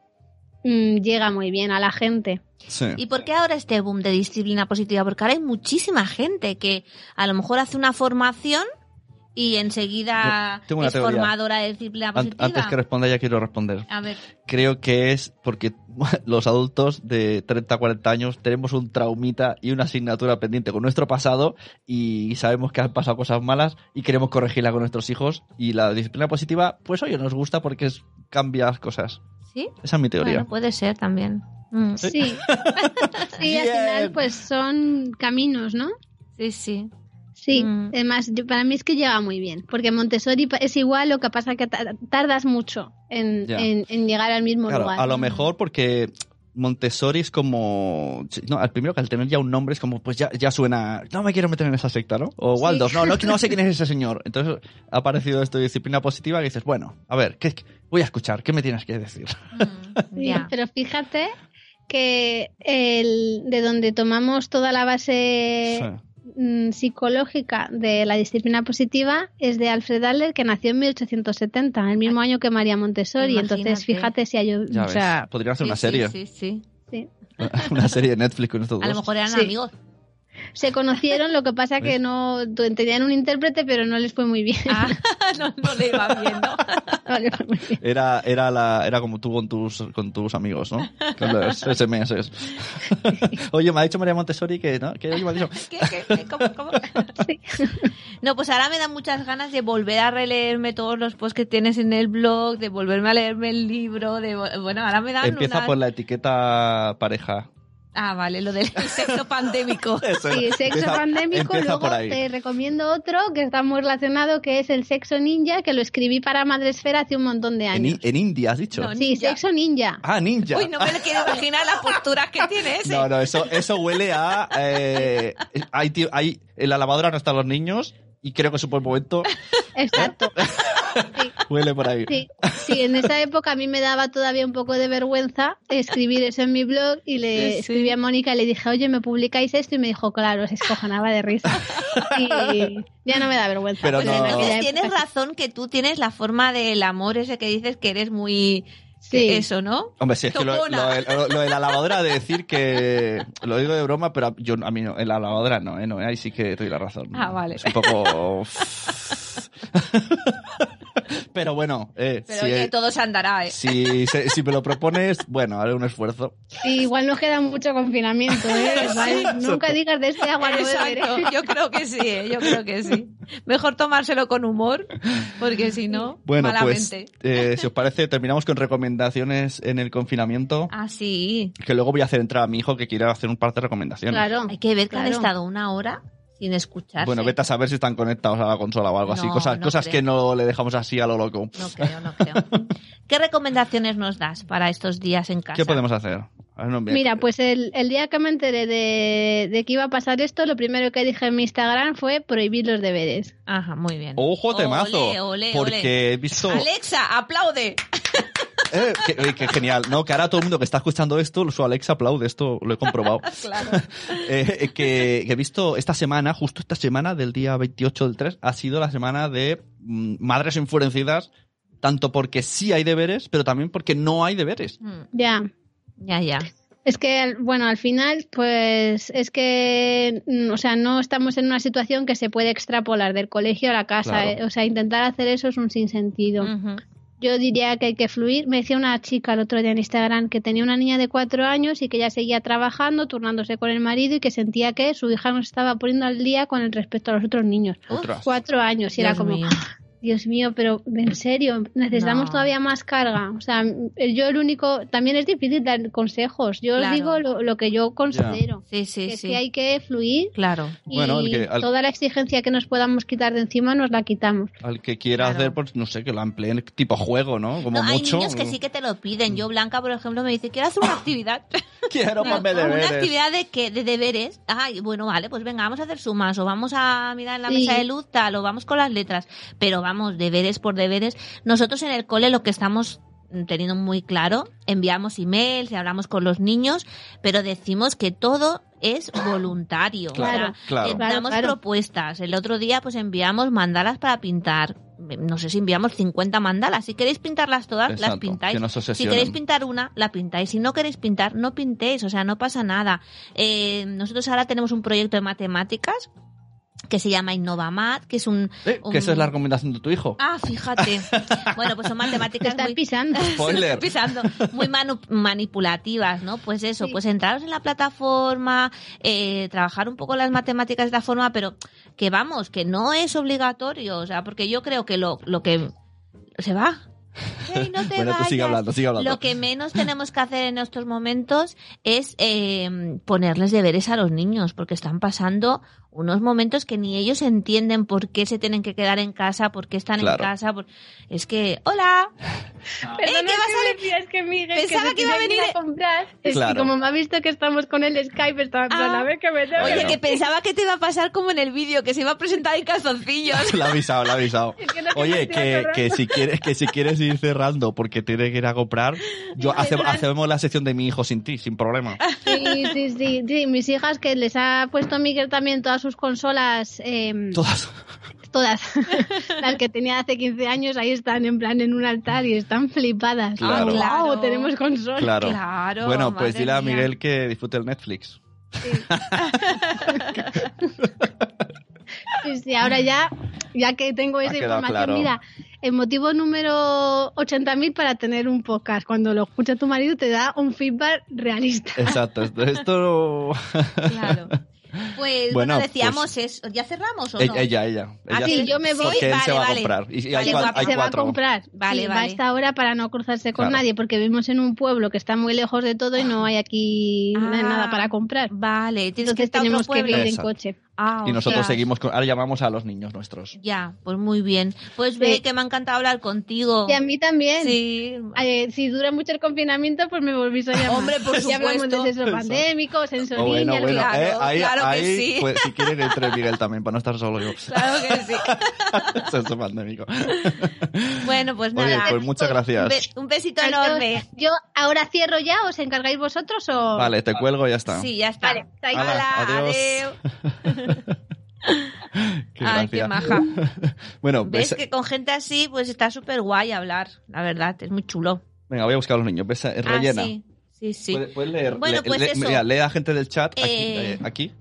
Speaker 4: mm, llega muy bien a la gente.
Speaker 2: Sí.
Speaker 3: ¿Y por qué ahora este boom de disciplina positiva? Porque ahora hay muchísima gente que a lo mejor hace una formación y enseguida
Speaker 2: Yo tengo una
Speaker 3: es
Speaker 2: teoría.
Speaker 3: formadora de disciplina
Speaker 2: An-
Speaker 3: positiva.
Speaker 2: antes que responda, ya quiero responder.
Speaker 3: A ver,
Speaker 2: Creo que es porque los adultos de 30, 40 años tenemos un traumita y una asignatura pendiente con nuestro pasado y sabemos que han pasado cosas malas y queremos corregirla con nuestros hijos. Y la disciplina positiva, pues oye, nos gusta porque es, cambia las cosas.
Speaker 3: ¿sí?
Speaker 2: Esa es mi teoría.
Speaker 3: Bueno, puede ser también. Mm,
Speaker 4: Sí. Sí, al
Speaker 2: Bien.
Speaker 4: final pues son caminos, ¿no?
Speaker 3: Sí, sí.
Speaker 4: Sí,
Speaker 3: Mm.
Speaker 4: además yo- para mí es que llega muy bien, porque Montessori pa- es igual, lo que pasa que ta- tardas mucho en,
Speaker 2: Ya.
Speaker 4: en- en llegar al mismo
Speaker 2: Claro,
Speaker 4: lugar.
Speaker 2: a lo mejor porque Montessori es como... No, al primero que al tener ya un nombre es como, pues ya, ya suena... No me quiero meter en esa secta, ¿no? O
Speaker 4: Sí.
Speaker 2: Waldos, no, no, no sé quién es ese señor. Entonces ha aparecido esta disciplina positiva que dices, bueno, a ver, ¿qué, qué- voy a escuchar, ¿qué me tienes que decir?
Speaker 3: Mm,
Speaker 4: Sí,
Speaker 3: ya.
Speaker 4: Pero fíjate que el, de donde tomamos toda la
Speaker 3: Eh,
Speaker 4: base mm, psicológica de la disciplina positiva es de Alfred Adler, que nació en 1870, el mismo año que María Montessori.
Speaker 3: Imagínate.
Speaker 4: Entonces, fíjate si hay... o
Speaker 2: Ya ves,
Speaker 4: sea,
Speaker 2: podrían hacer
Speaker 3: Sí,
Speaker 2: una
Speaker 3: sí,
Speaker 2: serie,
Speaker 3: Sí, sí.
Speaker 2: una serie de Netflix con estos
Speaker 3: A
Speaker 2: dos.
Speaker 3: lo mejor eran
Speaker 4: Sí.
Speaker 3: amigos.
Speaker 4: se conocieron, lo que pasa que
Speaker 2: ¿Ves?
Speaker 4: no tu- tenían un intérprete, pero no les fue muy bien.
Speaker 3: Ah, no, no le iba bien, ¿no?
Speaker 4: No les fue muy bien.
Speaker 2: Era, era, la, era como tú con tus, con tus amigos, ¿no? Con los SMS. Oye, me ha dicho María Montessori que, ¿no? Que, oye, me ha dicho,
Speaker 3: ¿Qué, qué, qué? ¿Cómo, cómo?
Speaker 4: Sí.
Speaker 3: No, pues ahora me dan muchas ganas de volver a releerme todos los posts que tienes en el blog, de volverme a leerme el libro, de vo- bueno, ahora me dan
Speaker 2: empieza
Speaker 3: unas-
Speaker 2: por la etiqueta pareja.
Speaker 3: Ah, vale, lo del sexo pandémico.
Speaker 2: Eso.
Speaker 4: Sí, sexo
Speaker 2: Empieza-
Speaker 4: pandémico.
Speaker 2: empieza
Speaker 4: Luego
Speaker 2: por ahí.
Speaker 4: te recomiendo otro que está muy relacionado, que es el sexo ninja, que lo escribí para Madresfera hace un montón de
Speaker 2: En,
Speaker 4: años.
Speaker 2: in- en India has dicho.
Speaker 3: No,
Speaker 4: Sí,
Speaker 3: Ninja.
Speaker 4: sexo ninja.
Speaker 2: Ah, ninja.
Speaker 3: Uy, no me lo quiero imaginar las posturas que tiene ese.
Speaker 2: No, no, eso, eso huele a. eh, hay, tío- hay- en la lavadora no están los niños y creo que es un buen momento.
Speaker 4: Exacto.
Speaker 2: Huele por ahí.
Speaker 4: Sí, sí, en esa época a mí me daba todavía un poco de vergüenza escribir eso en mi blog y le
Speaker 3: Sí.
Speaker 4: escribí a Mónica y le dije, oye, ¿me publicáis esto? Y me dijo, claro, se escojonaba de risa. Y ya no me da vergüenza.
Speaker 2: Pero
Speaker 4: Pues
Speaker 2: no-
Speaker 4: en
Speaker 3: Oye,
Speaker 4: aquella
Speaker 3: Tienes tienes
Speaker 4: época
Speaker 3: razón que tú tienes la forma del amor ese que dices que eres muy... que
Speaker 4: sí.
Speaker 3: Eso, ¿no?
Speaker 2: Hombre, sí, es que lo,
Speaker 3: Tocona.
Speaker 2: lo de- lo- lo de la lavadora de decir que. Lo digo de broma, pero yo, a mí no, en la lavadora no, ¿eh? No, ahí sí que te doy la razón.
Speaker 3: Ah, vale.
Speaker 2: Es un poco. pero bueno, eh,
Speaker 3: Pero
Speaker 2: si,
Speaker 3: oye,
Speaker 2: eh,
Speaker 3: todo se andará, ¿eh?
Speaker 2: si, se- si me lo propones, bueno, haré un esfuerzo.
Speaker 4: Sí, igual nos queda mucho confinamiento, ¿eh? Igual Nunca digas de este agua no beberé.
Speaker 3: Exacto, yo creo que sí, ¿eh? yo creo que sí. Mejor tomárselo con humor, porque si no,
Speaker 2: Bueno, pues,
Speaker 3: malamente.
Speaker 2: eh, si os parece, terminamos con recomendaciones en el confinamiento.
Speaker 3: Ah, sí.
Speaker 2: Que luego voy a hacer entrar a mi hijo que quiera hacer un par de recomendaciones.
Speaker 4: Claro.
Speaker 3: Hay que ver que han
Speaker 4: Claro.
Speaker 3: estado una hora sin escucharse.
Speaker 2: Bueno, vete a saber si están conectados a la consola o algo así.
Speaker 3: No,
Speaker 2: Cosas,
Speaker 3: no
Speaker 2: cosas
Speaker 3: creo.
Speaker 2: que no le dejamos así a lo loco.
Speaker 3: No creo, no creo. ¿Qué recomendaciones nos das para estos días en casa?
Speaker 2: ¿Qué podemos hacer? A ver, no, mira.
Speaker 4: Mira, pues el, el día que me enteré de, de que iba a pasar esto, lo primero que dije en mi Instagram fue prohibir los deberes.
Speaker 2: Oh.
Speaker 3: Ajá, muy bien.
Speaker 2: Ojo, temazo.
Speaker 3: Ole, ole,
Speaker 2: porque
Speaker 3: ole.
Speaker 2: he visto.
Speaker 3: Alexa, aplaude.
Speaker 2: Eh, qué, eh, qué genial. No, que ahora todo el mundo que está escuchando esto, su Alexa aplaude, esto lo he comprobado.
Speaker 5: Claro.
Speaker 2: Eh, eh, que, que he visto esta semana, justo esta semana del día 28 del 3, ha sido la semana de mm, madres enfurecidas, tanto porque sí hay deberes, pero también porque no hay deberes.
Speaker 3: Mm,
Speaker 4: Ya.
Speaker 3: Ya, ya.
Speaker 4: Es que, al- bueno, al final, pues es que, mm, o sea, no estamos en una situación que se puede extrapolar del colegio a la casa.
Speaker 2: Claro.
Speaker 4: eh. O sea, intentar hacer eso es un sinsentido.
Speaker 3: Ujú.
Speaker 4: Yo diría que hay que fluir. Me decía una chica el otro día en Instagram que tenía una niña de cuatro años y que ya seguía trabajando, turnándose con el marido y que sentía que su hija no se estaba poniendo al día con el respecto a los otros niños.
Speaker 2: Otras.
Speaker 4: Cuatro años y era
Speaker 3: Dios
Speaker 4: como,
Speaker 3: mío.
Speaker 4: Dios mío, pero en serio, necesitamos
Speaker 3: No.
Speaker 4: todavía más carga. O sea, yo el único, también es difícil dar consejos. Yo os
Speaker 3: Claro.
Speaker 4: digo lo, lo que yo considero,
Speaker 3: Sí, sí,
Speaker 4: que es
Speaker 3: sí.
Speaker 4: que hay que fluir
Speaker 3: Claro.
Speaker 4: y
Speaker 2: Bueno, el que- al-
Speaker 4: toda la exigencia que nos podamos quitar de encima nos la quitamos.
Speaker 2: Al que quiera
Speaker 3: Claro.
Speaker 2: hacer, pues no sé, que lo empleen tipo juego, ¿no? Como
Speaker 3: No, hay
Speaker 2: mucho.
Speaker 3: niños que sí que te lo piden. Yo, Blanca, por ejemplo, me dice, quiero hacer una actividad.
Speaker 2: Quiero
Speaker 3: No,
Speaker 2: ponerme
Speaker 3: una
Speaker 2: deberes.
Speaker 3: actividad de que de deberes. Ay, bueno, vale, pues venga, vamos a hacer sumas o vamos a mirar en la
Speaker 4: Sí.
Speaker 3: mesa de luz tal o vamos con las letras, pero vamos deberes por deberes. Nosotros en el cole lo que estamos mm, teniendo muy claro, enviamos emails y hablamos con los niños, pero decimos que todo es voluntario. O sea,
Speaker 4: Claro.
Speaker 2: Claro.
Speaker 3: eh,
Speaker 4: Claro,
Speaker 3: damos
Speaker 4: claro.
Speaker 3: propuestas. El otro día pues enviamos mandalas para pintar. No sé si enviamos 50 mandalas. Si queréis pintarlas todas, las
Speaker 2: Exacto,
Speaker 3: pintáis.
Speaker 2: que no se
Speaker 3: Si
Speaker 2: obsesionen.
Speaker 3: queréis pintar una, la pintáis. Si no queréis pintar, no pintéis. O sea, no pasa nada. Eh, nosotros ahora tenemos un proyecto de matemáticas que se llama InnovaMat, que es un...
Speaker 2: Eh, que esa es la recomendación de tu hijo.
Speaker 3: Um, Ah, fíjate. Bueno, pues son
Speaker 4: Te
Speaker 3: matemáticas
Speaker 4: estás
Speaker 3: muy...
Speaker 4: pisando.
Speaker 2: Spoiler.
Speaker 3: pisando, muy manu- manipulativas, ¿no? Pues eso,
Speaker 4: Sí.
Speaker 3: pues entraros en la plataforma, eh, trabajar un poco las matemáticas de la forma, pero que vamos, que no es obligatorio, o sea, porque yo creo que lo, lo que se va. Ey, no te
Speaker 2: bueno, tú sigue
Speaker 3: vayas.
Speaker 2: hablando, sigue hablando.
Speaker 3: Lo que menos tenemos que hacer en estos momentos es eh, ponerles deberes a los niños, porque están pasando unos momentos que ni ellos entienden por qué se tienen que quedar en casa, por qué están
Speaker 2: Claro.
Speaker 3: en casa. por- Es que, hola,
Speaker 4: Perdona,
Speaker 3: Eh, ¿qué
Speaker 4: es
Speaker 3: vas
Speaker 4: que
Speaker 3: a
Speaker 4: me decía, es que Miguel,
Speaker 3: Pensaba
Speaker 4: me
Speaker 3: que iba a
Speaker 4: tenía
Speaker 3: venir-
Speaker 4: ir a comprar. Es que
Speaker 2: Claro.
Speaker 4: como me ha visto que estamos con el Skype, estaba en plan,
Speaker 3: Ah.
Speaker 4: a ver qué me tengo
Speaker 3: Oye,
Speaker 4: que-
Speaker 2: Bueno.
Speaker 3: que pensaba que te iba a pasar como en el vídeo, que se iba a presentar en calzoncillos.
Speaker 2: la ha avisado, la ha avisado.
Speaker 4: Es que no te
Speaker 2: Oye,
Speaker 4: estoy
Speaker 2: que,
Speaker 4: acordando.
Speaker 2: que si quieres, que si quieres ir cerrando porque tiene que ir a comprar, yo hace- hacemos la sesión de mi hijo sin ti, sin problema.
Speaker 4: Sí, sí, sí, sí. Mis hijas que les ha puesto Miguel también todas sus consolas, em,
Speaker 2: Todas.
Speaker 4: todas, las que tenía hace 15 años, ahí están en plan en un altar y están flipadas.
Speaker 2: Claro.
Speaker 4: Ah, wow,
Speaker 3: Claro.
Speaker 4: tenemos consolas.
Speaker 2: Claro.
Speaker 3: Claro,
Speaker 2: bueno, pues
Speaker 3: madre
Speaker 2: dile a
Speaker 3: mía.
Speaker 2: Miguel que disfrute el Netflix.
Speaker 4: Sí, sí, ahora ya, ya que tengo esa
Speaker 2: quedado
Speaker 4: información,
Speaker 2: claro.
Speaker 4: mira, el motivo número 80.000 para tener un podcast, cuando lo escucha tu marido te da un feedback realista.
Speaker 2: Exacto. Esto, esto-
Speaker 3: Claro. Pues bueno,
Speaker 2: Bueno,
Speaker 3: decíamos eso. ¿Ya cerramos o no?
Speaker 2: ella, e-, ella, ella.
Speaker 3: Ah,
Speaker 2: Ella
Speaker 4: sí,
Speaker 2: se-
Speaker 4: yo me voy.
Speaker 2: Porque él se
Speaker 3: Vale,
Speaker 2: va a
Speaker 3: vale.
Speaker 2: comprar. Y, y hay,
Speaker 3: Vale,
Speaker 2: cua-
Speaker 3: guapo,
Speaker 2: hay
Speaker 4: se
Speaker 2: cuatro.
Speaker 4: va a comprar.
Speaker 3: Vale,
Speaker 4: Sí, va
Speaker 3: vale.
Speaker 4: a esta hora para no cruzarse con
Speaker 2: Claro.
Speaker 4: nadie, porque vivimos en un pueblo que está muy lejos de todo y no hay aquí
Speaker 3: Ah.
Speaker 4: nada para comprar.
Speaker 3: Vale, tienes
Speaker 4: Entonces
Speaker 3: que estar a otro
Speaker 4: tenemos que
Speaker 3: pueblo.
Speaker 4: ir en
Speaker 2: Exacto.
Speaker 4: coche.
Speaker 3: Ah,
Speaker 2: Eh, Y nosotros
Speaker 3: ostras.
Speaker 2: seguimos con. Ahora llamamos a los niños nuestros.
Speaker 3: Ya, pues muy bien. Pues ve
Speaker 4: Sí.
Speaker 3: que me ha encantado hablar contigo.
Speaker 4: Y a mí también.
Speaker 3: Sí.
Speaker 4: Eh, si dura mucho el confinamiento, pues me volvís a llamar.
Speaker 3: Hombre, por
Speaker 4: Y hablamos
Speaker 3: supuesto.
Speaker 4: de sexo pandémico,
Speaker 2: Oh,
Speaker 4: sensorín,
Speaker 2: bueno,
Speaker 4: y al
Speaker 2: bueno,
Speaker 4: final-
Speaker 3: claro,
Speaker 2: eh, ahí,
Speaker 3: claro que
Speaker 2: ahí,
Speaker 3: sí.
Speaker 2: pues, si quieren entre Miguel también, para no estar solo yo.
Speaker 3: Claro que sí.
Speaker 2: Eso es pandémico.
Speaker 3: Bueno, pues
Speaker 2: Oye,
Speaker 3: nada.
Speaker 2: pues muchas
Speaker 3: Un
Speaker 2: gracias.
Speaker 3: be- un besito
Speaker 4: Adiós.
Speaker 3: enorme.
Speaker 4: Yo ahora cierro ya, ¿os encargáis vosotros o...?
Speaker 2: Vale, te cuelgo y ya está.
Speaker 3: Sí, ya está.
Speaker 4: Vale, está ahí.
Speaker 2: Hala,
Speaker 3: Hala,
Speaker 2: adiós.
Speaker 3: adeu.
Speaker 2: Qué
Speaker 3: Ay, qué
Speaker 2: gracia.
Speaker 3: maja.
Speaker 2: Bueno,
Speaker 3: ¿Ves
Speaker 2: besa-
Speaker 3: que con gente así, pues está súper guay hablar, la verdad, es muy chulo.
Speaker 2: venga, voy a buscar a los niños. Besa- eh, rellena.
Speaker 3: Ah, sí, sí, sí.
Speaker 2: Puedes, puedes leer.
Speaker 3: Bueno,
Speaker 2: le-
Speaker 3: pues
Speaker 2: le-
Speaker 3: eso.
Speaker 2: Mira, lee a gente del chat aquí,
Speaker 3: Eh.
Speaker 2: eh, aquí.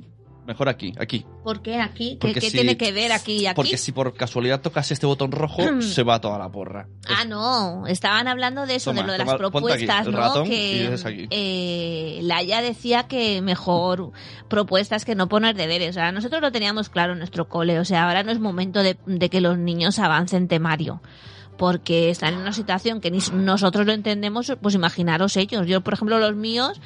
Speaker 2: Mejor aquí, aquí.
Speaker 3: ¿Por qué aquí? ¿Qué,
Speaker 2: Porque
Speaker 3: qué
Speaker 2: si-
Speaker 3: tiene que ver aquí y aquí? Mm.
Speaker 2: Porque si por casualidad tocas este botón rojo, se va toda la porra.
Speaker 3: Ah, no, estaban hablando de eso,
Speaker 2: Toma,
Speaker 3: de lo de
Speaker 2: toma,
Speaker 3: las
Speaker 2: ponte aquí
Speaker 3: propuestas,
Speaker 2: el
Speaker 3: ¿no?
Speaker 2: ratón y
Speaker 3: que
Speaker 2: dices aquí.
Speaker 3: eh, Laia decía que mejor propuestas que no poner deberes. O sea, nosotros lo teníamos claro en nuestro cole, o sea, ahora no es momento de, de que los niños avancen temario. Porque están en una situación que ni s- nosotros lo entendemos, pues imaginaros ellos. Yo, por ejemplo, los míos,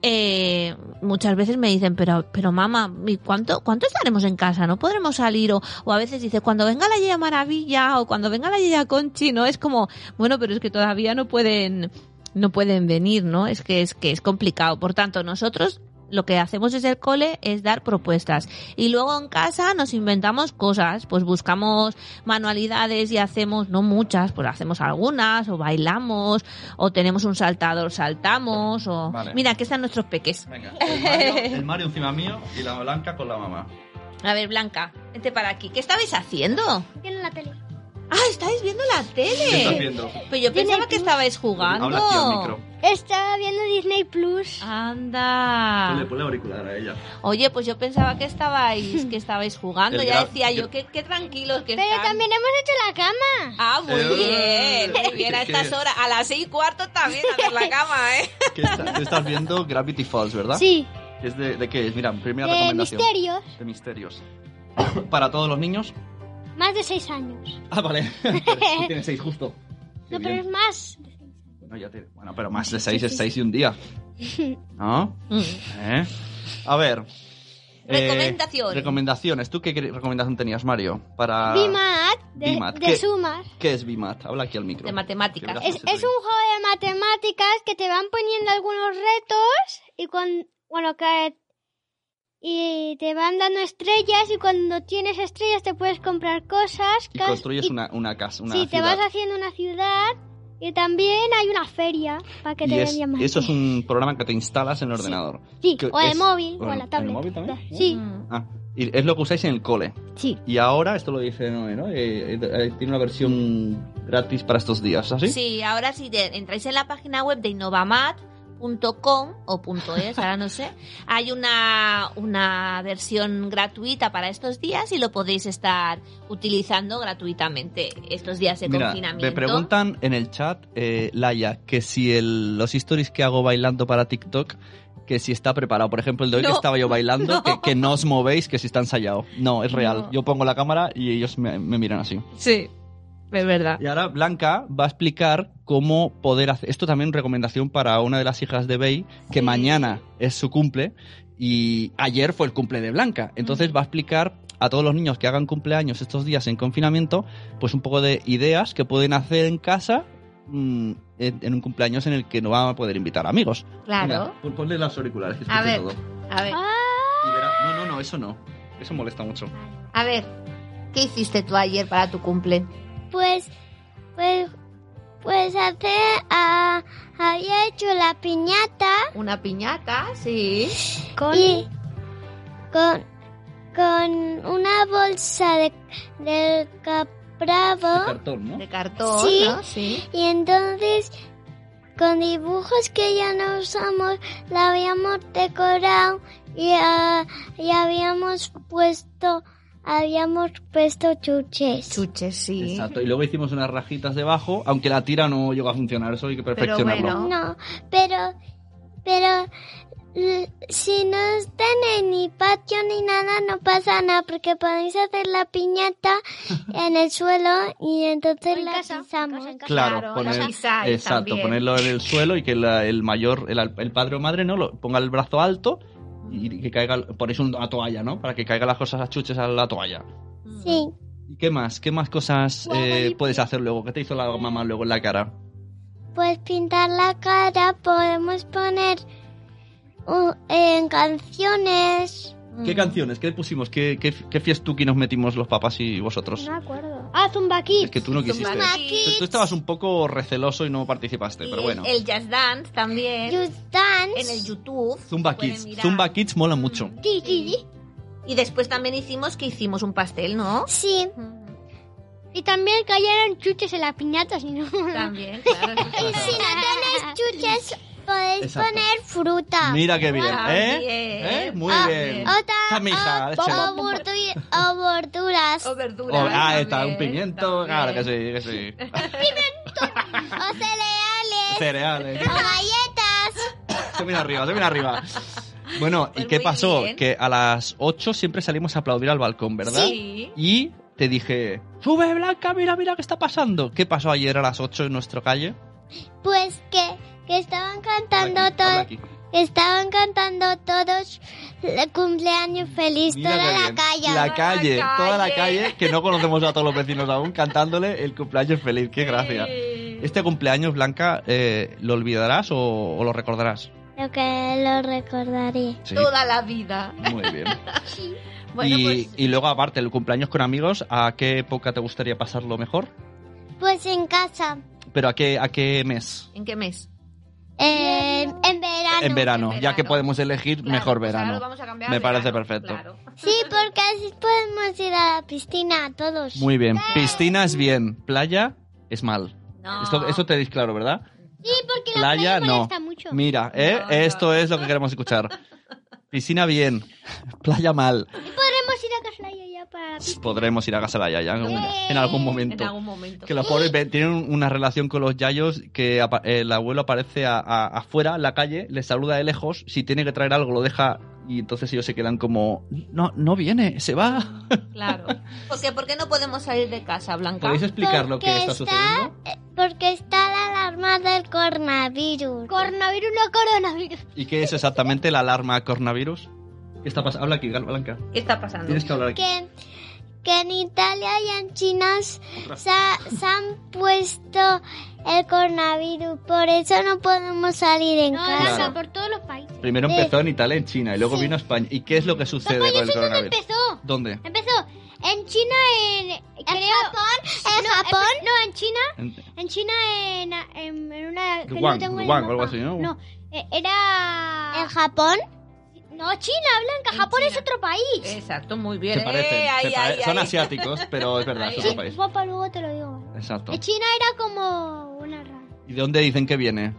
Speaker 3: eh, muchas veces me dicen, pero, pero mamá, ¿y cuánto, cuánto estaremos en casa? ¿No podremos salir? O, o a veces dice, cuando venga la Yaya Maravilla o cuando venga la Yaya Conchi, ¿no? Es como, bueno, pero es que todavía no pueden, no pueden venir, ¿no? Es que es, que es complicado. Por tanto, nosotros lo que hacemos desde el cole es dar propuestas. Y luego en casa nos inventamos cosas, pues buscamos manualidades y hacemos, no muchas, pues hacemos algunas, o bailamos, o tenemos un saltador, saltamos, o...
Speaker 2: Vale.
Speaker 3: Mira, aquí están nuestros peques.
Speaker 2: Venga, el Mario, el Mario encima mío y la blanca con la mamá.
Speaker 3: A ver, Blanca, vente para aquí. ¿Qué estabais haciendo?
Speaker 6: Viendo la tele.
Speaker 3: Ah, estáis viendo la
Speaker 2: ¿Qué estás
Speaker 3: tele.
Speaker 2: viendo?
Speaker 3: Pero yo pensaba que estabais jugando.
Speaker 2: Habla aquí al micro.
Speaker 6: Estaba viendo Disney Plus.
Speaker 2: Ponle,
Speaker 3: Anda.
Speaker 2: ponle auricular a ella.
Speaker 3: Oye, pues yo pensaba que estabais, que estabais jugando.
Speaker 2: El
Speaker 3: Ya
Speaker 2: gra-
Speaker 3: decía yo,
Speaker 2: el-
Speaker 3: qué, qué tranquilos que
Speaker 6: Pero
Speaker 3: están.
Speaker 6: también hemos hecho la cama.
Speaker 3: Ah, muy
Speaker 2: Eh,
Speaker 3: bien. Muy bien a
Speaker 2: que-
Speaker 3: estas horas. A las seis y cuarto también a hacer la cama, ¿eh?
Speaker 2: ¿Qué está- tú estás viendo Gravity Falls, ¿verdad?
Speaker 6: Sí.
Speaker 2: ¿Qué es de, de qué es? Mira, primera
Speaker 6: de
Speaker 2: recomendación.
Speaker 6: misterios.
Speaker 2: De misterios. Para todos los niños.
Speaker 6: Más de seis años.
Speaker 2: Ah, vale. Tú tienes seis justo. Qué
Speaker 6: No, pero es
Speaker 2: bien.
Speaker 6: más.
Speaker 2: Bueno, ya te- bueno, pero más de seis es seis y un día. ¿No?
Speaker 3: Mm.
Speaker 2: ¿Eh? A ver. eh,
Speaker 3: Recomendación.
Speaker 2: recomendaciones. ¿Tú qué cre- recomendación tenías, Mario? Para...
Speaker 6: BIMAT. De,
Speaker 2: BIMAT,
Speaker 6: de
Speaker 2: Ah, ¿qué? Ah,
Speaker 6: sumas.
Speaker 2: ¿Qué es BIMAT? Habla aquí al micro.
Speaker 3: De matemáticas.
Speaker 2: Que
Speaker 6: Es,
Speaker 2: verás
Speaker 6: es
Speaker 2: que
Speaker 6: un juego de matemáticas que te van poniendo algunos retos y cuando. Bueno, que. Y te van dando estrellas y cuando tienes estrellas te puedes comprar cosas.
Speaker 2: Y
Speaker 6: cas-
Speaker 2: construyes
Speaker 6: y-
Speaker 2: una, una casa, una
Speaker 6: sí, te
Speaker 2: ciudad.
Speaker 6: vas haciendo una ciudad y también hay una feria para que
Speaker 2: Y
Speaker 6: te
Speaker 2: es-
Speaker 6: vendan más.
Speaker 2: eso es un programa que te instalas en el
Speaker 6: Sí.
Speaker 2: ordenador.
Speaker 6: Sí,
Speaker 2: que
Speaker 6: o el
Speaker 2: es-
Speaker 6: móvil,
Speaker 2: o
Speaker 6: o,
Speaker 2: el-
Speaker 6: la
Speaker 2: el
Speaker 6: tablet.
Speaker 2: móvil también.
Speaker 6: Sí,
Speaker 3: Mm.
Speaker 2: Ah, y es lo que usáis en el cole.
Speaker 6: sí.
Speaker 2: Y ahora, esto lo dice Noé, ¿no? Eh, eh, eh, tiene una versión gratis para estos días, ¿así?
Speaker 3: Sí, ahora si de- entráis en la página web de innovamat.com o .es, ahora no sé, hay una, una versión gratuita para estos días y lo podéis estar utilizando gratuitamente estos días de
Speaker 2: Mira,
Speaker 3: confinamiento.
Speaker 2: me preguntan en el chat, eh, Laia, que si el- los stories que hago bailando para TikTok, que si está preparado. Por ejemplo, el de hoy
Speaker 3: No.
Speaker 2: que estaba yo bailando,
Speaker 3: No.
Speaker 2: Que, que no os movéis, que si está ensayado. No, es real.
Speaker 3: No.
Speaker 2: Yo pongo la cámara y ellos me, me miran así.
Speaker 3: Sí, es verdad.
Speaker 2: Y ahora Blanca va a explicar cómo poder hacer. Esto también recomendación para una de las hijas de Bey, que
Speaker 3: Sí.
Speaker 2: mañana es su cumple y ayer fue el cumple de Blanca. Entonces va a explicar a todos los niños que hagan cumpleaños estos días en confinamiento, pues un poco de ideas que pueden hacer en casa mm, en, en un cumpleaños en el que no van a poder invitar amigos.
Speaker 3: Claro.
Speaker 2: Venga, pon- ponle las auriculares. Que
Speaker 3: A
Speaker 2: escuche
Speaker 3: ver.
Speaker 2: todo.
Speaker 3: A ver,
Speaker 6: Ah,
Speaker 2: Y verá- No, no, no, eso no. Eso molesta mucho.
Speaker 3: a ver, ¿qué hiciste tú ayer para tu cumple?
Speaker 6: Pues, pues, pues hacer, ah, había hecho la piñata
Speaker 3: Una piñata, sí.
Speaker 6: con, con, con una bolsa de, del
Speaker 2: De
Speaker 6: capravo
Speaker 2: cartón, ¿no?
Speaker 3: De cartón,
Speaker 6: Sí.
Speaker 3: ¿no? Sí.
Speaker 6: y entonces con dibujos que ya no usamos la habíamos decorado y, ah, y habíamos puesto, habíamos puesto chuches.
Speaker 3: Chuches, sí.
Speaker 2: Exacto, y luego hicimos unas rajitas debajo, aunque la tira no llegó a funcionar, eso hay que perfeccionarlo.
Speaker 3: bueno.
Speaker 6: No, pero, pero l- si no están en ni patio ni nada, no pasa nada, porque podéis hacer la piñata en el suelo y entonces la pisamos.
Speaker 2: Claro, poner- Exacto, ponerlo en el suelo y que la- el mayor, el, al- el padre o madre, ¿no? Lo, ponga el brazo alto y que caiga, ponéis una toalla, ¿no? Para que caigan las cosas a chuches a la toalla.
Speaker 3: Mm.
Speaker 6: Sí,
Speaker 2: ¿Y qué más? ¿Qué más cosas eh, puedes hacer luego? ¿Qué te hizo la mamá luego en la cara?
Speaker 6: pues pintar la cara podemos poner uh, en canciones.
Speaker 3: Mm.
Speaker 2: ¿Qué canciones? ¿Qué pusimos? ¿Qué, qué, qué fiestuki nos metimos los papás y vosotros?
Speaker 6: me acuerdo. Ah, Zumba
Speaker 2: Es que tú no quisiste.
Speaker 3: Zumba
Speaker 2: Tú,
Speaker 3: Kids.
Speaker 2: tú estabas un poco receloso y no participaste,
Speaker 3: Y
Speaker 2: pero bueno.
Speaker 3: El, el jazz dance también. en el YouTube.
Speaker 2: Zumba
Speaker 3: se puede
Speaker 2: Kids.
Speaker 3: mirar.
Speaker 2: Zumba Kids mola mucho.
Speaker 6: Sí, sí, sí.
Speaker 3: Y después también hicimos que hicimos un pastel, ¿no?
Speaker 6: Sí, Mm. y también cayeron chuches en la piñata, si no.
Speaker 3: También, claro.
Speaker 6: Y si no tenéis chuches, podéis
Speaker 2: Exacto.
Speaker 6: poner fruta.
Speaker 2: Mira qué bien,
Speaker 3: También.
Speaker 2: ¿eh? ¿Eh? Muy
Speaker 6: Ah,
Speaker 2: bien.
Speaker 6: O, ta-
Speaker 2: Esa mija,
Speaker 3: Ah,
Speaker 6: o-
Speaker 2: leche.
Speaker 6: o bordu- o verduras.
Speaker 3: O
Speaker 6: o
Speaker 3: verduras.
Speaker 2: Oh, ah,
Speaker 3: también,
Speaker 2: está, un pimiento. Claro que
Speaker 3: también.
Speaker 2: sí, que sí.
Speaker 6: cereales.
Speaker 2: Cereales.
Speaker 6: O galletas.
Speaker 2: Se mira arriba, se mira arriba. Bueno, ¿y
Speaker 3: Pues
Speaker 2: qué
Speaker 3: muy
Speaker 2: pasó?
Speaker 3: bien.
Speaker 2: Que a las 8 siempre salimos a aplaudir al balcón, ¿verdad?
Speaker 3: Sí.
Speaker 2: Y te dije, sube Blanca, mira, mira qué está pasando. ¿Qué pasó ayer a las 8 en nuestra calle?
Speaker 6: Pues que, que estaban
Speaker 2: Habla aquí,
Speaker 6: cantando
Speaker 2: habla
Speaker 6: todos.
Speaker 2: aquí.
Speaker 6: Estaban cantando todos el cumpleaños feliz
Speaker 2: Mira
Speaker 6: toda
Speaker 2: qué
Speaker 6: la
Speaker 2: bien.
Speaker 6: calle.
Speaker 2: La calle,
Speaker 3: La
Speaker 2: toda la
Speaker 3: calle.
Speaker 2: calle, que no conocemos a todos los vecinos aún, cantándole el cumpleaños feliz. Qué gracia.
Speaker 3: Sí.
Speaker 2: ¿Este cumpleaños, Blanca, eh, lo olvidarás o, o lo recordarás?
Speaker 5: Lo que lo recordaré.
Speaker 2: Sí,
Speaker 3: Toda la vida.
Speaker 2: muy bien.
Speaker 3: Bueno,
Speaker 2: y,
Speaker 3: pues
Speaker 2: y luego, aparte, el cumpleaños con amigos, ¿a qué época te gustaría pasarlo mejor?
Speaker 5: Pues en casa.
Speaker 2: ¿Pero a qué, a qué mes?
Speaker 3: ¿en qué mes?
Speaker 5: Eh, en verano.
Speaker 2: en verano,
Speaker 6: Ah, en
Speaker 2: ya que
Speaker 6: verano.
Speaker 2: podemos elegir
Speaker 6: Claro,
Speaker 2: mejor
Speaker 6: pues ahora lo
Speaker 2: verano.
Speaker 6: vamos a cambiar
Speaker 2: Me
Speaker 6: a
Speaker 2: parece
Speaker 6: verano,
Speaker 2: perfecto.
Speaker 6: claro.
Speaker 5: Sí, porque así podemos ir a la piscina todos.
Speaker 2: Muy bien. Piscina es bien, playa es mal.
Speaker 3: No.
Speaker 2: Esto, esto tenéis claro, ¿verdad?
Speaker 5: Sí, porque la
Speaker 2: Playa,
Speaker 5: playa,
Speaker 2: no.
Speaker 5: molesta mucho.
Speaker 2: Mira, ¿eh?
Speaker 6: No, no.
Speaker 2: esto es lo que queremos escuchar. Piscina bien, playa mal.
Speaker 5: Podemos ir a Caslaya ya para...
Speaker 2: Podremos ir a casa de la Yaya en, en algún
Speaker 6: En
Speaker 2: momento.
Speaker 6: algún momento.
Speaker 2: Que los pobres ven- tienen una relación con los yayos que apa- el abuelo aparece a- a- afuera, en la calle, les saluda de lejos, si tiene que traer algo lo deja y entonces ellos se quedan como, no, no viene, se va.
Speaker 6: Claro.
Speaker 3: Porque, ¿Por qué no podemos salir de casa, Blanca?
Speaker 2: ¿Podéis explicar lo que
Speaker 5: Porque
Speaker 2: está
Speaker 5: está-
Speaker 2: sucediendo?
Speaker 5: Porque está la alarma del coronavirus. Coronavirus, no coronavirus.
Speaker 2: ¿Y qué es exactamente la alarma coronavirus? ¿Qué está pasando? Habla aquí, Gal- Blanca.
Speaker 6: ¿Qué está pasando?
Speaker 2: Tienes que hablar aquí.
Speaker 5: Que, que en Italia y en China s- se, ha- se han puesto el coronavirus. Por eso no podemos salir en casa.
Speaker 2: Claro.
Speaker 5: por todos los países.
Speaker 2: Primero empezó en Italia, en China, y luego vino a España. ¿Y qué es lo que sucede con el coronavirus?
Speaker 5: empezó?
Speaker 2: ¿Dónde?
Speaker 5: Empezó en China, en, Japón. ¿En Japón? no, eh, en China.
Speaker 2: En-
Speaker 5: En China, en, en, en una. que
Speaker 2: Wuhan,
Speaker 5: no tengo el
Speaker 2: Wuhan,
Speaker 5: mapa.
Speaker 2: algo así, ¿no?
Speaker 5: eh, era. ¿En Japón? No, China, Blanca.
Speaker 6: En
Speaker 5: Japón es
Speaker 6: China.
Speaker 5: otro país.
Speaker 6: Exacto, muy bien.
Speaker 2: Se parecen,
Speaker 6: Eh,
Speaker 2: se
Speaker 6: ahí,
Speaker 2: pare-
Speaker 6: ahí,
Speaker 2: son
Speaker 6: ahí.
Speaker 2: asiáticos, pero es verdad,
Speaker 6: Ahí.
Speaker 2: es
Speaker 6: Sí,
Speaker 2: otro país.
Speaker 5: Guapa, luego te lo digo.
Speaker 2: Exacto.
Speaker 5: En China era como una rana.
Speaker 2: ¿Y de dónde dicen que viene?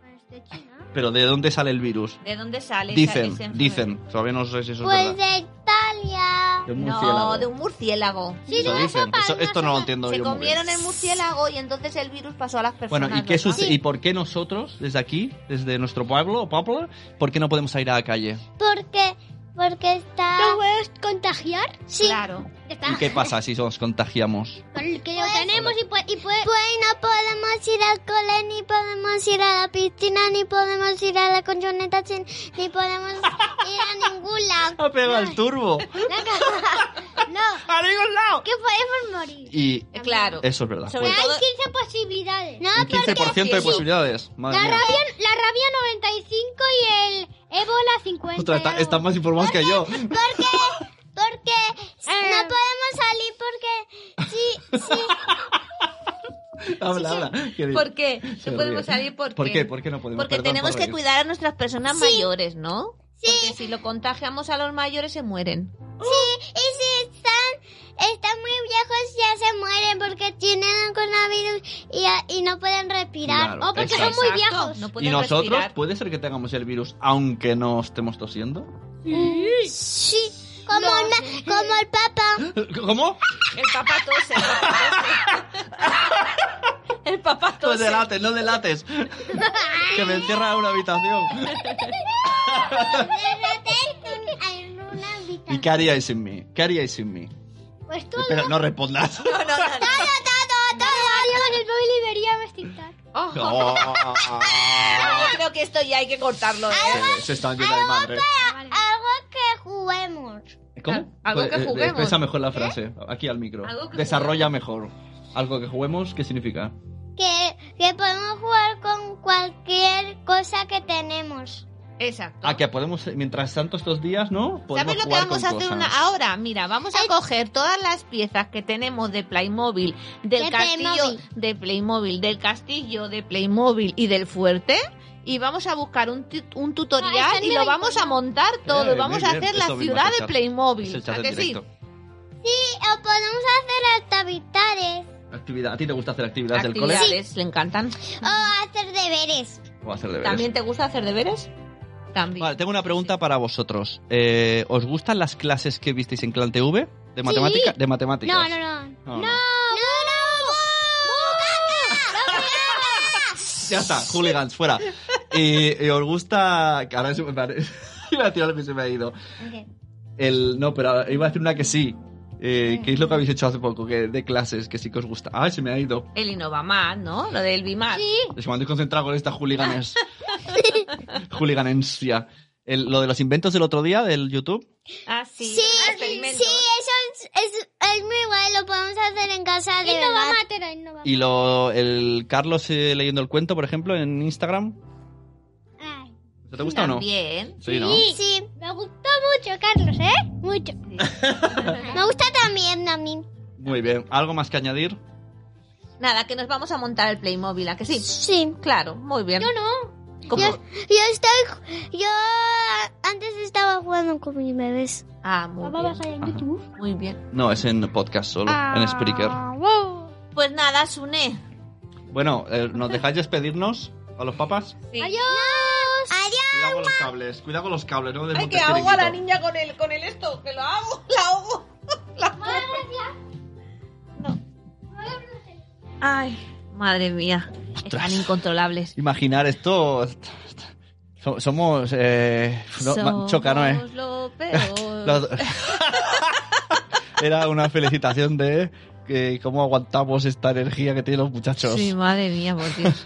Speaker 5: Pues de China.
Speaker 2: ¿Pero de dónde sale el virus?
Speaker 6: ¿De dónde sale? esa-
Speaker 2: Dicen,
Speaker 6: esa enfermedad?
Speaker 2: dicen. Todavía no sé si eso es
Speaker 5: Pues
Speaker 2: verdad.
Speaker 5: de Italia.
Speaker 2: De un
Speaker 3: No,
Speaker 2: murciélago.
Speaker 3: de un murciélago.
Speaker 5: Sí,
Speaker 2: Eso
Speaker 5: de una
Speaker 2: dicen.
Speaker 5: sopa,
Speaker 2: Eso-
Speaker 5: de
Speaker 2: esto
Speaker 5: una
Speaker 2: no lo
Speaker 5: sopa.
Speaker 2: entiendo
Speaker 3: Se
Speaker 2: yo muy bien.
Speaker 3: comieron el murciélago y entonces el virus pasó a las personas.
Speaker 2: Bueno, ¿y qué
Speaker 3: ¿verdad?
Speaker 2: sucede? ¿Y por qué nosotros, desde aquí, desde nuestro pueblo o pueblo, por qué no podemos ir a la calle?
Speaker 5: Porque, porque está. ¿Lo puedes contagiar? Sí.
Speaker 3: Claro.
Speaker 2: ¿Y qué pasa si nos contagiamos?
Speaker 5: que lo tenemos y pues, no podemos ir al cole, ni podemos ir a la piscina, ni podemos ir a la colchoneta, sin- ni podemos ir a ningún lado.
Speaker 2: ¡Ha pegado el turbo!
Speaker 5: No,
Speaker 2: ¡A ningún lado!
Speaker 5: que podemos morir.
Speaker 2: Y pues,
Speaker 3: Eh, Claro.
Speaker 2: eso es verdad.
Speaker 3: Sobre todo,
Speaker 5: 15 posibilidades. No,
Speaker 2: Un 15% de
Speaker 3: Sí.
Speaker 2: posibilidades. Madre mía.
Speaker 5: la rabia 95 y el ébola 50.
Speaker 2: Ostras, está- están más informados que yo.
Speaker 5: Porque, porque no podemos salir porque sí, sí,
Speaker 2: habla, habla. ¿Qué dices?
Speaker 3: ¿por qué?
Speaker 2: Se
Speaker 3: No
Speaker 2: ríe.
Speaker 3: podemos salir porque...
Speaker 2: ¿Por qué? ¿Por qué no podemos?
Speaker 3: Porque
Speaker 2: Perdón
Speaker 3: tenemos
Speaker 2: por
Speaker 3: que
Speaker 2: reír.
Speaker 3: cuidar a nuestras personas
Speaker 5: Sí.
Speaker 3: mayores, ¿no?
Speaker 5: Sí.
Speaker 3: Porque si lo contagiamos a los mayores se mueren.
Speaker 5: sí. Y si están, están muy viejos ya se mueren porque tienen el coronavirus y, y no pueden respirar.
Speaker 2: Claro,
Speaker 5: o porque
Speaker 2: exacto.
Speaker 5: son muy
Speaker 3: Exacto,
Speaker 5: viejos.
Speaker 3: No
Speaker 2: ¿Y
Speaker 3: pueden
Speaker 2: nosotros pues.
Speaker 3: respirar.
Speaker 2: puede ser que tengamos el virus aunque no estemos tosiendo?
Speaker 5: Sí, como, el ma- como el papá.
Speaker 2: ¿Cómo?
Speaker 6: El papá tose. el papá tose. El papá
Speaker 2: No
Speaker 6: tose.
Speaker 2: delates, no delates. que me encierra en una habitación.
Speaker 5: en una
Speaker 2: ¿Y qué haríais sin mí? ¿Qué haríais sin mí?
Speaker 5: Pues tú
Speaker 2: Pero no respondas.
Speaker 6: No, no, no, no.
Speaker 5: con el móvil y veríamos TikTok.
Speaker 6: Ojo.
Speaker 2: Oh.
Speaker 3: Yo creo que esto ya hay que cortarlo. ¿eh?
Speaker 2: Se- se están yendo de madre.
Speaker 5: Algo que juguemos.
Speaker 2: ¿Cómo?
Speaker 3: Algo que
Speaker 2: Eh, eh,
Speaker 3: juguemos.
Speaker 2: Expresa mejor la frase, aquí al micro.
Speaker 6: Algo que
Speaker 2: Desarrolla mejor. Algo que juguemos, ¿qué significa?
Speaker 5: que, que podemos jugar con cualquier cosa que tenemos.
Speaker 3: Exacto.
Speaker 2: Ah, que podemos, mientras tanto estos días, ¿no? Podemos
Speaker 3: ¿Sabes lo que
Speaker 2: jugar
Speaker 3: vamos a
Speaker 2: con
Speaker 3: hacer
Speaker 2: cosas.
Speaker 3: una- ahora? Mira, vamos a coger todas las piezas que tenemos de Playmobil, del
Speaker 5: De
Speaker 3: castillo
Speaker 5: Playmobil.
Speaker 3: de Playmobil, del castillo de Playmobil y del fuerte y vamos a buscar un, tu- un tutorial
Speaker 5: Ah, esa
Speaker 3: y lo
Speaker 5: no la
Speaker 3: vamos a
Speaker 5: conozco.
Speaker 3: montar todo.
Speaker 2: Eh,
Speaker 3: y vamos
Speaker 2: muy
Speaker 3: a
Speaker 2: bien,
Speaker 3: hacer la
Speaker 2: eso mismo
Speaker 3: ciudad
Speaker 2: es el
Speaker 3: de
Speaker 2: chat. Es
Speaker 3: Playmobil.
Speaker 2: el chat
Speaker 3: ¿a
Speaker 2: en
Speaker 3: que sí?
Speaker 2: directo.
Speaker 5: Sí, o podemos hacer hasta avatares
Speaker 2: Actividad. ¿A ti te gusta hacer actividades, del cole?
Speaker 3: Actividades, le encantan.
Speaker 5: o hacer deberes.
Speaker 2: O hacer deberes.
Speaker 3: ¿También te gusta hacer deberes? También.
Speaker 2: Vale, tengo una pregunta para vosotros. Eh, ¿Os gustan las clases que visteis en Clan TV? ¿De matemática? De matemáticas.
Speaker 5: No, no, no. No,
Speaker 2: No,
Speaker 5: no,
Speaker 2: no.
Speaker 5: no.
Speaker 2: Ya está, hooligans, fuera. Y, y os gusta... que Ahora se me parece... Iba a decir algo que se me ha ido. El... No, pero ahora- iba a decir una que sí. Eh, que es lo que habéis hecho hace poco, que de clases, que sí que os gusta. Ay, se me ha ido.
Speaker 3: El Innovamat, ¿no? Lo del Bimat.
Speaker 2: Se me han desconcentrado con esta hooliganes. hooliganencia. El- lo de los inventos del otro día del YouTube.
Speaker 6: Ah, sí.
Speaker 5: Sí, sí,
Speaker 6: experimentos.
Speaker 5: eso es, es, es muy guay, lo podemos hacer en casa de verdad.
Speaker 2: Y lo, el Carlos eh, leyendo el cuento, por ejemplo, en Instagram. ¿Te gusta o no?
Speaker 5: También.
Speaker 2: Sí, ¿no?
Speaker 6: Sí, sí. Me gustó mucho, Carlos, ¿eh? Mucho. Me gusta también a mí.
Speaker 2: Muy bien. ¿Algo más que añadir?
Speaker 3: Nada, que nos vamos a montar el Playmobil, ¿a que sí?
Speaker 6: Sí.
Speaker 3: Claro, muy bien.
Speaker 6: Yo no.
Speaker 3: ¿Cómo?
Speaker 6: Yo, yo estoy... Yo antes estaba jugando con mis bebés.
Speaker 3: Ah, muy bien.
Speaker 6: a ir
Speaker 2: Ajá.
Speaker 3: Muy bien.
Speaker 2: No, es en podcast solo,
Speaker 5: Ah.
Speaker 2: en Spreaker.
Speaker 6: Ah,
Speaker 3: Pues nada, Sune.
Speaker 2: Bueno, eh, ¿nos dejáis despedirnos a los papas?
Speaker 6: Adiós.
Speaker 2: Cuidado con los cables, cuidado con los cables, no
Speaker 5: Ay,
Speaker 2: desmontes
Speaker 5: que ahogo a la
Speaker 2: chiringuito.
Speaker 5: niña con el, con el esto, que lo hago, la ahogo. La ahogo.
Speaker 3: Ay, madre mía. Están incontrolables.
Speaker 2: Imaginar esto. so- Somos. Eh, no, ma- choca, ¿no? Eh?
Speaker 3: Somos lo peor.
Speaker 2: Los- Era una felicitación de que cómo aguantamos esta energía que tienen los muchachos.
Speaker 3: Sí, madre mía, por Dios.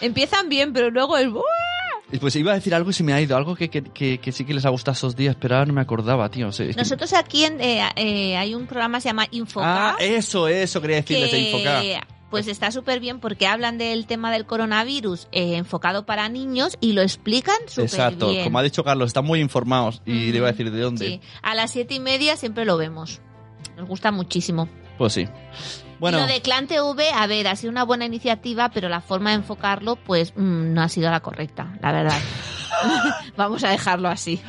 Speaker 3: Empiezan bien, pero luego el...
Speaker 2: Y pues iba a decir algo y se me ha ido, algo que, que, que- que sí que les ha gustado esos días, pero ahora no me acordaba, tío. sí, es que-
Speaker 3: Nosotros aquí en, eh, eh, hay un programa que se llama Infoca.
Speaker 2: Ah, eso, eso quería decirles de Infocar.
Speaker 3: que, pues está súper bien porque hablan del tema del coronavirus eh, enfocado para niños y lo explican súper
Speaker 2: Exacto,
Speaker 3: bien.
Speaker 2: como ha dicho Carlos, están muy informados y
Speaker 3: Mm,
Speaker 2: le iba a decir de dónde.
Speaker 3: Sí. A las siete y media siempre lo vemos. Nos gusta muchísimo.
Speaker 2: Pues sí. Bueno,
Speaker 3: Lo de Clan TV, a ver, ha sido una buena iniciativa, pero la forma de enfocarlo, pues mm, no ha sido la correcta, la verdad. Vamos a dejarlo así.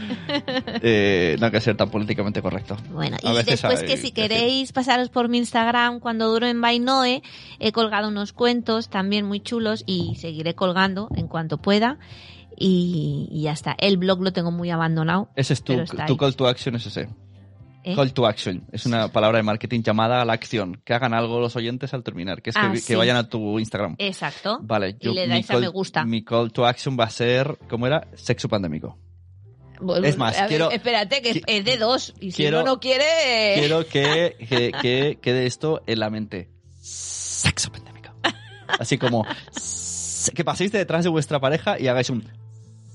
Speaker 2: eh, no hay que ser tan políticamente correcto.
Speaker 3: Bueno,
Speaker 2: A
Speaker 3: y
Speaker 2: veces
Speaker 3: después
Speaker 2: hay
Speaker 3: que si
Speaker 2: que
Speaker 3: queréis pasaros por mi Instagram cuando duro en Bainoe, he colgado unos cuentos también muy chulos y seguiré colgando en cuanto pueda. Y, y ya está. El blog lo tengo muy abandonado.
Speaker 2: Ese es tu,
Speaker 3: Pero está
Speaker 2: tu
Speaker 3: ahí.
Speaker 2: call to action, es ese.
Speaker 3: ¿eh?
Speaker 2: Call to action. Es una palabra de marketing llamada a la acción. Que hagan algo los oyentes al terminar. Que es que,
Speaker 3: Ah,
Speaker 2: vi- que
Speaker 3: sí.
Speaker 2: vayan a tu Instagram.
Speaker 3: Exacto.
Speaker 2: Vale,
Speaker 3: Y le dais
Speaker 2: mi
Speaker 3: a
Speaker 2: call-
Speaker 3: me gusta.
Speaker 2: Mi call to action va a ser, ¿cómo era? Sexo pandémico.
Speaker 3: Bueno,
Speaker 2: es más,
Speaker 3: a ver,
Speaker 2: quiero-
Speaker 3: Espérate, que
Speaker 2: qui-
Speaker 3: es de dos. Y si
Speaker 2: quiero-
Speaker 3: uno no quiere. eh,
Speaker 2: Quiero que, que, que quede esto en la mente. Sexo pandémico. Así como se- que paséis de detrás de vuestra pareja y hagáis un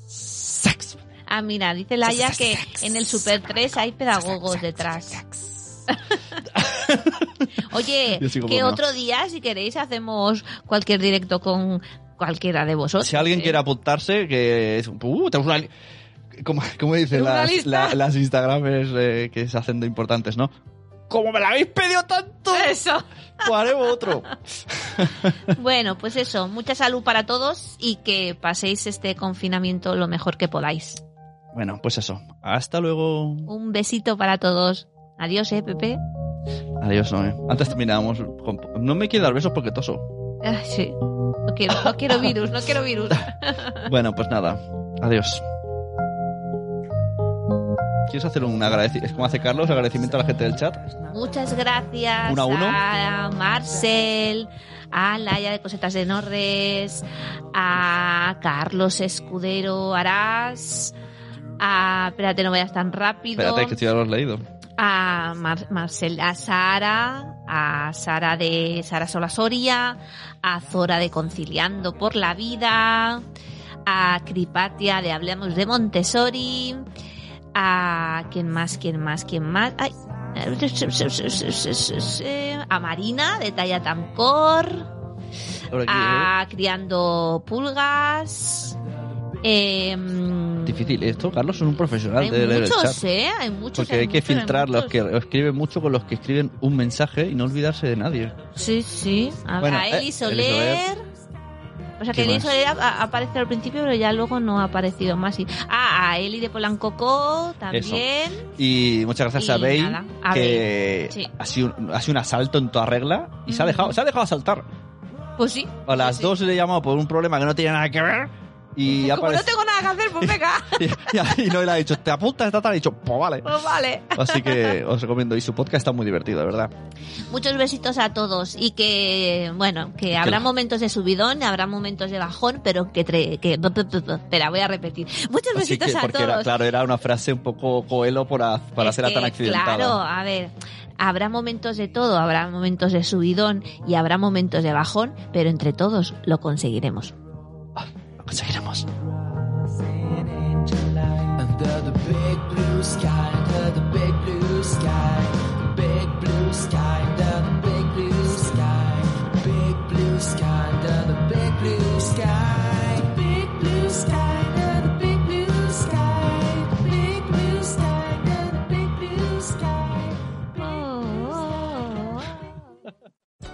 Speaker 2: sexo.
Speaker 3: Ah, mira, dice Laia que en el Super 3 hay pedagogos detrás. Oye,
Speaker 2: Yo sigo
Speaker 3: que
Speaker 2: bloqueado.
Speaker 3: otro día, si queréis, hacemos cualquier directo con cualquiera de vosotros.
Speaker 2: Si alguien
Speaker 3: ¿eh?
Speaker 2: quiere apuntarse, que es un- uh, tenemos una li- como, como dicen
Speaker 3: Una
Speaker 2: las,
Speaker 3: lista.
Speaker 2: la- las Instagramers eh, que se hacen de importantes, ¿no? Como me la habéis pedido tanto,
Speaker 3: Eso.
Speaker 2: pues haremos otro.
Speaker 3: Bueno, pues eso, mucha salud para todos y que paséis este confinamiento lo mejor que podáis.
Speaker 2: Bueno, pues eso. Hasta luego.
Speaker 3: Un besito para todos. Adiós, eh, Pepe.
Speaker 2: Adiós, Noé. Antes terminábamos con... No me quiero dar besos porque toso.
Speaker 3: Ah, sí. No quiero, no quiero virus, no quiero virus.
Speaker 2: Bueno, pues nada. Adiós. ¿Quieres hacer un agradecimiento? Es como hace Carlos, agradecimiento a la gente del chat.
Speaker 3: Muchas gracias
Speaker 2: Uno a uno.
Speaker 3: a Marcel, a Laia de Cosetas de Norres, a Carlos Escudero Arás, a... Espérate, no vayas tan rápido.
Speaker 2: Espérate, que esto ya lo has leído.
Speaker 3: a Mar- Marcel, a Sara, a Sara de Sara Solasoria, a Zora de Conciliando por la Vida, a Cripatia de Hablemos de Montessori, a quién más, quién más, quién más, Ay, a Marina de Talla Tamcor,
Speaker 2: Por aquí, ¿eh?
Speaker 3: a Criando Pulgas, em,
Speaker 2: eh. Difícil. Esto, Carlos, es un profesional
Speaker 3: hay
Speaker 2: de leer el
Speaker 3: muchos,
Speaker 2: chat.
Speaker 3: eh, hay muchos.
Speaker 2: Porque hay que
Speaker 3: muchos,
Speaker 2: filtrar los
Speaker 3: muchos.
Speaker 2: que escriben mucho con los que escriben un mensaje y no olvidarse de nadie.
Speaker 3: Sí, sí. A,
Speaker 2: Bueno,
Speaker 3: a
Speaker 2: eh,
Speaker 3: Eli
Speaker 2: Eli
Speaker 3: Soler. O sea
Speaker 2: ¿Qué
Speaker 3: que Eli
Speaker 2: más?
Speaker 3: Soler a- aparece al principio, pero ya luego no ha aparecido más. Y- Ah, a Eli de Polancoco también.
Speaker 2: Y muchas gracias
Speaker 3: Y
Speaker 2: a Bey,
Speaker 3: nada, a
Speaker 2: que
Speaker 3: Bey, sí.
Speaker 2: ha, sido, un- ha sido un asalto en toda regla y se ha
Speaker 3: Mm.
Speaker 2: dejado, se ha dejado asaltar.
Speaker 3: Pues sí.
Speaker 2: A las
Speaker 3: sí.
Speaker 2: dos le he llamado por un problema que no tiene nada que ver y ha
Speaker 3: Como no
Speaker 2: aparecido.
Speaker 3: tengo nada que hacer, pues venga.
Speaker 2: y, y no le ha dicho, ¿te apuntas esta tarde? Y he dicho, pues vale.
Speaker 3: pues vale.
Speaker 2: Así que os recomiendo. Y su podcast está muy divertido, de verdad.
Speaker 3: Muchos besitos a todos y que, bueno, que habrá
Speaker 2: la-
Speaker 3: momentos de subidón, habrá momentos de bajón, pero que... tre- que espera, voy a repetir. Muchos
Speaker 2: Así
Speaker 3: besitos
Speaker 2: que,
Speaker 3: a
Speaker 2: porque
Speaker 3: todos.
Speaker 2: era, claro, era una frase un poco coelo para, para
Speaker 3: Es
Speaker 2: hacerla tan
Speaker 3: que,
Speaker 2: accidentada.
Speaker 3: Este, Claro, a ver, habrá momentos de todo, habrá momentos de subidón y habrá momentos de bajón, pero entre todos lo conseguiremos.
Speaker 2: Lo conseguiremos.
Speaker 7: Under the big blue sky, under the big blue sky, the big blue sky, under the big blue sky, the big blue sky, under the big blue sky, the big blue sky, under the big blue